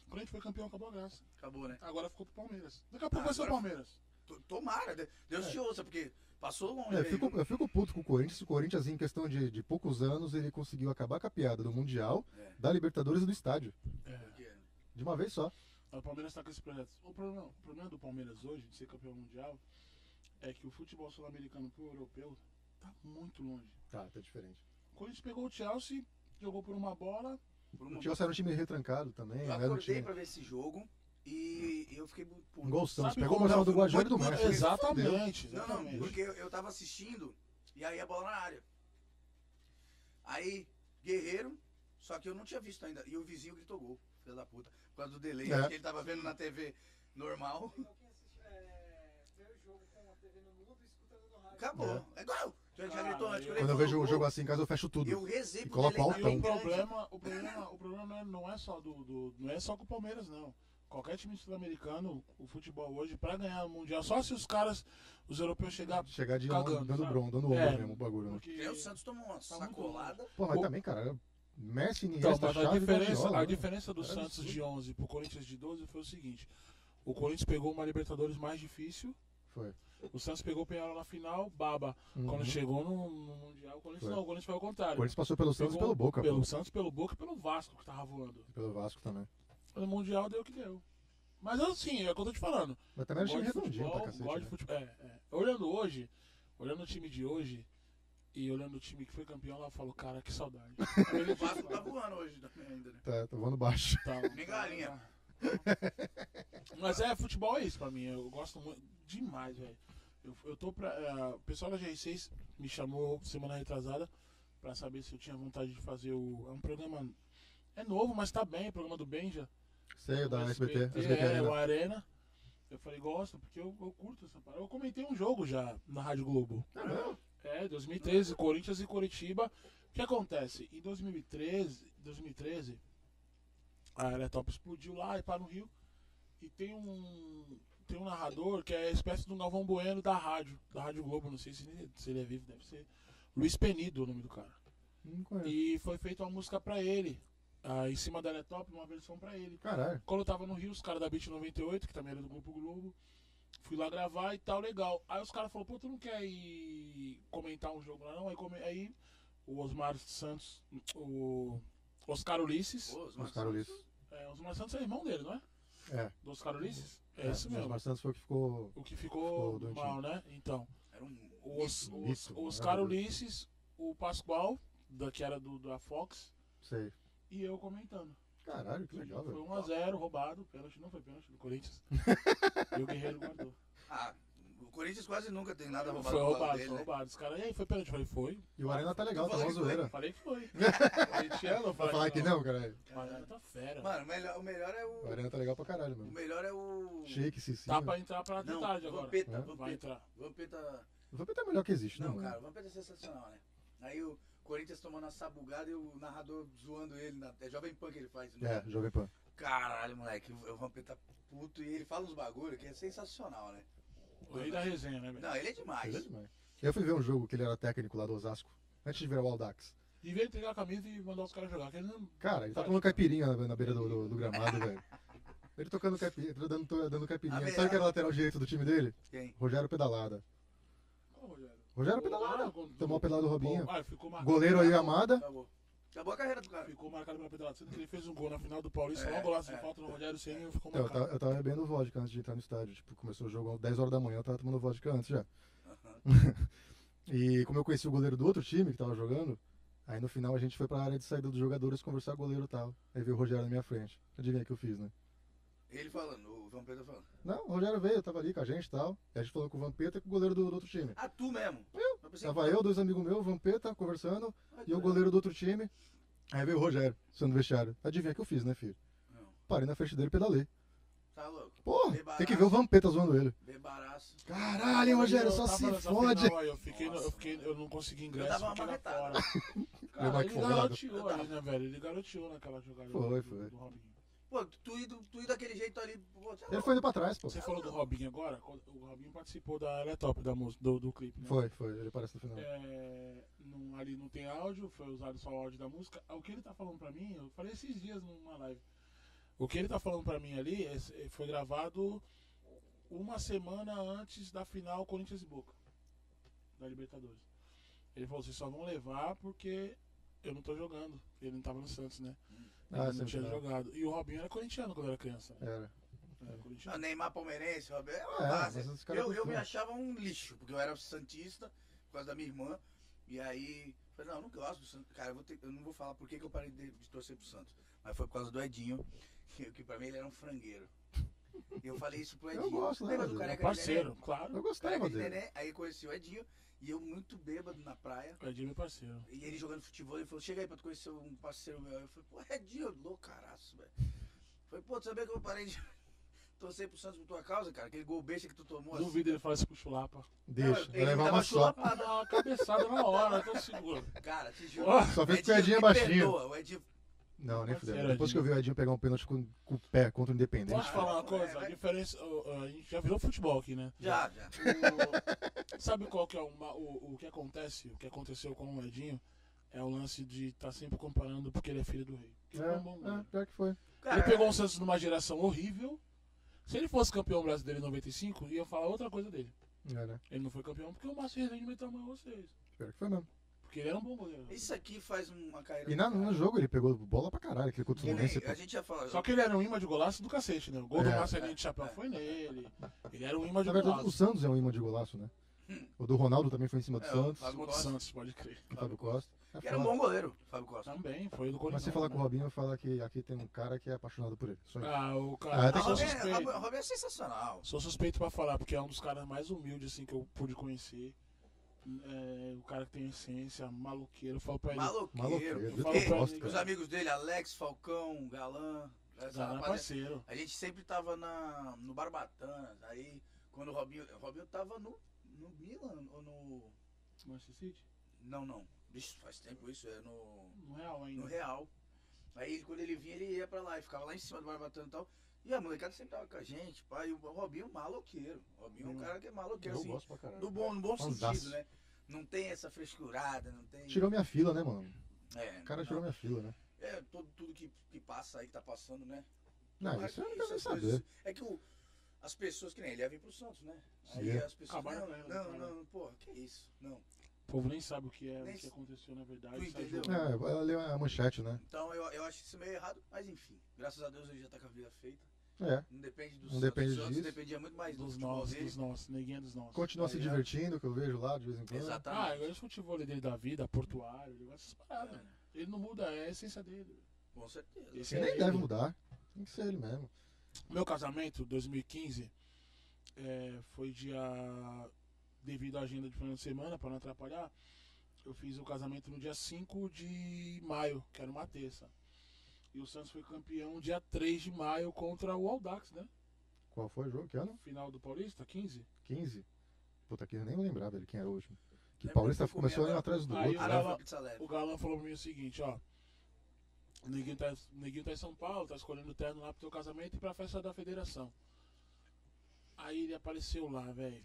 Speaker 3: Quando a gente foi campeão, acabou a graça.
Speaker 2: Acabou, né?
Speaker 3: Agora ficou pro Palmeiras. Daqui a pouco vai ser o
Speaker 2: Agora-
Speaker 3: Palmeiras.
Speaker 2: T- Tomara, de- Deus
Speaker 3: É.
Speaker 2: te ouça, porque passou longe.
Speaker 1: É, eu,
Speaker 2: aí,
Speaker 1: fico,
Speaker 2: viu?
Speaker 1: eu fico puto com o Corinthians. O Corinthians, em questão de, de poucos anos, ele conseguiu acabar com a piada do Mundial,
Speaker 2: É.
Speaker 1: da Libertadores e do estádio.
Speaker 3: É.
Speaker 2: Porque-
Speaker 1: De uma vez só.
Speaker 3: O Palmeiras tá com esse projeto. O problema, o problema do Palmeiras hoje, de ser campeão mundial, é que o futebol sul-americano pro europeu tá muito longe.
Speaker 1: Tá, tá diferente.
Speaker 3: O Corinthians pegou o Chelsea, jogou por uma bola,
Speaker 2: por
Speaker 1: O
Speaker 2: uma-
Speaker 1: Chelsea era um time retrancado também,
Speaker 2: Eu
Speaker 1: né? Era um
Speaker 2: acordei
Speaker 1: time.
Speaker 2: pra ver esse jogo e eu fiquei muito
Speaker 1: Um
Speaker 2: puto.
Speaker 1: gol Santos.
Speaker 3: Sabe
Speaker 1: Pegou o
Speaker 3: como
Speaker 1: Marcelo
Speaker 3: eu
Speaker 1: do
Speaker 3: fui
Speaker 1: Guajardo e do
Speaker 3: muito-
Speaker 1: Manchester.
Speaker 3: Exatamente,
Speaker 2: Não, não,
Speaker 3: exatamente.
Speaker 2: porque eu, eu tava assistindo e aí a bola na área. Aí, guerreiro, só que eu não tinha visto ainda. E o vizinho gritou gol, filho da puta. Por causa do delay,
Speaker 1: É.
Speaker 2: acho que ele tava vendo na TV normal.
Speaker 4: Tem alguém Então, assiste, é, vê o jogo com a TV no mudo e escutando no rádio.
Speaker 2: Acabou. É, gol! Já, já
Speaker 3: Cara,
Speaker 2: gritou
Speaker 3: eu-
Speaker 2: antes. ele
Speaker 1: Quando eu
Speaker 2: falou
Speaker 1: vejo o
Speaker 2: gol,
Speaker 1: jogo assim em casa, eu fecho tudo.
Speaker 2: Eu rezei
Speaker 1: E
Speaker 2: pro
Speaker 1: coloca
Speaker 2: delay
Speaker 1: o
Speaker 2: tá
Speaker 3: E
Speaker 1: Então.
Speaker 3: o
Speaker 2: bem grande.
Speaker 3: problema, o problema, o problema não é- não é só do, do- não é só com o Palmeiras não. Qualquer time sul-americano, o futebol hoje, pra ganhar o Mundial, só se os caras, os europeus chegar.
Speaker 1: Chegar de
Speaker 3: Cagando,
Speaker 1: on, dando
Speaker 3: sabe?
Speaker 1: bron, dando ombro
Speaker 3: É.
Speaker 1: mesmo o bagulho. Né?
Speaker 3: Porque...
Speaker 2: E aí o Santos tomou uma
Speaker 3: Tá
Speaker 2: sacolada.
Speaker 1: Pô, mas
Speaker 3: O-
Speaker 1: também, cara, Messi,
Speaker 3: Então,
Speaker 1: Iniesta,
Speaker 3: mas a
Speaker 1: Xavi,
Speaker 3: diferença,
Speaker 1: Guardiola,
Speaker 3: a
Speaker 1: né?
Speaker 3: diferença do
Speaker 1: Era
Speaker 3: Santos
Speaker 1: absurdo.
Speaker 3: de 11 pro Corinthians de 12 foi o seguinte: o Corinthians pegou uma Libertadores mais difícil,
Speaker 1: Foi.
Speaker 3: o Santos pegou o Penharol na final, baba.
Speaker 1: Uhum.
Speaker 3: Quando chegou no, no Mundial, o Corinthians
Speaker 1: Foi.
Speaker 3: não, o Corinthians foi ao
Speaker 1: O
Speaker 3: contrário.
Speaker 1: Corinthians passou pelo Santos
Speaker 3: Pegou
Speaker 1: pelo Boca,
Speaker 3: Pelo
Speaker 1: pô.
Speaker 3: Santos, pelo Boca e pelo Vasco que tava voando.
Speaker 1: Pelo Vasco também.
Speaker 3: No Mundial deu o que deu. Mas assim, é o que eu tô te falando.
Speaker 1: Mas também era um time
Speaker 3: Gosto de
Speaker 1: redondinho pra
Speaker 3: futebol,
Speaker 1: cacete.
Speaker 3: gosto
Speaker 1: né?
Speaker 3: de futebol. É, é. Olhando hoje, olhando o time de hoje e olhando o time que foi campeão lá, eu falo, cara,
Speaker 1: [LAUGHS]
Speaker 3: que saudade.
Speaker 2: O Vasco tá voando hoje também ainda, né?
Speaker 1: Tá, tá voando baixo. [LAUGHS]
Speaker 3: Tá,
Speaker 2: Nem galinha.
Speaker 3: Mas é, futebol é isso pra mim. Eu gosto muito, demais, velho. Eu, eu tô pra. é, o pessoal da GR6 me chamou semana retrasada pra saber se eu tinha vontade de fazer o. É um programa. É novo, mas tá bem, o programa do Benja.
Speaker 1: Sei, o da
Speaker 3: O
Speaker 1: SBT. SBT,
Speaker 3: é,
Speaker 1: Arena.
Speaker 3: o Arena. Eu falei, gosto, porque eu, eu curto essa parada. Eu comentei um jogo já na Rádio Globo.
Speaker 1: É mesmo?
Speaker 3: É, 2013, Corinthians e Coritiba. O que acontece? Em 2013, 2013 a Aeretop explodiu lá e para no Rio. E tem um tem um narrador que é a espécie de um Galvão Bueno da rádio, da Rádio Globo, não sei se, ele- se ele é vivo, deve ser. Luiz Penido é o nome do cara.
Speaker 1: Não conheço.
Speaker 3: E foi feita uma música pra ele, ah, em cima da Aeretop, uma versão pra ele.
Speaker 1: Caralho.
Speaker 3: Quando eu tava no Rio, os caras da Beat 98, que também era do Grupo Globo, fui lá gravar e tal, legal. Aí os caras falaram, pô, tu não quer ir comentar um jogo lá não? Aí, come- aí o Osmar Santos, o Oscar Ulisses,
Speaker 2: Pô, os
Speaker 1: Os caras
Speaker 2: Marcos-
Speaker 1: Ulisses.
Speaker 3: é, o Osmar Santos é irmão dele, não é?
Speaker 1: É.
Speaker 3: Do Oscar Ulisses? É,
Speaker 1: é,
Speaker 3: isso
Speaker 1: Os
Speaker 3: mesmo.
Speaker 1: Mar Santos foi o que ficou.
Speaker 3: O que ficou
Speaker 1: Ficou doentinho.
Speaker 3: mal, né? Então,
Speaker 2: Era um.
Speaker 3: o, Os- o Os-
Speaker 1: Isso,
Speaker 3: o Oscar
Speaker 1: maravilhoso.
Speaker 3: Ulisses, o Pascoal, da, que era do, da Fox,
Speaker 1: Sei.
Speaker 3: e eu comentando.
Speaker 1: Caralho, que legal,
Speaker 3: foi
Speaker 1: velho.
Speaker 3: 1x0, roubado, pênalti, não foi pênalti do
Speaker 1: [LAUGHS]
Speaker 3: Corinthians. e o Guerreiro guardou.
Speaker 2: Ah, o Corinthians quase nunca tem nada Tá roubado
Speaker 3: Foi
Speaker 2: do lado
Speaker 3: roubado,
Speaker 2: dele,
Speaker 3: foi
Speaker 2: né?
Speaker 3: roubado. Os caras, e aí, foi pênalti? Eu falei, foi.
Speaker 1: E o Arena tá legal, tá
Speaker 2: Falei
Speaker 1: uma
Speaker 2: que foi.
Speaker 1: zoeira.
Speaker 3: Falei que
Speaker 2: [LAUGHS]
Speaker 3: foi. Corintiano, eu
Speaker 1: Vou
Speaker 3: falei
Speaker 1: falar que não, caralho.
Speaker 3: Mas ela tá fera.
Speaker 2: Mano, o melhor, o melhor é
Speaker 1: O
Speaker 2: o.
Speaker 1: Arena tá legal pra caralho,
Speaker 2: O
Speaker 1: mano.
Speaker 2: melhor é o.
Speaker 1: Shake, Cicinho.
Speaker 3: tá pra entrar pra
Speaker 2: Não,
Speaker 3: tarde agora.
Speaker 2: Vampeta,
Speaker 1: É?
Speaker 3: Vai
Speaker 2: Vampeta.
Speaker 3: entrar.
Speaker 2: Vampeta.
Speaker 1: O Vampeta é o melhor que existe,
Speaker 2: Não,
Speaker 1: né,
Speaker 2: cara,
Speaker 1: mano?
Speaker 2: o Vampeta é sensacional, né? Aí o Corinthians tomando a sabugada e o narrador zoando ele. Na... É Jovem Pan que ele faz. não
Speaker 1: É, Jovem Pan.
Speaker 2: Caralho, moleque, o o Vampeta puto e ele fala uns bagulho que é sensacional, né?
Speaker 3: O rei da resenha, né, velho?
Speaker 2: Não, ele é demais.
Speaker 1: Ele é demais. Eu fui ver um jogo que ele era técnico lá do Osasco, antes de virar o Aldax.
Speaker 3: Devia entregar a camisa e mandar os caras jogar. que ele não-
Speaker 1: Cara, ele tá tomando caipirinha na, na beira do, do- do gramado, velho. Ele tocando caipirinha, dando, to- dando
Speaker 2: A
Speaker 1: caipirinha.
Speaker 2: ver-
Speaker 1: Sabe quem era o lateral direito do time dele?
Speaker 2: Quem?
Speaker 1: Rogério Pedalada.
Speaker 3: Ô, Rogério.
Speaker 1: Rogério
Speaker 3: Jogou lá,
Speaker 1: Pedalada.
Speaker 3: quando-
Speaker 1: Tomou a pedalada do Robinho.
Speaker 3: Pô, ah, ficou marcado.
Speaker 1: Goleiro aí, Amada.
Speaker 2: Acabou. Acabou a carreira do cara.
Speaker 3: Ficou marcado pela pedalada. Sendo que ele fez um gol na final do Paulista,
Speaker 2: É,
Speaker 3: logo lá, se
Speaker 2: é.
Speaker 3: falta no Rogério Senna, ficou
Speaker 1: Então, eu,
Speaker 3: marcado.
Speaker 1: tava, eu tava bebendo vodka antes de entrar no estádio. Tipo, começou o jogo às 10 horas da manhã, eu tava tomando vodka antes já. [LAUGHS] E como eu conheci o goleiro do outro time que tava jogando, aí no final a gente foi pra área de saída dos jogadores conversar com o goleiro e tal. Aí veio o Rogério na minha frente. Adivinha o que eu fiz, né?
Speaker 2: Ele falando, o Vampeta falando.
Speaker 1: Não, o Rogério veio, tava ali com a gente e tal. Aí a gente falou com o Vampeta e com o goleiro do, do outro time.
Speaker 2: Ah, tu mesmo? pensei
Speaker 1: Tava eu, dois amigos meus, o Vampeta, conversando,
Speaker 2: Ah,
Speaker 1: e o
Speaker 2: tu
Speaker 1: goleiro do outro time. Aí veio o Rogério, sendo vestiário. Adivinha o que eu fiz, né, filho?
Speaker 2: mesmo. Não,
Speaker 1: Parei na frente dele e pedalei.
Speaker 2: Tá louco.
Speaker 1: Porra,
Speaker 2: Bebaraço.
Speaker 1: tem que ver o Vampeta zoando ele.
Speaker 2: Bebaraço.
Speaker 1: Caralho, hein, Rogério,
Speaker 3: Eu
Speaker 1: só
Speaker 3: tava
Speaker 1: se
Speaker 3: nessa
Speaker 1: fode.
Speaker 3: final aí, eu, fiquei, no- eu,
Speaker 2: Nossa,
Speaker 3: fiquei, eu não consegui
Speaker 2: Eu
Speaker 3: ingresso,
Speaker 2: tava
Speaker 3: fiquei lá fora.
Speaker 2: amarretado.
Speaker 1: [LAUGHS] Meu
Speaker 3: Cara,
Speaker 1: Mike
Speaker 3: ele
Speaker 1: folgado.
Speaker 3: garoteou
Speaker 2: Eu tava.
Speaker 3: ali, né, velho? Ele garoteou naquela jogada
Speaker 1: Foi,
Speaker 3: do,
Speaker 1: foi.
Speaker 3: do Robinho.
Speaker 2: Pô, tu ir, do- tu ir daquele jeito ali. pô, tá
Speaker 1: Ele
Speaker 2: louco.
Speaker 1: foi indo pra trás, pô.
Speaker 3: Você falou do Robinho agora? Quando- O Robinho participou da Eletop, da música, do, do clipe, né?
Speaker 1: Foi, foi, ele aparece no final.
Speaker 3: É, não- ali não tem áudio, foi usado só o áudio da música. O que ele tá falando pra mim, eu falei esses dias numa live. O que ele tá falando pra mim ali é- é- foi gravado uma semana antes da final Corinthians e Boca, da Libertadores. Ele falou, vocês só vão levar porque eu não tô jogando. Ele não tava no Santos, né? Ele
Speaker 1: Ah,
Speaker 3: não
Speaker 1: sim,
Speaker 3: tinha
Speaker 1: claro.
Speaker 3: jogado. E o Robinho era corintiano quando era criança. né?
Speaker 1: Era.
Speaker 3: Era
Speaker 2: Ah,
Speaker 3: corintiano.
Speaker 2: Neymar palmeirense, Roberto. É uma
Speaker 1: É,
Speaker 2: várzea.
Speaker 1: mas os caras
Speaker 2: eu, eu me
Speaker 1: costumam.
Speaker 2: achava um lixo, porque eu era santista por causa da minha irmã. E aí, falei, não, eu não gosto do Santos. Cara, eu, vou ter- eu não vou falar por que que eu parei de, de torcer pro Santos. Mas foi por causa do Edinho, [LAUGHS] que, que pra mim ele era um frangueiro. E eu falei isso pro
Speaker 1: Eu
Speaker 2: Edinho.
Speaker 1: gosto, né,
Speaker 2: Lembra
Speaker 1: Edinho? né?
Speaker 2: do careca
Speaker 3: Parceiro,
Speaker 1: Eu
Speaker 3: claro.
Speaker 2: de neném?
Speaker 1: gostava
Speaker 2: Careca de
Speaker 1: dele.
Speaker 2: neném. Aí eu conheci o Edinho, e eu muito bêbado na praia.
Speaker 3: O Edinho é meu parceiro.
Speaker 2: E ele jogando futebol, ele falou, chega aí pra tu conhecer um parceiro meu. Eu falei, pô, é dia loucaraço, velho. Falei, pô, tu sabia que eu parei de [LAUGHS] torcer pro Santos por tua causa, cara? Aquele gol besta que tu tomou assim.
Speaker 3: Duvido ele falar isso pro Chulapa.
Speaker 1: Deixa,
Speaker 2: Não,
Speaker 1: vai levar
Speaker 2: tava
Speaker 1: uma só.
Speaker 3: pra dar uma cabeçada na hora, eu tô seguro.
Speaker 2: Cara, te juro.
Speaker 3: Ó,
Speaker 1: Só fez
Speaker 2: Edinho,
Speaker 1: piadinha
Speaker 2: me
Speaker 1: baixinho.
Speaker 2: perdoa, O Edinho
Speaker 1: Não, nem
Speaker 3: Pode
Speaker 1: fudeu.
Speaker 3: ser,
Speaker 1: Depois que eu vi o Edinho pegar um pênalti com, com o pé contra o Independente.
Speaker 3: Posso te falar uma coisa?
Speaker 2: É,
Speaker 3: A
Speaker 2: vai-
Speaker 3: diferença. o- A gente já virou futebol aqui, né?
Speaker 2: Já,
Speaker 1: [LAUGHS]
Speaker 2: já.
Speaker 3: O- sabe qual que é uma- o, o que acontece? O que aconteceu com o Edinho é o lance de estar sempre comparando porque ele é filho do rei. Porque ele é um bom
Speaker 1: É, é,
Speaker 3: goleiro.
Speaker 1: pior que foi.
Speaker 2: Cara,
Speaker 3: Ele pegou um Santos numa geração horrível. Se ele fosse campeão brasileiro em 95, ia falar outra coisa dele.
Speaker 1: É, né?
Speaker 3: Ele não foi campeão porque o Márcio Rezende meteu a mão em vocês.
Speaker 1: Pior que foi mesmo.
Speaker 3: Porque ele era um bom goleiro.
Speaker 2: isso aqui faz uma carreira.
Speaker 1: E na-
Speaker 2: do
Speaker 1: no
Speaker 2: cara.
Speaker 1: jogo né, ele pegou bola pra caralho, aquele contra o
Speaker 2: Que nem-
Speaker 3: é
Speaker 1: Fluminense.
Speaker 2: a gente já falou.
Speaker 3: Só que ele era um imã de golaço do cacete, né? O gol do
Speaker 1: É.
Speaker 3: Márcio Rezende de chapéu foi nele. Ele era um imã de
Speaker 1: Na verdade, o
Speaker 3: golaço.
Speaker 1: Santos é um imã de golaço, né? O do Ronaldo também foi em cima do
Speaker 2: É, o
Speaker 1: Santos,
Speaker 2: Fábio-
Speaker 1: do
Speaker 3: Gol do Santos, pode crer.
Speaker 1: Fábio Costa. É
Speaker 2: que era um
Speaker 1: foda.
Speaker 2: bom goleiro, Fábio Costa.
Speaker 3: Também, foi do
Speaker 1: Mas
Speaker 3: Corinthians.
Speaker 1: se falar
Speaker 3: né?
Speaker 1: com o Robinho, fala que aqui tem um cara que é apaixonado por ele. Só isso.
Speaker 3: Ah, o
Speaker 1: Ah, até
Speaker 3: cara.
Speaker 2: Ah,
Speaker 1: que
Speaker 2: O
Speaker 1: eu
Speaker 3: sou
Speaker 1: sou
Speaker 2: Robin,
Speaker 3: suspeito.
Speaker 2: Robin- Robin é sensacional.
Speaker 3: Sou suspeito pra falar, porque é um dos caras mais humildes assim, que eu pude conhecer. É, o cara que tem essência, maluqueiro. Eu falo pra ele.
Speaker 2: Maloqueiro.
Speaker 1: Maloqueiro,
Speaker 3: eu falo
Speaker 2: Ei,
Speaker 3: pra
Speaker 1: gosto,
Speaker 3: ele,
Speaker 2: Os
Speaker 1: cara.
Speaker 2: amigos dele, Alex, Falcão, Galã, essa
Speaker 3: Zara é
Speaker 2: rapaziada.
Speaker 3: parceiro.
Speaker 2: A gente sempre tava na, no Barbatanas, aí quando o Robinho. O Robinho tava no, no Milan ou no.
Speaker 3: Manchester City?
Speaker 2: Não, não. Bicho, faz tempo isso, é no.
Speaker 3: No Real
Speaker 2: No
Speaker 3: ainda.
Speaker 2: é Real. Aí quando ele vinha, ele ia pra lá e ficava lá em cima do Barbatana e tal. E a molecada sempre tava com a gente, pai. E o Robinho maloqueiro. O Robinho é um
Speaker 3: Hum.
Speaker 2: cara que é maloqueiro,
Speaker 1: Eu
Speaker 2: assim.
Speaker 1: gosto pra caralho.
Speaker 2: No bom, no bom
Speaker 1: Fanzaço.
Speaker 2: sentido, né? Não tem essa frescurada, não tem.
Speaker 1: Tirou minha fila, né, mano?
Speaker 2: É,
Speaker 1: O cara
Speaker 2: não.
Speaker 1: tirou minha fila, né?
Speaker 2: É, tudo, tudo que, que passa aí, que tá passando, né?
Speaker 1: Não,
Speaker 2: Claro
Speaker 1: isso
Speaker 2: que
Speaker 1: eu não quero nem
Speaker 2: as
Speaker 1: saber.
Speaker 2: coisas- É que o- as pessoas, que nem ele ia vir pro Santos, né? Aí
Speaker 1: Sim.
Speaker 2: as pessoas.
Speaker 3: Acabaram
Speaker 2: Não,
Speaker 3: com ele, né?"
Speaker 2: não,
Speaker 3: cara.
Speaker 2: não, porra, que isso? Não.
Speaker 3: O povo nem sabe o que é,
Speaker 2: Nem
Speaker 3: o que
Speaker 2: s-
Speaker 3: aconteceu na
Speaker 2: Tu
Speaker 3: verdade. sai
Speaker 2: entendeu?
Speaker 3: jogando.
Speaker 1: É, ela leu a manchete, né?
Speaker 2: Então eu, eu acho isso meio errado, mas enfim. Graças a Deus ele já tá com a vida feita.
Speaker 1: É.
Speaker 2: Não depende do
Speaker 1: Não
Speaker 2: Santos.
Speaker 1: depende
Speaker 2: o Santos
Speaker 1: disso.
Speaker 2: dependia muito mais do
Speaker 3: Dos
Speaker 2: futebol
Speaker 3: nossos,
Speaker 2: dele.
Speaker 3: dos nossos, neguinha dos nossos.
Speaker 1: Continua
Speaker 2: Tá
Speaker 1: se
Speaker 2: ligado?
Speaker 1: divertindo, que eu vejo lá de vez em quando.
Speaker 3: Ah, eu
Speaker 2: Exatamente.
Speaker 3: gosto de futebol dele da vida, portuário, ele gosta dessas
Speaker 2: É,
Speaker 3: paradas. Ele não muda, é a essência dele.
Speaker 2: com certeza.
Speaker 3: Esse
Speaker 1: Ele
Speaker 3: é
Speaker 1: nem
Speaker 3: ele.
Speaker 1: deve mudar. Tem que ser ele mesmo.
Speaker 3: Meu casamento, 2015, é, foi dia. Devido à agenda de final de semana, pra não atrapalhar, eu fiz o casamento no dia 5 de maio, que era uma terça. E o Santos foi campeão dia 3 de maio contra o Aldax, né?
Speaker 1: Qual foi o jogo? Que ano?
Speaker 3: Final do Paulista, 15.
Speaker 1: 15? Puta, que eu nem vou lembrar dele quem era o último. Que
Speaker 2: Lembra
Speaker 1: Paulista
Speaker 2: que eu comi
Speaker 1: começou a ir
Speaker 2: agora?
Speaker 1: atrás do
Speaker 3: Aí
Speaker 1: outro,
Speaker 3: o
Speaker 2: Ah,
Speaker 1: né?
Speaker 2: não,
Speaker 3: cara-
Speaker 2: foi pizza leve.
Speaker 3: O Galão falou pra mim o seguinte, ó. O neguinho tá, o neguinho tá em São Paulo, tá escolhendo o terno lá pro teu casamento e pra festa da federação. Aí ele apareceu lá, velho.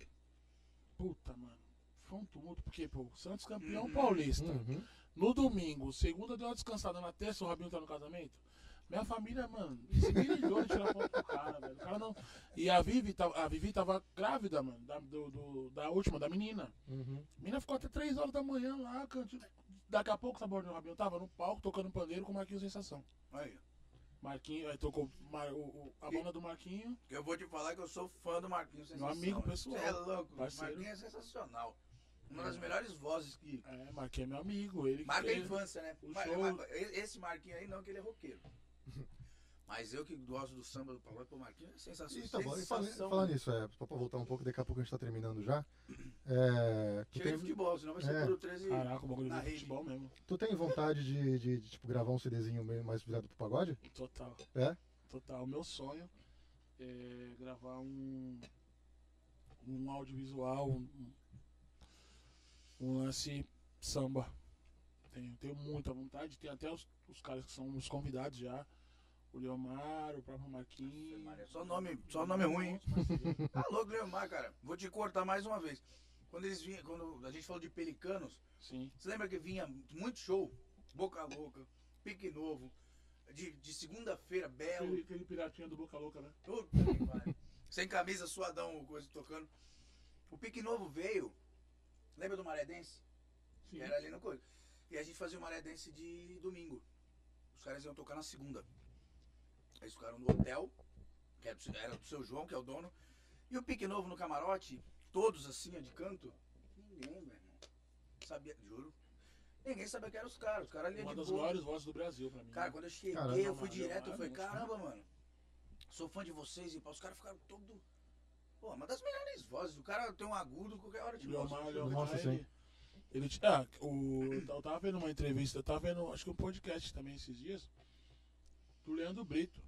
Speaker 3: Puta, mano. Foi um tumulto, porque, pô, o Santos campeão
Speaker 2: Uhum.
Speaker 3: paulista.
Speaker 1: Uhum.
Speaker 3: No domingo, segunda deu uma descansada, na terça o Rabinho tá no casamento. Minha família, mano, se milhou de tirar foto do cara, velho. O cara não. E a Vivi, tava- a Vivi tava grávida, mano, da, do- do- da última, da menina.
Speaker 1: Uhum.
Speaker 3: A menina ficou até 3 horas da manhã lá, cantando. Daqui a pouco, sabe onde o Rabinho tava? No palco, tocando pandeiro com o Marquinhos Sensação.
Speaker 2: Aí,
Speaker 3: Marquinhos, aí tocou Mar- o- o- a banda do Marquinho.
Speaker 2: eu vou te falar que eu sou fã do Marquinhos
Speaker 3: Meu
Speaker 2: Sensação.
Speaker 3: amigo
Speaker 2: Você
Speaker 3: pessoal,
Speaker 2: É louco.
Speaker 3: parceiro.
Speaker 2: Marquinhos é sensacional. Uma das melhores vozes que.
Speaker 3: É, Marquinhos é meu amigo, ele que
Speaker 2: Marca a
Speaker 3: fez.
Speaker 2: infância, né?
Speaker 1: um
Speaker 3: O
Speaker 2: Mar-
Speaker 3: show-
Speaker 2: Mar- Esse Marquinho aí não, que ele
Speaker 1: [LAUGHS]
Speaker 2: é roqueiro. Mas eu que gosto do samba do Palmeiras, pô, Marquinho é sensação.
Speaker 1: E tá bom, e fala-
Speaker 2: sensação.
Speaker 1: falar nisso, é, só pra voltar um pouco, daqui a pouco a gente tá terminando já. É, tu,
Speaker 2: Tirei
Speaker 1: tem,
Speaker 2: de futebol, senão vai ser
Speaker 1: É.
Speaker 2: por 13.
Speaker 3: Caraca, o bagulho
Speaker 2: Na
Speaker 3: de
Speaker 2: rede.
Speaker 3: futebol mesmo.
Speaker 1: tu tem vontade de, de, de, tipo, gravar um CDzinho meio mais virado pro pagode?
Speaker 3: Total.
Speaker 1: É?
Speaker 3: Total. O meu sonho é gravar um. Um audiovisual. Um, um lance samba. Tenho, tenho muita vontade. Tem até os, os caras que são os convidados já. O Leomar, o próprio Marquinhos.
Speaker 2: Só nome, só nome ruim. hein? Tá louco, Leomar, cara. Vou te cortar mais uma vez. Quando eles vinham, quando a gente falou de Pelicanos, [LAUGHS]
Speaker 3: Sim.
Speaker 2: você lembra que vinha muito show? Boca Louca, Pique Novo, de, de segunda-feira, Belo.
Speaker 3: Aquele, aquele piratinha do Boca Louca, né?
Speaker 2: Puta que pariu. Sem camisa, suadão, coisa tocando. O Pique Novo veio. Lembra do Maredense?
Speaker 3: Sim.
Speaker 2: Era ali no coisa. E a gente fazia o Maredense de domingo. Os caras iam tocar na segunda. Eles ficaram no hotel, que era do seu- era do seu João, que é o dono. E o Pique Novo no camarote, todos assim, ó, de canto. Ninguém, meu irmão. Sabia, juro. Ninguém sabia que eram os caras. Os caras ali é
Speaker 3: Uma
Speaker 2: né, de
Speaker 3: das
Speaker 2: boa.
Speaker 3: maiores vozes do Brasil pra mim.
Speaker 2: Cara, quando eu cheguei,
Speaker 1: Caramba,
Speaker 2: eu fui
Speaker 3: mano,
Speaker 2: direto, eu
Speaker 3: eu
Speaker 2: falei,
Speaker 3: gosto, né?
Speaker 2: caramba, mano, sou fã de vocês e pá, os caras ficaram todo. Pô, uma das melhores vozes. O cara tem um agudo qualquer hora
Speaker 3: O
Speaker 2: de voz.
Speaker 3: Leomar, o
Speaker 1: Leomar,
Speaker 3: Leomar,
Speaker 1: sim.
Speaker 3: é ele, ele t- ah, o, eu tava vendo uma entrevista, eu tava vendo, acho que um podcast também esses dias, do Leandro Brito.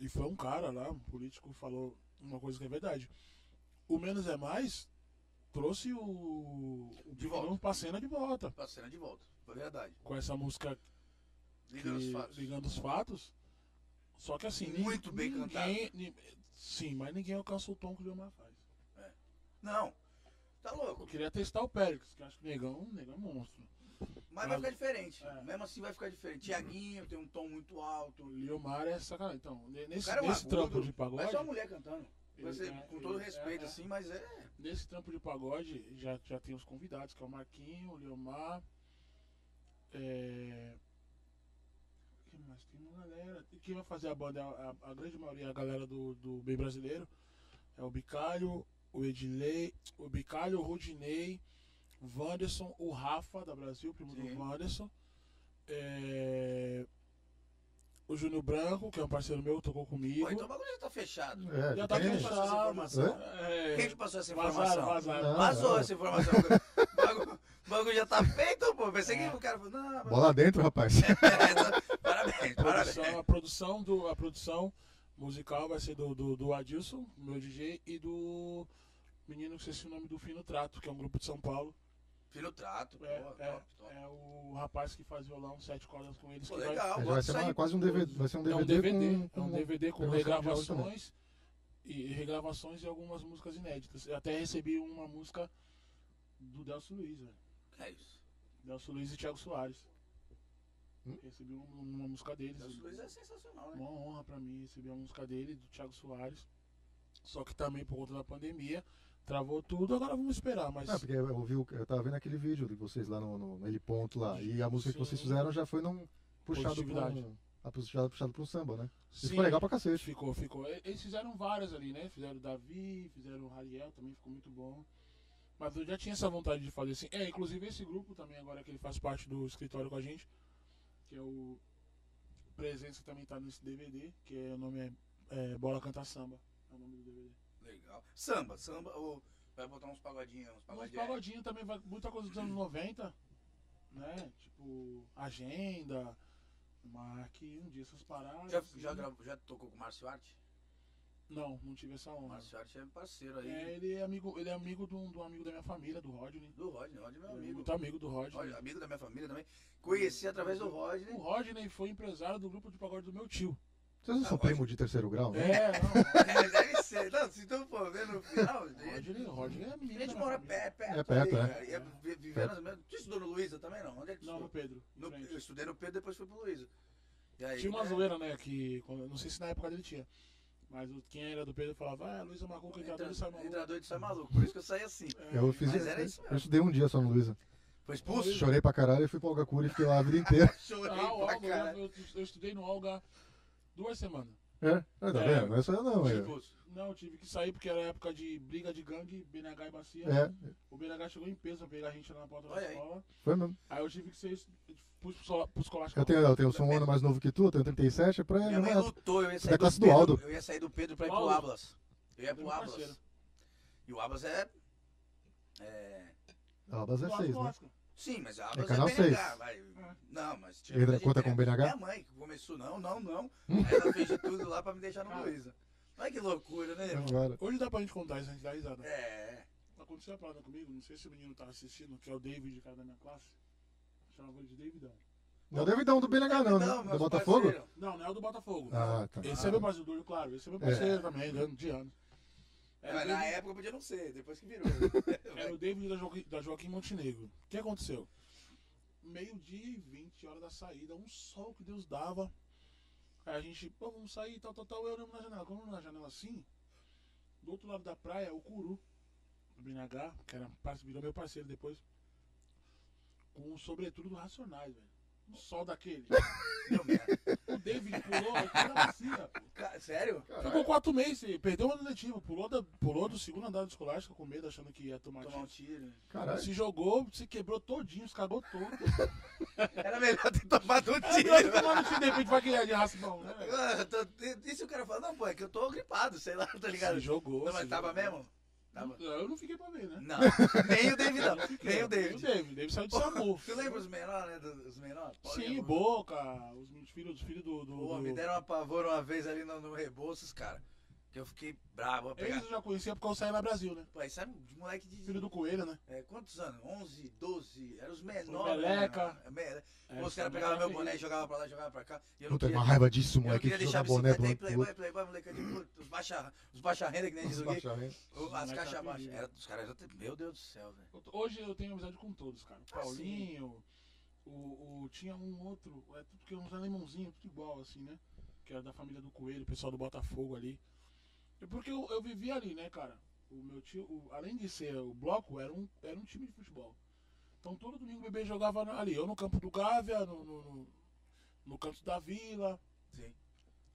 Speaker 3: E foi um cara lá, um político, falou uma coisa que é verdade. O Menos é Mais trouxe o, o
Speaker 2: De volta.
Speaker 3: pra cena de volta.
Speaker 2: Pra cena de volta. Foi verdade.
Speaker 3: Com essa música
Speaker 2: Ligando os
Speaker 3: que-
Speaker 2: fatos.
Speaker 3: Ligando os fatos. Só que assim.
Speaker 2: Muito bem
Speaker 3: ninguém, ni- Sim, mas ninguém alcança o tom que o Leomar faz.
Speaker 2: Não. Tá
Speaker 3: Eu
Speaker 2: louco.
Speaker 3: queria testar o Pérez, que eu acho que o negão, o negão é monstro.
Speaker 2: Mas vai
Speaker 3: Mas-
Speaker 2: ficar diferente.
Speaker 3: É.
Speaker 2: Mesmo assim vai ficar diferente. Tiaguinho tem um tom muito alto.
Speaker 3: O Leomar é sacanagem. Então, ne- nesse,
Speaker 2: cara é um
Speaker 3: nesse
Speaker 2: agudo,
Speaker 3: trampo de
Speaker 2: Mas
Speaker 3: pagode.
Speaker 2: é só a mulher cantando.
Speaker 3: ele-
Speaker 2: Você-
Speaker 3: é,
Speaker 2: com todo
Speaker 3: ele-
Speaker 2: respeito,
Speaker 3: é, é.
Speaker 2: assim, mas é.
Speaker 3: Nesse trampo de pagode já, já tem os convidados, que é o Marquinho, o Leomar. É. Quem mais? Tem uma galera. E Quem vai fazer a banda? A, a- a grande maioria é a galera do, do bem brasileiro. É o Bicalho, o Edilei, o Bicalho, o Rodinei, o Wanderson, o Rafa da Brasil, primo
Speaker 2: Sim.
Speaker 3: do Wanderson. É, O Júnior Branco, que é um parceiro meu, tocou comigo.
Speaker 2: Pô, então o bagulho já tá fechado.
Speaker 1: É,
Speaker 3: Já
Speaker 1: já
Speaker 3: tá
Speaker 2: Quem
Speaker 1: tem,
Speaker 2: te passou essa
Speaker 3: fechado.
Speaker 2: informação?
Speaker 3: É,
Speaker 2: Quem te passou essa
Speaker 3: Vazaram,
Speaker 2: informação?
Speaker 3: vazaram.
Speaker 1: Não,
Speaker 2: Vazou
Speaker 1: não.
Speaker 3: [LAUGHS]
Speaker 2: essa informação. O bagulho, o bagulho já tá feito, pô. Pensei
Speaker 3: É.
Speaker 2: que o cara falou, não,
Speaker 3: né?
Speaker 2: [LAUGHS] mas- é, tá,
Speaker 1: Bola dentro, rapaz.
Speaker 2: parabéns,
Speaker 3: A
Speaker 2: parabéns.
Speaker 3: produção, a produção do a produção musical vai ser do, do, do Adilson, meu DJ, e do menino que eu esqueci o nome do Fino Trato, que é um grupo de São Paulo.
Speaker 2: Filho trato, pô,
Speaker 3: É, é,
Speaker 2: top, top.
Speaker 3: é o rapaz que faz violão, sete cordas com eles.
Speaker 2: Pô,
Speaker 3: que vai-
Speaker 1: Mas
Speaker 2: legal,
Speaker 1: [LAUGHS]
Speaker 2: gosto
Speaker 1: vai
Speaker 2: disso
Speaker 1: ser
Speaker 2: aí.
Speaker 1: uma- quase um DVD. Vai ser um
Speaker 3: é um
Speaker 1: DVD,
Speaker 3: DVD,
Speaker 1: com,
Speaker 3: é um DVD com
Speaker 1: gravação de né?
Speaker 3: regravações e regravações e algumas músicas inéditas. Eu até recebi uma música do Delcio Luiz, velho.
Speaker 2: É isso.
Speaker 3: Delcio Luiz e Thiago Soares.
Speaker 1: Hum?
Speaker 3: Recebi um- uma música deles.
Speaker 2: Deus Luiz é sensacional, né?
Speaker 3: Uma honra pra mim receber a música dele, do Thiago Soares. Só que também por conta da pandemia, travou tudo, agora vamos esperar, mas.
Speaker 1: Ah, porque eu, ouvi, o- eu tava vendo aquele vídeo de vocês lá no, no naquele ponto lá. E a música que
Speaker 3: Sim.
Speaker 1: vocês fizeram já foi num puxado pra um,
Speaker 3: Positividade.
Speaker 1: a puxado, puxado pra um samba, né? Isso
Speaker 3: sim,
Speaker 1: foi legal pra cacete.
Speaker 3: Ficou, ficou. E- Eles fizeram várias ali, né? Fizeram o Davi, fizeram o Rariel, também ficou muito bom. Mas eu já tinha essa vontade de fazer assim. É, inclusive esse grupo também, agora que ele faz parte do escritório com a gente, que é o Presença, também tá nesse DVD, que é, o nome é, é Bola Canta Samba. É o nome do DVD.
Speaker 2: Legal. Samba, samba, ou vai botar uns pagodinhos, uns
Speaker 3: Mas
Speaker 2: pagodinhos.
Speaker 3: pagodinho também vai muita coisa dos anos 90, né? Tipo, agenda, marque, um dia essas paradas.
Speaker 2: Já,
Speaker 3: assim.
Speaker 2: já, gravou- já tocou com o Márcio Arte?
Speaker 3: Não, não tive essa
Speaker 2: O
Speaker 3: honra.
Speaker 2: Márcio Arte é parceiro aí.
Speaker 3: É, ele é amigo, ele é amigo de um, de um amigo da minha família, do Rodney.
Speaker 2: Do Rodney, Rodney
Speaker 3: Ele
Speaker 2: é meu
Speaker 3: é
Speaker 2: amigo.
Speaker 3: Muito amigo do Rodney.
Speaker 2: Rodney, amigo da minha família também. Conheci através do Rodney.
Speaker 3: O Rodney foi empresário do grupo de pagode do meu tio.
Speaker 1: Vocês não são
Speaker 2: Ah, hoje-
Speaker 1: primo de terceiro grau, né?
Speaker 3: É,
Speaker 2: [LAUGHS]
Speaker 3: não.
Speaker 2: [LAUGHS] É, deve ser. Não, se tu for ver no final,
Speaker 3: o
Speaker 2: gente,
Speaker 3: Rodney, o Rodney é amigo.
Speaker 2: a
Speaker 3: da
Speaker 2: gente
Speaker 3: minha
Speaker 2: mora
Speaker 3: família.
Speaker 2: pé, perto.
Speaker 1: É perto,
Speaker 2: ali,
Speaker 1: é.
Speaker 2: cara, e é vi- Vivendo as mesmas. Tu estudou no Luísa também, não? Onde é que tu
Speaker 3: Não, no
Speaker 2: estudou?
Speaker 3: Pedro. em
Speaker 2: No-
Speaker 3: frente.
Speaker 2: eu estudei no Pedro, depois fui pro Luísa. E aí,
Speaker 3: Tinha uma
Speaker 2: né,
Speaker 3: zoeira, né? Que, quando- não sei se na época dele tinha. Mas o- quem era do Pedro falava, ah, Luísa Macuca,
Speaker 2: entra-
Speaker 3: entrador e sai maluco.
Speaker 2: Entrador de sai maluco. Por isso que eu saí assim.
Speaker 1: Eu fiz.
Speaker 2: Mas era isso
Speaker 1: Eu estudei um dia só no Luiza.
Speaker 2: Foi expulso?
Speaker 1: Chorei pra caralho e fui pro Algacura e fiquei lá a vida inteira.
Speaker 2: Chorei
Speaker 3: Ah, o
Speaker 2: pra
Speaker 3: Alga,
Speaker 2: caralho.
Speaker 3: eu, eu estudei no Alga duas semanas.
Speaker 1: É, é tá
Speaker 3: [LAUGHS] É.
Speaker 1: vendo? Não é só eu não,
Speaker 2: Foi
Speaker 1: é.
Speaker 2: expulso.
Speaker 3: Não, eu tive que sair porque era época de briga de gangue, BNH e Bacia.
Speaker 1: É,
Speaker 3: O BNH chegou em peso pra pegar a gente lá na porta da
Speaker 2: Olha aí.
Speaker 3: escola.
Speaker 1: foi mesmo.
Speaker 3: Aí eu tive que ser es- pus pro sola- pro escolástico.
Speaker 1: Eu tenho, eu tenho, eu sou um ano mais novo que tu, eu tenho 37, é pra
Speaker 2: Minha mãe
Speaker 1: ele.
Speaker 2: lutou, eu ia sair
Speaker 1: da
Speaker 2: do
Speaker 1: classe do
Speaker 2: Pedro,
Speaker 1: Aldo.
Speaker 2: Eu ia sair do Pedro pra ir pro
Speaker 3: Aldo.
Speaker 2: Ablas. Eu
Speaker 3: Aldo
Speaker 2: ia
Speaker 3: é
Speaker 2: pro
Speaker 3: meu
Speaker 2: Ablas.
Speaker 3: parceiro.
Speaker 2: E o Ablas é. É.
Speaker 1: Ah, mas é
Speaker 3: Escolástico,
Speaker 1: 6, né?
Speaker 3: escolástico.
Speaker 2: Sim, mas a Ablas é,
Speaker 1: canal
Speaker 2: BNH.
Speaker 1: seis.
Speaker 2: Vai.
Speaker 3: É.
Speaker 2: Não, mas tinha.
Speaker 1: Ele
Speaker 2: muita
Speaker 1: conta
Speaker 2: gente-
Speaker 1: com o BNH?
Speaker 2: Minha mãe que começou, não, não, não. Aí ela fez de tudo lá pra me deixar no
Speaker 3: Cara.
Speaker 2: Luísa. Olha que loucura, né?
Speaker 1: Então, agora.
Speaker 3: Hoje dá pra gente contar isso, a gente dá risada.
Speaker 2: É.
Speaker 3: Aconteceu uma parada comigo, não sei se o menino tá assistindo, que é o David, cara da minha classe. Chamava ele de Davidão.
Speaker 1: Não deve dar um do BNH, não, né?
Speaker 2: meus
Speaker 1: Do Botafogo?
Speaker 2: parceiros.
Speaker 3: Não, não é o do Botafogo.
Speaker 1: Ah, tá.
Speaker 3: Esse é meu parceiro, do olho claro. Esse é meu parceiro também, de ano. De É, ano. Era
Speaker 2: É, Mas
Speaker 3: o
Speaker 2: na
Speaker 3: David-
Speaker 2: época podia não ser, depois que
Speaker 1: [LAUGHS]
Speaker 2: virou.
Speaker 3: Era o É David da Joaquim, da Joaquim Montenegro. O que aconteceu? Meio-dia e 20, hora da saída, um sol que Deus dava. Aí a gente, pô, vamos sair, tal, tal, tal. Eu olhamos na janela. Quando eu olho na janela assim, do outro lado da praia, o Curu, do BNH, que era, par- virou meu parceiro depois, com o sobretudo do Racionais, velho. Um sol daquele.
Speaker 2: Deu merda.
Speaker 3: O David pulou aqui na bacia, pô.
Speaker 2: Ca- Sério?
Speaker 3: Ficou quatro meses, perdeu o ano letivo, pulou, da- pulou do segundo andar do escolástico com medo, achando que ia tomar
Speaker 2: Tomar um
Speaker 3: tiro.
Speaker 2: tiro.
Speaker 1: Caralho.
Speaker 3: Se jogou, se quebrou todinho, se cagou todo.
Speaker 2: [LAUGHS] Era melhor ter tomado um
Speaker 3: Aí,
Speaker 2: tiro.
Speaker 3: dois anos de repente vai criar de raspão, né? velho?
Speaker 2: Ah, eu tô- E se o cara fala, não, pô, é que eu tô gripado, sei lá, [LAUGHS] [LAUGHS] tá ligado?
Speaker 3: Se jogou.
Speaker 2: Não, mas
Speaker 3: se
Speaker 2: tava
Speaker 3: jogou.
Speaker 2: mesmo? Tava.
Speaker 3: Não, Eu não fiquei pra ver, né?
Speaker 2: Não, nem o David não,
Speaker 3: Eu fiquei.
Speaker 2: nem o
Speaker 3: O
Speaker 2: David.
Speaker 3: David, o David saiu de
Speaker 2: [LAUGHS]
Speaker 3: Samu.
Speaker 2: Tu lembra os menores, né? do- Os menores? Pô,
Speaker 3: Sim,
Speaker 2: eu-
Speaker 3: Boca, os filhos, os filhos do... do,
Speaker 2: Pô, me
Speaker 3: do...
Speaker 2: deram uma pavor uma vez ali no, no Rebouças, cara. Que eu fiquei bravo. vou pegar-
Speaker 3: Eles eu já conhecia porque eu saí lá no Brasil, né?
Speaker 2: Pô, aí sabe, de moleque de.
Speaker 3: Filho do Coelho, né?
Speaker 2: é, quantos anos? 11, 12? Eram os menores.
Speaker 3: Meleca.
Speaker 2: mano. É, mele-
Speaker 3: É, cara
Speaker 2: Os caras pegavam meu
Speaker 3: terrível.
Speaker 2: boné, jogavam pra lá, jogavam pra cá. E eu não
Speaker 1: Puta, é
Speaker 2: queria,
Speaker 1: uma raiva disso,
Speaker 2: eu não
Speaker 1: moleque,
Speaker 2: queria
Speaker 1: que
Speaker 2: deixar a
Speaker 1: jogar boné
Speaker 2: bicicleta
Speaker 1: do lado
Speaker 2: aí,
Speaker 1: pro outro.
Speaker 2: playboy, playboy, moleca de puta, os baixa, os baixa renda que nem diz o quê,
Speaker 1: Baixa renda.
Speaker 2: o- as
Speaker 3: Moleque
Speaker 2: caixas
Speaker 3: apelido.
Speaker 2: baixas. Era- Os caras já. te- Meu Deus do céu, velho.
Speaker 3: Eu tô- Hoje eu tenho amizade com todos, cara.
Speaker 2: Ah,
Speaker 3: Paulinho, o, o- tinha um outro, é tudo que uns alemãozinhos, tudo igual, assim, né? Que era da família do Coelho, pessoal do Botafogo ali. E porque eu, eu vivia ali, né, cara? O meu tio, o- além de ser o bloco, era um, era um time de futebol. Então todo domingo o bebê jogava na- ali. Eu no campo do Gávea, no, no, no- no canto da vila,
Speaker 2: Sim.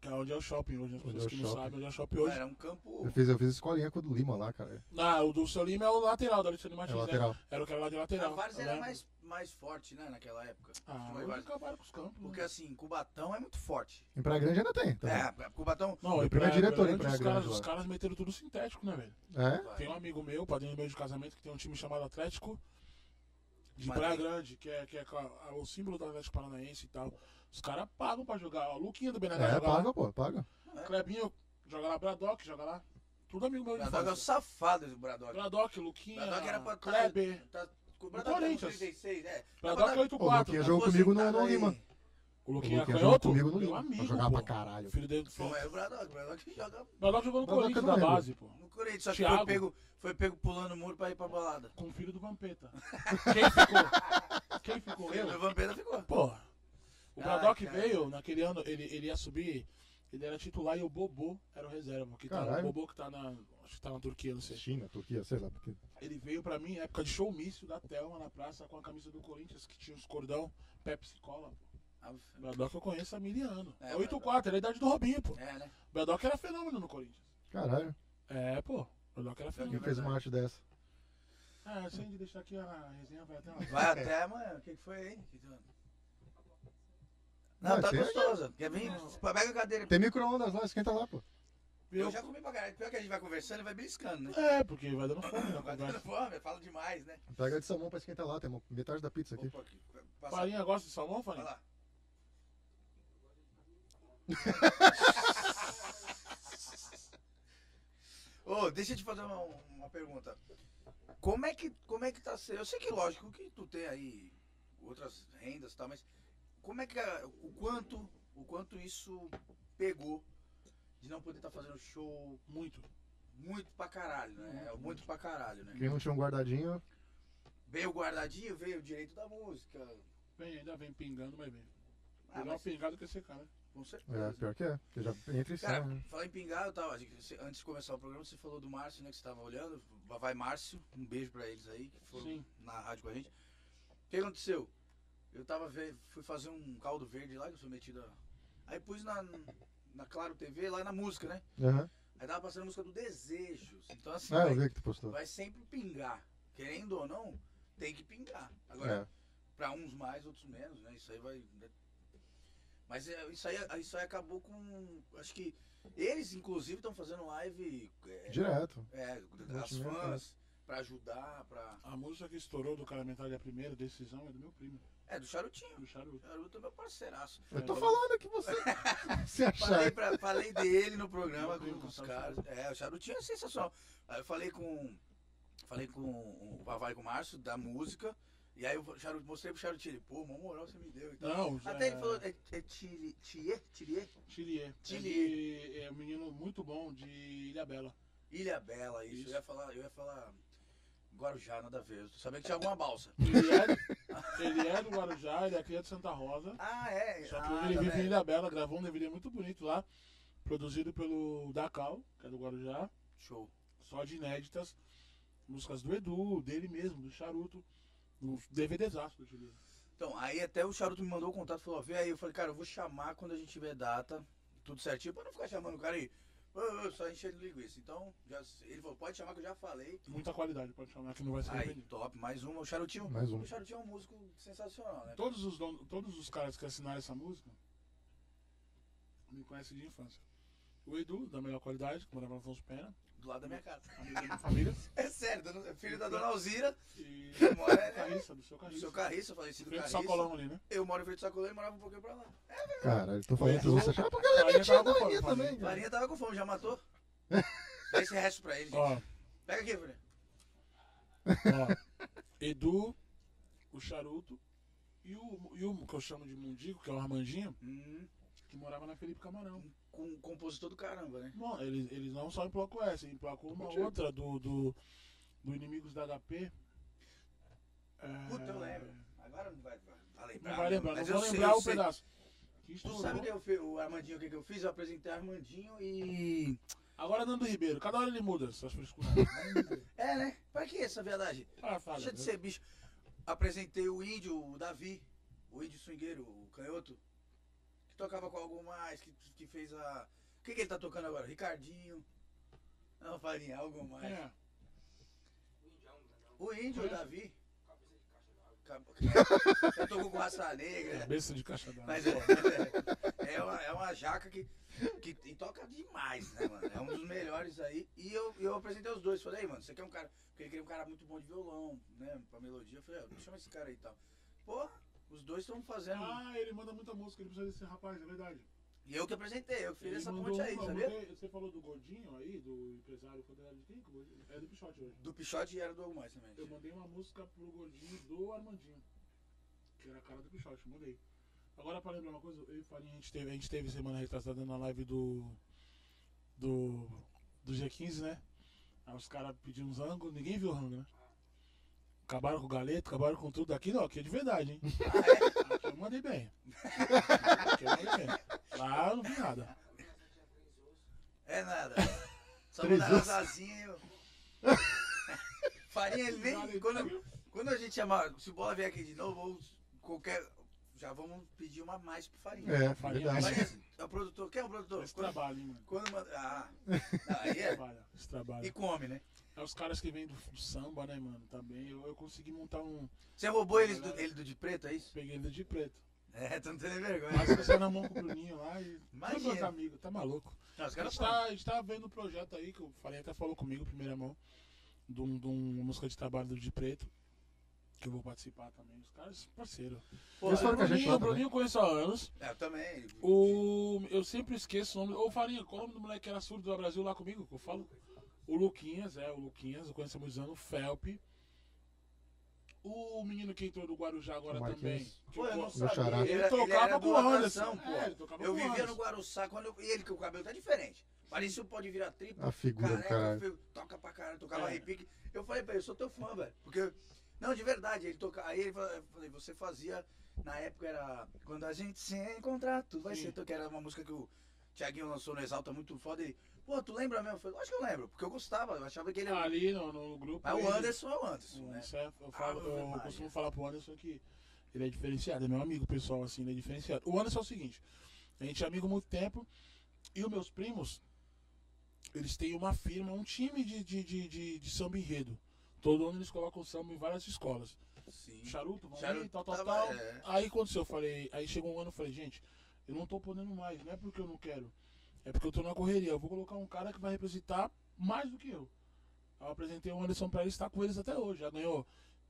Speaker 3: que é onde é o shopping hoje, as
Speaker 1: Onde é
Speaker 3: pessoas
Speaker 1: o
Speaker 3: que não
Speaker 1: shopping.
Speaker 3: sabem onde é o shopping hoje.
Speaker 2: Era um campo.
Speaker 1: Eu fiz, eu fiz escolinha com o do Lima lá, cara.
Speaker 3: Ah, o do seu Lima é o lateral da Alexandre
Speaker 1: É
Speaker 3: Martins, né?
Speaker 1: lateral.
Speaker 3: Era o que era lá de lateral.
Speaker 2: A Varsa era
Speaker 3: né?
Speaker 2: mais, mais forte, né, naquela época.
Speaker 3: Ah,
Speaker 2: Tinha
Speaker 3: hoje
Speaker 2: várzea.
Speaker 3: acabaram com os campos.
Speaker 2: Porque
Speaker 3: né?
Speaker 2: assim, Cubatão é muito forte.
Speaker 1: Em Praia Grande ainda tem. tá
Speaker 3: Tá.
Speaker 1: também.
Speaker 2: É, Cubatão.
Speaker 3: Não,
Speaker 1: Meu
Speaker 3: e
Speaker 1: primo é
Speaker 3: pra,
Speaker 1: diretor
Speaker 3: pra-
Speaker 1: em Praia
Speaker 3: os, caras,
Speaker 1: Grande
Speaker 3: os
Speaker 1: lá.
Speaker 3: caras meteram tudo sintético, né, velho?
Speaker 1: É?
Speaker 2: Vai.
Speaker 3: Tem um amigo meu, padrinho meu de casamento, que tem um time chamado Atlético de
Speaker 2: Madrid.
Speaker 3: Praia Grande, que é, que é com a- a- o símbolo do Atlético Paranaense e tal. Os caras pagam pra jogar. ó, O Luquinha do BNH
Speaker 1: É,
Speaker 3: joga lá.
Speaker 1: paga, pô, paga.
Speaker 3: Clebinho joga lá, Bradock joga lá. Tudo amigo meu de
Speaker 2: Bradock é o
Speaker 3: infância.
Speaker 2: safado do Bradock.
Speaker 3: Bradock, Luquinha,
Speaker 2: Bradock era pra tá-
Speaker 3: Kleber.
Speaker 2: Tá, o Bradock é
Speaker 3: Corinthians.
Speaker 2: 36, é.
Speaker 3: Bradock é
Speaker 1: Ô, Luquinha
Speaker 3: 8-4.
Speaker 1: jogou comigo no- no
Speaker 2: Aposentado aí.
Speaker 1: Lima.
Speaker 3: O
Speaker 1: O
Speaker 3: Luquinha é
Speaker 1: Luquinha jogou
Speaker 3: canhoto?
Speaker 1: comigo no
Speaker 3: Meu
Speaker 1: Lima. Eu
Speaker 3: amigo,
Speaker 1: jogava pra
Speaker 3: pô.
Speaker 1: caralho. é
Speaker 3: Filho dele.
Speaker 2: Pô, é o Bradock. O Bradock joga
Speaker 3: Bradock jogou no
Speaker 1: Bradock eu
Speaker 3: Corinthians
Speaker 1: não
Speaker 3: da
Speaker 1: lembro.
Speaker 3: base, pô.
Speaker 2: no Corinthians, só que
Speaker 3: Thiago.
Speaker 2: foi pego, foi pego pulando o muro pra ir pra balada.
Speaker 3: Com o filho do Vampeta. Quem ficou? Quem ficou? Eu?
Speaker 2: O Vampeta ficou.
Speaker 3: Porra. O
Speaker 2: Ai,
Speaker 3: Bradock
Speaker 2: cara.
Speaker 3: veio naquele ano, ele, ele ia subir, ele era titular e o Bobô era o reserva. Que tá, o
Speaker 1: Caralho.
Speaker 3: Bobô que tá na. Acho que tá na Turquia, não sei.
Speaker 1: China, Turquia, sei lá. Porque...
Speaker 3: Ele veio pra mim, época de showmício da Thelma na praça com a camisa do Corinthians, que tinha os cordão Pepsi Cola. Pô.
Speaker 2: Ah,
Speaker 3: O Bradock eu conheço há mil anos.
Speaker 2: É,
Speaker 3: É 8-4, era a idade do Robinho, pô.
Speaker 2: É, né?
Speaker 3: O Bradock era fenômeno no Corinthians.
Speaker 1: Caralho,
Speaker 3: É, pô. O Bradock era
Speaker 1: quem
Speaker 3: fenômeno.
Speaker 1: fez uma arte dessa?
Speaker 3: Ah, sem de deixar aqui a resenha vai até lá.
Speaker 2: Vai até amanhã. O que, que foi aí? Que tu- Não,
Speaker 1: Vai
Speaker 2: tá
Speaker 1: ter-
Speaker 2: gostoso. Quer vir? Pega a cadeira.
Speaker 1: Tem micro-ondas lá, esquenta lá, pô.
Speaker 2: Eu já comi pra caralho. Pior que a gente vai conversando e vai beliscando, né?
Speaker 3: É, porque vai dando fome na
Speaker 2: Vai
Speaker 3: conversa.
Speaker 2: dando fome, eu falo demais, né?
Speaker 1: Pega de salmão pra esquentar lá, tem uma- metade da pizza aqui.
Speaker 2: Opa, aqui, passa-
Speaker 3: Farinha gosta de salmão,
Speaker 2: Olha
Speaker 3: Farinha?
Speaker 2: lá. Ô, deixa eu te fazer uma, uma pergunta. Como é que como é que tá sendo? Eu sei que lógico que tu tem aí outras rendas e tal, mas como é que a- o quanto o quanto isso pegou de não poder estar fazendo show
Speaker 3: Muito.
Speaker 2: muito pra caralho, né? É muito pra caralho, né?
Speaker 1: Quem não tinha um guardadinho,
Speaker 2: Veio guardadinho, veio o direito da música.
Speaker 3: Vem, ainda vem pingando, mas vem.
Speaker 2: Ah,
Speaker 3: Melhor
Speaker 2: mas
Speaker 3: pingado que esse cara.
Speaker 2: com certeza.
Speaker 1: é pior que é. Porque já entra e sai,
Speaker 2: Cara,
Speaker 1: né?
Speaker 2: falar em pingado e tal, a gente- você- antes de começar o programa, você falou do Márcio, né, que você tava olhando. Vai Márcio, um beijo pra eles aí, que foram
Speaker 3: Sim.
Speaker 2: na rádio com a gente. O que aconteceu? Eu tava ve- fui fazer um caldo verde lá, que eu sou metido a... Aí pus na, na Claro TV, lá na música, né?
Speaker 1: Aham.
Speaker 2: Aí tava passando a música do Desejos. Então assim,
Speaker 1: É, eu
Speaker 2: vai,
Speaker 1: vi que tu postou.
Speaker 2: vai sempre pingar. Querendo ou não, tem que pingar.
Speaker 1: É.
Speaker 2: Agora, para uns mais, outros menos, né? Isso aí vai. né? Mas é, isso, aí, isso aí acabou com. Acho que eles, inclusive, estão fazendo live. É,
Speaker 1: Direto.
Speaker 2: é, as
Speaker 1: Movimento,
Speaker 2: fãs, para ajudar, para.
Speaker 3: A música que estourou do cara mental a primeira decisão é do meu primo,
Speaker 2: É, do Charutinho.
Speaker 3: do Charuto. É,
Speaker 2: Charuto é meu parceiraço.
Speaker 1: Eu
Speaker 3: Uhum.
Speaker 1: tô falando que você se
Speaker 2: Falei,
Speaker 1: achar.
Speaker 2: pra- falei dele no programa
Speaker 3: Meu
Speaker 2: com
Speaker 3: Deus, tá
Speaker 2: os caras. É, o Charutinho é sensacional. Aí eu falei com. Falei com o Vavai e com o Márcio da música. E aí eu Charuto, mostrei pro Charutinho. Ele, pô, mó moral você me deu e tal.
Speaker 3: Não,
Speaker 2: Até
Speaker 3: é,
Speaker 2: ele falou, é, é Tiri- Tier? Tirier?
Speaker 3: Chilier.
Speaker 2: Chilier.
Speaker 3: Ele é um menino muito bom de Ilhabela.
Speaker 2: Ilha Bela, isso.
Speaker 3: Isso.
Speaker 2: Eu ia falar, eu ia falar Guarujá, nada a ver. Eu sabia que tinha alguma balsa.
Speaker 3: Ele é, ele é do Guarujá, ele é criado de Santa Rosa.
Speaker 2: Ah, é.
Speaker 3: Só que
Speaker 2: ah,
Speaker 3: hoje ele
Speaker 2: tá
Speaker 3: vive em
Speaker 2: bem.
Speaker 3: Ilhabela, gravou um DVD muito bonito lá, produzido pelo Dacal, que é do Guarujá.
Speaker 2: Show.
Speaker 3: só de inéditas, músicas do Edu, dele mesmo, do Charuto, um uns DVDs do Juliano.
Speaker 2: Então, aí até o Charuto me mandou o contato, falou, vê aí. Eu falei, cara, eu vou chamar quando a gente tiver data, tudo certinho, pra não ficar chamando o cara aí. "Ô, ô, Só enchendo linguiça. Então, já- ele falou, pode chamar que eu já falei.
Speaker 3: Muita qualidade, pode chamar que não vai se
Speaker 2: Aí,
Speaker 3: arrepender.
Speaker 2: top, mais uma. O Charutinho.
Speaker 1: Mais um.
Speaker 2: O Charutinho é um músico sensacional, né?
Speaker 3: Todos os, donos- todos os caras que assinaram essa música me conhecem de infância. O Edu, da melhor qualidade, que morava no Afonso Pena,
Speaker 2: Do lado da minha casa. [LAUGHS]
Speaker 3: amigo da minha família,
Speaker 2: É sério, dona- filho da dona Alzira,
Speaker 3: e
Speaker 2: [LAUGHS] Mora- né?
Speaker 3: do Carriça, do seu
Speaker 2: do
Speaker 3: Carriça.
Speaker 2: seu Carriça, eu falei, esse
Speaker 3: Em
Speaker 2: do
Speaker 3: frente ao
Speaker 2: Carriça.
Speaker 3: sacolão ali, né?
Speaker 2: Eu moro em frente ao Sacolão e morava um pouquinho pra lá.
Speaker 1: Caralho, tô falando que
Speaker 3: O
Speaker 1: você
Speaker 3: Edu-
Speaker 1: achar. é
Speaker 3: Farinha tava com fome,
Speaker 1: também,
Speaker 3: Farinha. [LAUGHS]
Speaker 2: Farinha tava com fome, já matou? Dá esse resto pra ele, gente.
Speaker 3: Ó,
Speaker 2: Pega aqui, Fred.
Speaker 3: ó. Edu, o Charuto e o, e o que eu chamo de Mundico, que é o Armandinho,
Speaker 2: Hum,
Speaker 3: que morava na Felipe Camarão.
Speaker 2: com um compositor do caramba, né?
Speaker 3: Bom, eles, eles não só emplacou essa, emplacou uma
Speaker 1: Contigo.
Speaker 3: outra do, do, do Inimigos da HP. É,
Speaker 2: Puta, eu lembro. Agora não vai, vai lembrar.
Speaker 3: Não vai lembrar, não
Speaker 2: mas
Speaker 3: vou
Speaker 2: eu sei,
Speaker 3: lembrar
Speaker 2: eu
Speaker 3: o
Speaker 2: sei.
Speaker 3: pedaço. Que
Speaker 2: Tu
Speaker 3: estourou.
Speaker 2: sabe o que eu fiz, o Armandinho, o que, que eu fiz? Eu apresentei Armandinho e.
Speaker 3: Agora Nando Ribeiro, cada hora ele muda essas
Speaker 2: [LAUGHS]
Speaker 3: frescuras.
Speaker 2: É, né? Pra que essa verdade?
Speaker 3: ah, fala.
Speaker 2: Deixa de ser bicho. Apresentei o índio, o Davi, o índio swingueiro, o canhoto, que tocava com algo mais, que, que fez a. O que, que ele tá tocando agora? Ricardinho. Não, Farinha, algo mais.
Speaker 3: É.
Speaker 2: O índio, o
Speaker 3: É.
Speaker 2: Davi. Acabou. Eu tô com raça negra.
Speaker 3: Cabeça de caixa d'água.
Speaker 2: Mas é, mas [LAUGHS] é, é uma, é uma jaca que, que tem- toca demais, né, mano? É um dos melhores aí. E eu, eu apresentei os dois. Falei, "Ei, mano, você quer um cara. Porque ele queria um cara muito bom de violão, né? Pra melodia. Eu falei, "Ah, chama esse cara aí e tal. Pô, os dois estão fazendo.
Speaker 3: Ah, ele manda muita música, ele precisa desse rapaz, é verdade.
Speaker 2: E eu que apresentei, eu que fiz
Speaker 3: Ele
Speaker 2: essa
Speaker 3: mandou um
Speaker 2: ponte aí,
Speaker 3: uma,
Speaker 2: sabia?
Speaker 3: porque Você falou do Godinho aí, do empresário condenado de quem? que o Godinho- É do Pichote hoje.
Speaker 2: Do Pichote e era do algo mais também.
Speaker 3: Eu mandei uma música pro Godinho do Armandinho. Que era a cara do Pichote, mandei. Agora pra lembrar uma coisa, eu e o Farinha, a gente teve, a gente teve semana retrasada na live do. do. do G15, né? Aí os caras pediram uns rangos, ninguém viu o rango, né? Acabaram com o galeto, acabaram com tudo aqui, não, aqui é de verdade,
Speaker 2: [LAUGHS]
Speaker 3: hein? Aqui eu mandei bem. Aqui eu mandei bem. Lá eu não vi nada.
Speaker 2: É
Speaker 3: [LAUGHS]
Speaker 2: nada. Só
Speaker 1: Três
Speaker 2: mudaram as
Speaker 1: ossos.
Speaker 2: asinhas e eu. Farinha, ele É, nem. Quando, Quando a gente chamar, se o Bola vier aqui de novo, ou qualquer. Já vamos pedir uma mais pro Farinha.
Speaker 1: É,
Speaker 3: Farinha,
Speaker 1: verdade.
Speaker 2: Farinha, é o produtor. Quem é o produtor?
Speaker 3: Esse
Speaker 2: Quando,
Speaker 3: trabalho, hein, mano.
Speaker 2: quando manda-
Speaker 1: [LAUGHS]
Speaker 2: Ah, aí
Speaker 3: Esse
Speaker 2: é.
Speaker 3: trabalho, esse
Speaker 2: E
Speaker 3: trabalho.
Speaker 2: come, né?
Speaker 3: É os caras que vêm do, do samba, né, mano? Também. Eu, eu consegui montar um.
Speaker 2: Você roubou eles do, ele do de preto, é isso?
Speaker 3: Peguei ele de preto.
Speaker 2: É, tu não tem nem
Speaker 3: Mas
Speaker 2: [LAUGHS] vergonha.
Speaker 3: eu saí na mão com o Bruninho lá e.
Speaker 2: Imagina.
Speaker 3: Todos meus amigos, tá maluco.
Speaker 2: Não, os
Speaker 3: A
Speaker 2: caras
Speaker 3: gente,
Speaker 2: são.
Speaker 3: tá, a gente tá vendo um projeto aí que o Farinha até falou comigo, primeira mão, de, um, de um- uma música de trabalho do De Preto, que eu vou participar também. Os caras, parceiro.
Speaker 2: Pô, é,
Speaker 1: Eles
Speaker 3: O
Speaker 1: foram com a gente
Speaker 3: Bruninho,
Speaker 1: lá
Speaker 3: o Bruninho eu conheço há anos.
Speaker 2: Eu também.
Speaker 3: O, eu sempre esqueço o nome. Ô Farinha, qual o nome do moleque que era surdo do Brasil lá comigo? Que eu falo? O Luquinhas, é, o Luquinhas, eu conheço há muitos anos, o Felp. O menino que entrou do Guarujá agora
Speaker 1: O
Speaker 3: também.
Speaker 1: Marquinhos.
Speaker 3: que
Speaker 2: Pô, eu
Speaker 3: eu-
Speaker 2: não
Speaker 1: Tipo, xará.
Speaker 2: sabia.
Speaker 3: Ele
Speaker 2: era-
Speaker 3: tocava com
Speaker 2: era do
Speaker 3: o Anderson,
Speaker 2: Atração,
Speaker 3: pô. É, ele tocava
Speaker 2: eu
Speaker 3: com o
Speaker 2: vivia
Speaker 3: Anderson.
Speaker 2: no Guaruçá. Quando eu- ele, que o cabelo tá diferente. Parecia o pó de virar triplo.
Speaker 1: A figura do
Speaker 2: Careca,
Speaker 1: caralho.
Speaker 2: feio, toca pra caralho, tocava
Speaker 3: É.
Speaker 2: repique. Eu falei pra ele, eu sou teu fã, velho. Porque, não, de verdade, ele toca. Aí ele falou, eu falei, você fazia, na época era. Quando a gente se encontrar, tu vai
Speaker 3: Sim.
Speaker 2: ser teu. Que era uma música que o Thiaguinho lançou no Exalta, muito foda. Ele, pô, tu lembra mesmo? Eu falei, acho que eu lembro, porque eu gostava, eu achava que ele era.
Speaker 3: Ali no, no grupo.
Speaker 2: Mas o
Speaker 3: Ah, ele-
Speaker 2: Anderson é o Anderson,
Speaker 3: Sim,
Speaker 2: né?
Speaker 3: isso é- eu, falo-
Speaker 2: Ave
Speaker 3: eu
Speaker 2: Maria.
Speaker 3: costumo falar pro Anderson que ele é diferenciado, é meu amigo pessoal, assim, ele é diferenciado. O Anderson é o seguinte, a gente é amigo há muito tempo, e os meus primos, eles têm uma firma, um time de, de, de, de, de samba enredo. Todo ano eles colocam samba em várias escolas.
Speaker 2: Sim.
Speaker 3: Charuto, vão
Speaker 2: Charuto,
Speaker 3: aí, tal, tal,
Speaker 2: tava-
Speaker 3: tal.
Speaker 2: é.
Speaker 3: Aí aconteceu, eu falei, aí chegou um ano, eu falei, gente, eu não tô podendo mais, não é porque eu não quero, é porque eu tô na correria, eu vou colocar um cara que vai representar mais do que eu. Aí eu apresentei o Anderson pra ele está com eles até hoje, já ganhou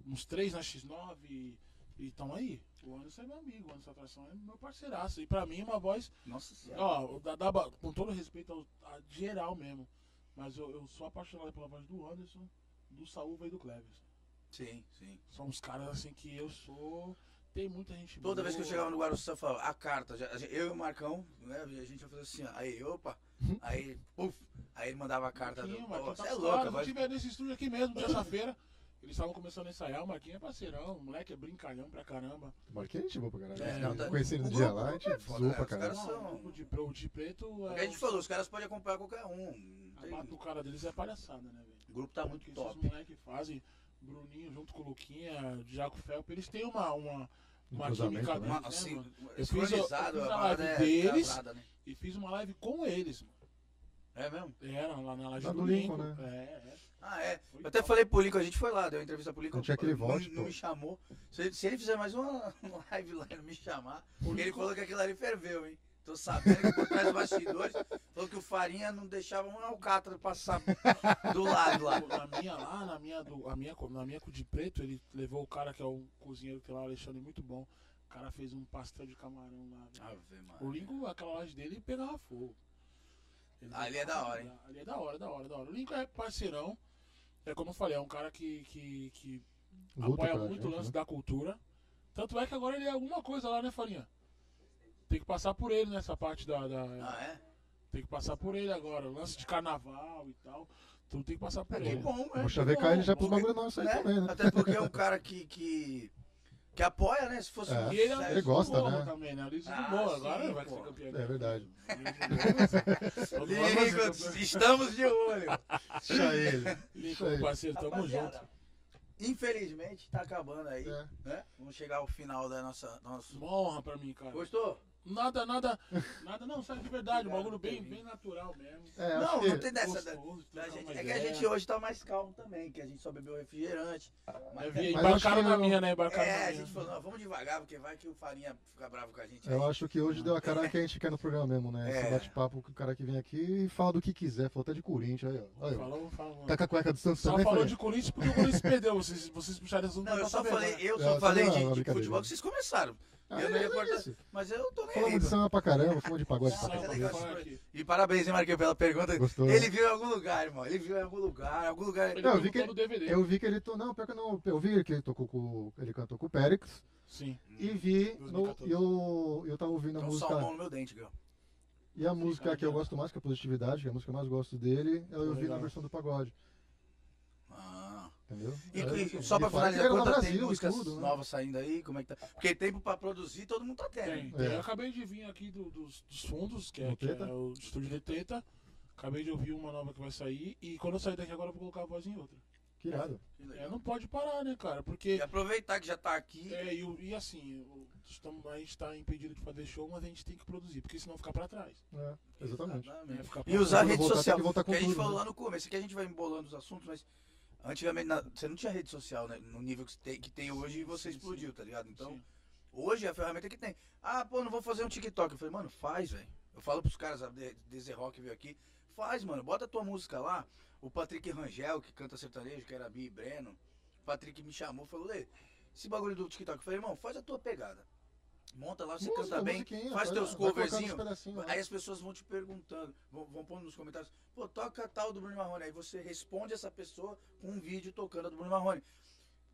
Speaker 3: uns três na X9 e estão aí. O Anderson é meu amigo, o Anderson Atração é meu parceiraço. E pra mim, é uma voz,
Speaker 2: Nossa senhora.
Speaker 3: ó, o da, da, com todo respeito ao, a geral mesmo, mas eu, eu sou apaixonado pela voz do Anderson, do Saúva e do Cleves.
Speaker 2: Sim, sim.
Speaker 3: São uns caras assim que eu sou. Tem muita gente
Speaker 2: Toda
Speaker 3: boa.
Speaker 2: vez que eu chegava no Guaruçá, eu falava, a carta, já- a gente- eu e o Marcão, né? A gente ia fazer assim, ó, aí, opa, aí, puf, aí ele mandava a carta do.
Speaker 3: Marquinho,
Speaker 2: Pô,
Speaker 3: Marquinho
Speaker 2: Você
Speaker 3: tá
Speaker 2: é
Speaker 3: com
Speaker 2: louca,
Speaker 3: caras, eu
Speaker 2: vai.
Speaker 3: tive nesse estúdio aqui mesmo, terça-feira. Eles estavam começando a ensaiar, o Marquinho é parceirão, o moleque é brincalhão pra caramba.
Speaker 1: Marquinhos é gente boa pra caralho.
Speaker 3: É,
Speaker 1: Eu
Speaker 2: não, tá-
Speaker 1: Conheci ele
Speaker 2: o
Speaker 1: no dia
Speaker 2: grupo-
Speaker 1: lá, a
Speaker 2: o
Speaker 1: gente
Speaker 2: grupo é foda,
Speaker 1: zoou
Speaker 2: né?
Speaker 1: pra
Speaker 2: Os
Speaker 1: caralho.
Speaker 2: caras-
Speaker 3: Não, o grupo de, pre- o de preto
Speaker 2: É o
Speaker 3: é.
Speaker 2: que a gente
Speaker 3: os-
Speaker 2: falou, os caras podem acompanhar qualquer um. não
Speaker 3: A
Speaker 2: tem-
Speaker 3: batucada deles é palhaçada, né, velho?
Speaker 2: O grupo tá muito
Speaker 3: Porque
Speaker 2: top.
Speaker 3: Esses moleques fazem, Bruninho junto com o Luquinha, Jaco Felp, eles têm uma. uma uma
Speaker 1: Entrosamento,
Speaker 3: química
Speaker 1: né?
Speaker 2: Uma,
Speaker 3: deles, né,
Speaker 2: assim,
Speaker 3: mano?
Speaker 2: eu
Speaker 3: Eu
Speaker 2: fiz,
Speaker 3: fiz o- eu
Speaker 2: a
Speaker 3: fiz a
Speaker 2: parada
Speaker 3: live
Speaker 2: é
Speaker 3: deles.
Speaker 2: casada, né?
Speaker 3: E fiz uma live com eles, mano.
Speaker 2: É mesmo?
Speaker 3: Era lá na laje
Speaker 1: Lá
Speaker 3: do
Speaker 1: do Lincoln,
Speaker 3: Lincoln. É, é.
Speaker 2: Ah, é.
Speaker 3: Foi
Speaker 2: Eu até
Speaker 3: top.
Speaker 2: falei pro Lincoln, a gente foi lá, deu entrevista pro Lincoln.
Speaker 1: Não tinha aquele
Speaker 2: não-
Speaker 1: é volte,
Speaker 2: não
Speaker 1: pô.
Speaker 2: me chamou. Se ele, se ele fizer mais uma [LAUGHS] uma live lá e não me chamar, porque ele falou que aquilo ali ferveu, hein? Tô sabendo que por trás dos bastidores, falou que o Farinha não deixava uma alcatra passar do lado lá.
Speaker 3: Pô, tipo, Na minha lá, na minha, do, a minha, co- na minha cu de preto, ele levou o cara que é o cozinheiro que tem lá, o Alexandre, muito bom. O cara fez um pastel de camarão lá. velho.
Speaker 2: Ave,
Speaker 3: O
Speaker 2: mano.
Speaker 3: Lincoln, aquela loja dele, pegava fogo. Ele
Speaker 2: Ali é da hora, hein?
Speaker 3: Ali é da hora, da hora, da hora. O Lincoln é parceirão. É como eu falei, é um cara que, que, que
Speaker 1: Luta
Speaker 3: apoia
Speaker 1: pela
Speaker 3: muito o
Speaker 1: gente,
Speaker 3: lance
Speaker 1: né?
Speaker 3: da cultura. Tanto é que agora ele é alguma coisa lá, né, Farinha? Tem que passar por ele nessa parte da. da-
Speaker 2: Ah, é?
Speaker 3: Tem que passar por ele agora. O lance de carnaval e tal. Tudo tem que passar por
Speaker 2: Ah,
Speaker 1: É,
Speaker 2: que
Speaker 3: ele.
Speaker 2: bom, velho.
Speaker 1: Vou chavecar ele já pros
Speaker 2: Porque-
Speaker 1: bagulho nosso aí
Speaker 2: né?
Speaker 1: também,
Speaker 2: [LAUGHS]
Speaker 1: né?
Speaker 2: Até porque é um cara que, que, que apoia, né? Se fosse
Speaker 1: É.
Speaker 2: um
Speaker 3: E ele é um
Speaker 2: sério-
Speaker 1: Ele gosta,
Speaker 3: Lisboa
Speaker 1: né?
Speaker 3: também, né? O Lisboa
Speaker 2: Ah,
Speaker 3: boa,
Speaker 2: sim,
Speaker 3: agora vai
Speaker 2: pô.
Speaker 3: ser campeão.
Speaker 1: É verdade.
Speaker 2: Lincoln, estamos de olho.
Speaker 1: Deixa ele. Isso
Speaker 3: Lincoln,
Speaker 1: aí.
Speaker 3: parceiro, tamo junto.
Speaker 2: Rapaziada, Infelizmente, tá acabando aí,
Speaker 1: É.
Speaker 2: né? Vamos chegar ao final da nossa... Nosso...
Speaker 3: Uma honra pra mim, cara.
Speaker 2: Gostou?
Speaker 3: Nada, nada, nada, não, sério, de verdade, um
Speaker 2: Obrigado,
Speaker 3: bagulho bem,
Speaker 2: Kevin.
Speaker 3: bem natural mesmo.
Speaker 1: É, acho
Speaker 2: não,
Speaker 1: que-
Speaker 2: não tem dessa... da-
Speaker 3: Gostoso,
Speaker 2: da
Speaker 3: trocar
Speaker 2: gente-
Speaker 3: uma
Speaker 2: é que a
Speaker 3: ideia.
Speaker 2: gente hoje tá mais calmo também, que a gente só bebeu refrigerante.
Speaker 3: Eu
Speaker 1: Mas
Speaker 3: vi, embarcaram
Speaker 1: acho que
Speaker 3: na
Speaker 1: eu-
Speaker 3: minha, né? Embarcaram
Speaker 2: É, a
Speaker 3: na minha.
Speaker 2: gente falou, não, vamos devagar, porque vai que o Farinha fica bravo com a gente.
Speaker 1: Eu
Speaker 2: aí.
Speaker 1: acho que hoje deu a cara que a gente quer no programa mesmo, né? Esse
Speaker 2: É.
Speaker 1: bate-papo que o cara que vem aqui e fala do que quiser, falou até de Corinthians, aí, ó. Aí, ó.
Speaker 3: Falou, falou.
Speaker 1: Tá com a cueca do Santos
Speaker 3: Só
Speaker 1: também,
Speaker 3: falou
Speaker 1: Fred?
Speaker 3: de Corinthians porque o Corinthians perdeu. Vocês, vocês puxaram esse assunto
Speaker 2: Não,
Speaker 3: pra
Speaker 2: eu
Speaker 1: tá
Speaker 2: só
Speaker 3: passar
Speaker 2: falei,
Speaker 3: vergonha.
Speaker 2: eu
Speaker 1: Não,
Speaker 2: só
Speaker 1: só
Speaker 2: falei
Speaker 1: É, não,
Speaker 2: de-
Speaker 1: não,
Speaker 2: de,
Speaker 1: brincadeira.
Speaker 2: futebol que vocês começaram.
Speaker 1: Ah,
Speaker 2: eu não
Speaker 1: é,
Speaker 2: ia
Speaker 1: é
Speaker 2: cortar,
Speaker 1: isso.
Speaker 2: mas eu tô nem
Speaker 1: Falamos
Speaker 2: aí.
Speaker 1: de samba pra caramba, falamos de pagode
Speaker 3: Samba,
Speaker 1: pra
Speaker 2: mas é
Speaker 1: caramba.
Speaker 2: legal
Speaker 3: funk.
Speaker 2: esse E parabéns, hein, Marquinhos, pela pergunta.
Speaker 1: Gostou, né?
Speaker 2: Ele viu em algum lugar, irmão. Ele viu em algum lugar, algum lugar.
Speaker 3: Ele
Speaker 1: Não, eu vi
Speaker 3: perguntou
Speaker 1: que-
Speaker 3: no DVD.
Speaker 1: Eu vi que ele to... Não, pior que eu não. Eu vi que ele tocou com. Ele cantou com o Périx.
Speaker 3: Sim.
Speaker 1: E vi. No...
Speaker 3: 2014.
Speaker 1: Eu... eu tava ouvindo a
Speaker 2: Tem um
Speaker 1: música.
Speaker 2: salmão no meu dente, Gão.
Speaker 1: E a música
Speaker 2: né?
Speaker 1: que eu gosto mais, que é a positividade, que é a música que eu mais gosto dele, eu
Speaker 2: Tá
Speaker 1: ouvi
Speaker 3: legal.
Speaker 1: na versão do pagode.
Speaker 2: Ah.
Speaker 1: Entendeu?
Speaker 2: E,
Speaker 1: É,
Speaker 2: e
Speaker 1: isso.
Speaker 2: só pra
Speaker 1: Ele fala que
Speaker 2: finalizar,
Speaker 1: era no
Speaker 2: quanto tem
Speaker 1: Brasil e
Speaker 2: músicas
Speaker 1: tudo, né?
Speaker 2: novas saindo aí? Como é que tá? Porque tempo pra produzir todo mundo tá tendo.
Speaker 3: Tem,
Speaker 2: hein?
Speaker 3: tem.
Speaker 1: É.
Speaker 3: Eu acabei de vir aqui do- dos, dos fundos, que é,
Speaker 1: Do
Speaker 3: que é
Speaker 1: Teta?
Speaker 3: o estúdio de Teta. Acabei de ouvir uma nova que vai sair. E quando eu sair daqui agora, eu vou colocar a voz em outra.
Speaker 1: Que irado.
Speaker 2: Que
Speaker 3: É,
Speaker 2: legal.
Speaker 3: não pode parar, né, cara?
Speaker 2: E
Speaker 3: Porque.
Speaker 2: aproveitar que já tá aqui.
Speaker 3: É, e, o- e assim, o- estamos, a gente tá impedido de fazer show, mas a gente tem que produzir, porque senão fica pra trás.
Speaker 1: É, exatamente.
Speaker 3: né? Fica pra
Speaker 2: E usar a
Speaker 1: Quando
Speaker 2: rede
Speaker 1: voltar, tem
Speaker 2: social.
Speaker 1: que voltar com
Speaker 2: Porque a gente
Speaker 1: tudo,
Speaker 2: falou
Speaker 1: né?
Speaker 2: lá no começo, aqui a gente vai embolando os assuntos, mas antigamente na- você não tinha rede social né, no nível que tem, que tem hoje e você
Speaker 3: sim,
Speaker 2: explodiu, tá ligado? Então,
Speaker 3: Sim.
Speaker 2: hoje é a ferramenta que tem. Ah, pô, não vou fazer um TikTok. Eu falei, mano, faz, velho. Eu falo pros caras, "Ah, a D- DZ Rock veio aqui, faz, mano, bota a tua música lá. O Patrick Rangel, que canta sertanejo, que era Mi e Breno, o Patrick me chamou, falou, Lê, esse bagulho do TikTok. Eu falei, irmão, faz a tua pegada. Monta lá, você canta bem,
Speaker 1: musiquinha,
Speaker 2: faz teus
Speaker 1: vai colocando uns
Speaker 2: coverzinhos.
Speaker 1: pedacinhos né? lá.
Speaker 2: Aí é as pessoas vão te perguntando, vão, vão pondo nos comentários, pô, toca tal do Bruno Marrone. Aí você responde essa pessoa com um vídeo tocando a do Bruno Marrone.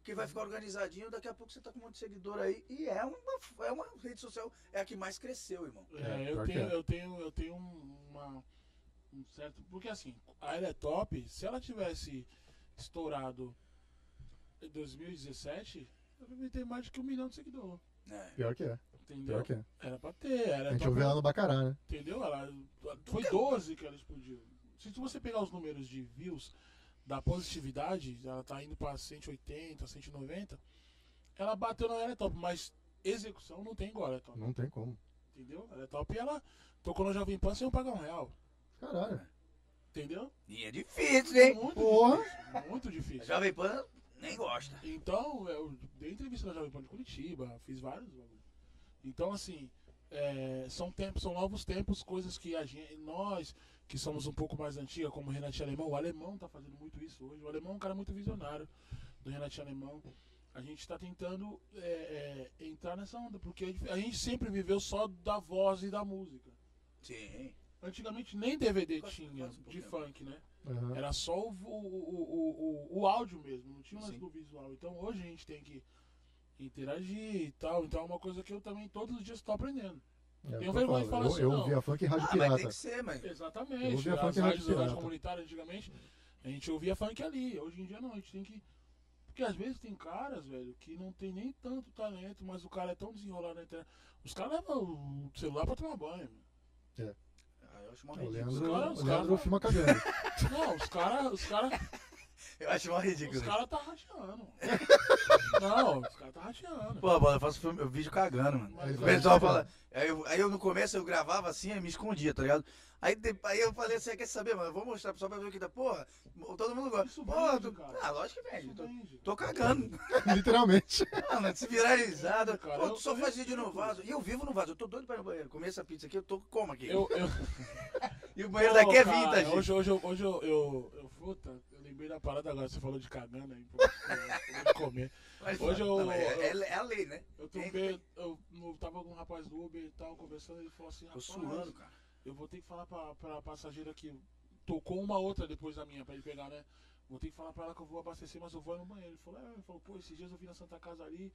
Speaker 2: Que vai ficar organizadinho, daqui a pouco você tá com um monte de seguidor aí. E é uma, é uma rede social, é a que mais cresceu, irmão.
Speaker 3: É,
Speaker 1: É,
Speaker 3: eu
Speaker 1: pior que
Speaker 3: tenho,
Speaker 1: é.
Speaker 3: eu tenho, eu tenho um- uma, um certo. Porque assim, a ela é top, se ela tivesse estourado em 2017, ela devia ter mais de que um milhão de seguidores.
Speaker 2: É.
Speaker 1: Pior que é, pior
Speaker 3: Entendeu?
Speaker 1: que é.
Speaker 3: Era pra ter,
Speaker 1: A
Speaker 3: era
Speaker 1: gente
Speaker 3: pra
Speaker 2: então
Speaker 1: ouviu
Speaker 2: tá
Speaker 1: ela no Bacará, né?
Speaker 3: Entendeu? Ela, foi 12 que ela explodiu. Se tu- você pegar os números de views da positividade, ela tá indo pra 180, 190. Ela bateu na era top, mas execução não tem igual, ela é top.
Speaker 1: Não tem como.
Speaker 3: Entendeu? Ela é top e ela tocou no Jovem Pan sem eu pagar um real.
Speaker 1: Caralho.
Speaker 2: É.
Speaker 3: Entendeu?
Speaker 2: E é difícil, hein?
Speaker 3: Muito
Speaker 1: Porra.
Speaker 3: difícil. Muito
Speaker 2: A
Speaker 3: difícil.
Speaker 2: Jovem Pan nem gosta.
Speaker 3: Então, eu dei entrevista na Jovem Pan de Curitiba, fiz vários bagulho. Então, assim, é, são tempos, são novos tempos, coisas que a gente, nós, que somos um pouco mais antiga, como o Renatinho Alemão, o Alemão tá fazendo muito isso hoje. O Alemão é um cara muito visionário do Renatinho Alemão. A gente está tentando é, é, entrar nessa onda, porque a gente- a gente sempre viveu só da voz e da música.
Speaker 2: Sim.
Speaker 3: Antigamente nem DVD
Speaker 2: Quase-
Speaker 3: tinha
Speaker 2: quase um
Speaker 3: de
Speaker 2: pouquinho.
Speaker 3: funk, né?
Speaker 1: Aham.
Speaker 3: Era só o, o, o, o, o áudio mesmo, não tinha mais
Speaker 2: Sim.
Speaker 3: do visual. Então hoje a gente tem que interagir e tal. Então é uma coisa que eu também todos os dias estou aprendendo.
Speaker 1: É,
Speaker 3: Tenho
Speaker 1: tô
Speaker 3: vergonha de
Speaker 1: falando,
Speaker 3: falar
Speaker 1: eu-
Speaker 3: isso,
Speaker 1: Eu
Speaker 3: não.
Speaker 1: ouvi a funk e Rádio
Speaker 2: Ah, mas tem
Speaker 1: Pirata.
Speaker 2: que ser, mas.
Speaker 3: Exatamente.
Speaker 1: Eu ouvia
Speaker 3: As
Speaker 1: funk na
Speaker 3: rádios,
Speaker 1: rádio
Speaker 3: rádios
Speaker 1: pirata.
Speaker 3: comunitárias antigamente, a gente ouvia funk ali. Hoje em dia não, a gente tem que. Porque às vezes tem caras, velho, que não tem nem tanto talento, mas o cara é tão desenrolado na internet. Os caras levam o celular pra tomar banho, mano.
Speaker 2: Ah, eu acho mó
Speaker 1: O
Speaker 2: ridículo.
Speaker 1: Leandro,
Speaker 3: caras-
Speaker 1: o
Speaker 3: os
Speaker 1: Leandro
Speaker 3: caras-
Speaker 1: filma cagando.
Speaker 3: Não, os caras. Os
Speaker 2: [LAUGHS]
Speaker 3: caras
Speaker 2: Eu acho mó
Speaker 3: os
Speaker 2: ridículo.
Speaker 3: cara tá
Speaker 2: [LAUGHS]
Speaker 3: rateando. Não, os caras tá rateando.
Speaker 2: Pô, bola, eu faço filme, eu vídeo cagando, mano.
Speaker 1: Ele
Speaker 2: O
Speaker 1: vai-
Speaker 2: pessoal fala. Aí eu, aí eu, no começo eu gravava assim e me escondia, tá ligado? Aí, de- aí eu falei assim, quer saber, mano? Eu vou mostrar pro pessoal pra ver o que tá. Porra, todo mundo gosta.
Speaker 3: Isso
Speaker 2: Porra,
Speaker 3: vende,
Speaker 2: tu-
Speaker 3: cara.
Speaker 2: Ah, lógico que
Speaker 3: Isso
Speaker 2: vende. Tô,
Speaker 3: vende.
Speaker 2: tô cagando. [LAUGHS]
Speaker 1: [LAUGHS]
Speaker 2: Ah,
Speaker 1: Literalmente.
Speaker 2: Mano, se viralizado.
Speaker 3: Cara,
Speaker 2: Pô,
Speaker 3: eu-
Speaker 2: tu só
Speaker 3: eu
Speaker 2: faz
Speaker 3: respeito.
Speaker 2: vídeo no vaso. E eu vivo no vaso. Eu tô doido pra ir no banheiro. Comer essa pizza aqui, eu tô como aqui.
Speaker 3: Eu, eu,
Speaker 2: E o banheiro
Speaker 3: Pô,
Speaker 2: daqui é
Speaker 3: cara,
Speaker 2: vintage.
Speaker 3: Hoje, hoje, eu- hoje eu, eu, eu, puta, eu lembrei da parada agora, você falou de cagando aí, pô, eu vou comer.
Speaker 2: Mas,
Speaker 3: hoje eu-
Speaker 2: mas é, é- é a lei, né?
Speaker 3: Eu tombei, eu, eu tava com um rapaz do Uber e tal, conversando, ele falou assim,
Speaker 2: Tô
Speaker 3: rapaz,
Speaker 2: suando, cara. [LAUGHS]
Speaker 3: Eu vou ter que falar pra, pra passageira que tocou uma outra depois da minha pra ele pegar, né? Vou ter que falar pra ela que eu vou abastecer, mas eu vou no banheiro. Ele falou, é, ele falou, pô, esses dias eu vim na Santa Casa ali.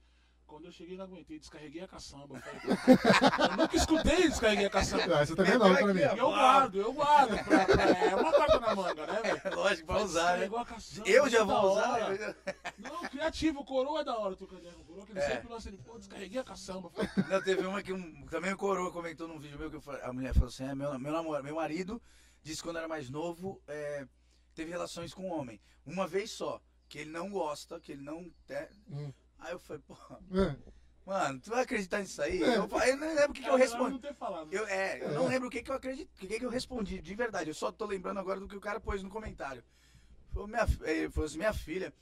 Speaker 3: Quando eu cheguei, não aguentei, descarreguei a caçamba. Eu, falei, "Pô, eu nunca escutei descarreguei a caçamba.
Speaker 1: Ah, Isso também é novo pra mim.
Speaker 3: E eu guardo, eu guardo. Pra, pra, é uma carta na manga, né, velho?
Speaker 2: É lógico, pra usar, né?
Speaker 3: Descarregou a caçamba, é
Speaker 2: Eu já
Speaker 3: da
Speaker 2: vou usar. né?
Speaker 3: hora.
Speaker 2: eu já-
Speaker 3: Não, criativo, o coroa é da hora trocando ideia com o coroa, que ele
Speaker 2: É.
Speaker 3: sempre lança ele, pô, descarreguei a caçamba. Eu falei,
Speaker 2: Não, teve uma que um, também um coroa comentou num vídeo meu que eu falei- a mulher falou assim: "É, meu, meu, namorado, meu marido disse que quando era mais novo é, teve relações com um homem. Uma vez só, que ele não gosta, que ele não. É.
Speaker 1: Hum.
Speaker 2: Aí eu falei, pô,
Speaker 1: É, mano,
Speaker 2: mano, tu vai acreditar nisso aí? Eu, fa- eu não lembro o que, que eu
Speaker 3: "Ah, melhor
Speaker 2: respondi.
Speaker 3: Não ter falado.
Speaker 2: Eu, é, eu não lembro o que, que eu acredito, o que, que eu respondi, de verdade. Eu só tô lembrando agora do que o cara pôs no comentário. Falou, minha, fi- ele falou assim, minha filha,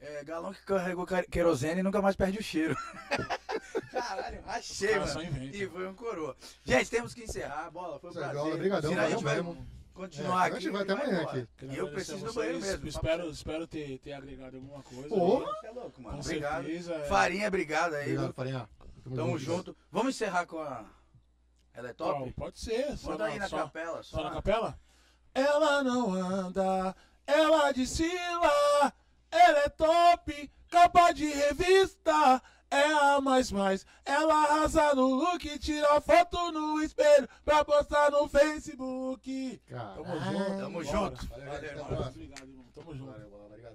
Speaker 2: é, galão que carregou care- querosene nunca mais perde o cheiro. [LAUGHS] Caralho, achei,
Speaker 3: Cara,
Speaker 2: mano.
Speaker 3: Ah, só inventa.
Speaker 2: E foi um coroa. Gente, temos que encerrar a bola. Foi um
Speaker 1: Zé
Speaker 2: prazer.
Speaker 1: Gola, é brigadão,
Speaker 2: Senão a gente
Speaker 1: valeu
Speaker 2: vai
Speaker 1: mesmo.
Speaker 2: continuar
Speaker 1: É,
Speaker 2: aqui.
Speaker 1: a gente vai até amanhã
Speaker 2: embora.
Speaker 1: aqui.
Speaker 3: Quero
Speaker 2: E eu
Speaker 3: agradecer
Speaker 2: preciso
Speaker 3: a
Speaker 2: do banheiro
Speaker 3: vocês,
Speaker 2: mesmo.
Speaker 3: Espero, espero ter, ter agregado alguma coisa.
Speaker 1: Ô,
Speaker 3: aí.
Speaker 2: Você é louco, mano.
Speaker 3: com
Speaker 2: Obrigado.
Speaker 3: certeza. é.
Speaker 2: Farinha, obrigado aí.
Speaker 1: Obrigado,
Speaker 2: viu?
Speaker 1: Farinha. Tamo,
Speaker 2: Tamo junto. Vamos encerrar com a... Ela é
Speaker 3: Qual?
Speaker 2: top?
Speaker 3: Pode ser. Só
Speaker 2: Manda aí na
Speaker 3: só-
Speaker 2: capela. Só
Speaker 3: Só na
Speaker 2: na-
Speaker 3: capela? Ela não anda, ela desfila, ela é top, capa de revista, é a mais mais. Ela arrasa no look, tira foto no espelho pra postar no Facebook.
Speaker 1: Caralho.
Speaker 3: Tamo junto.
Speaker 2: Tamo
Speaker 3: bora.
Speaker 2: junto.
Speaker 1: Valeu, gente. Até a
Speaker 2: irmão.
Speaker 1: próxima.
Speaker 3: Obrigado, irmão. Tamo junto.
Speaker 1: Valeu, Bola. Obrigado.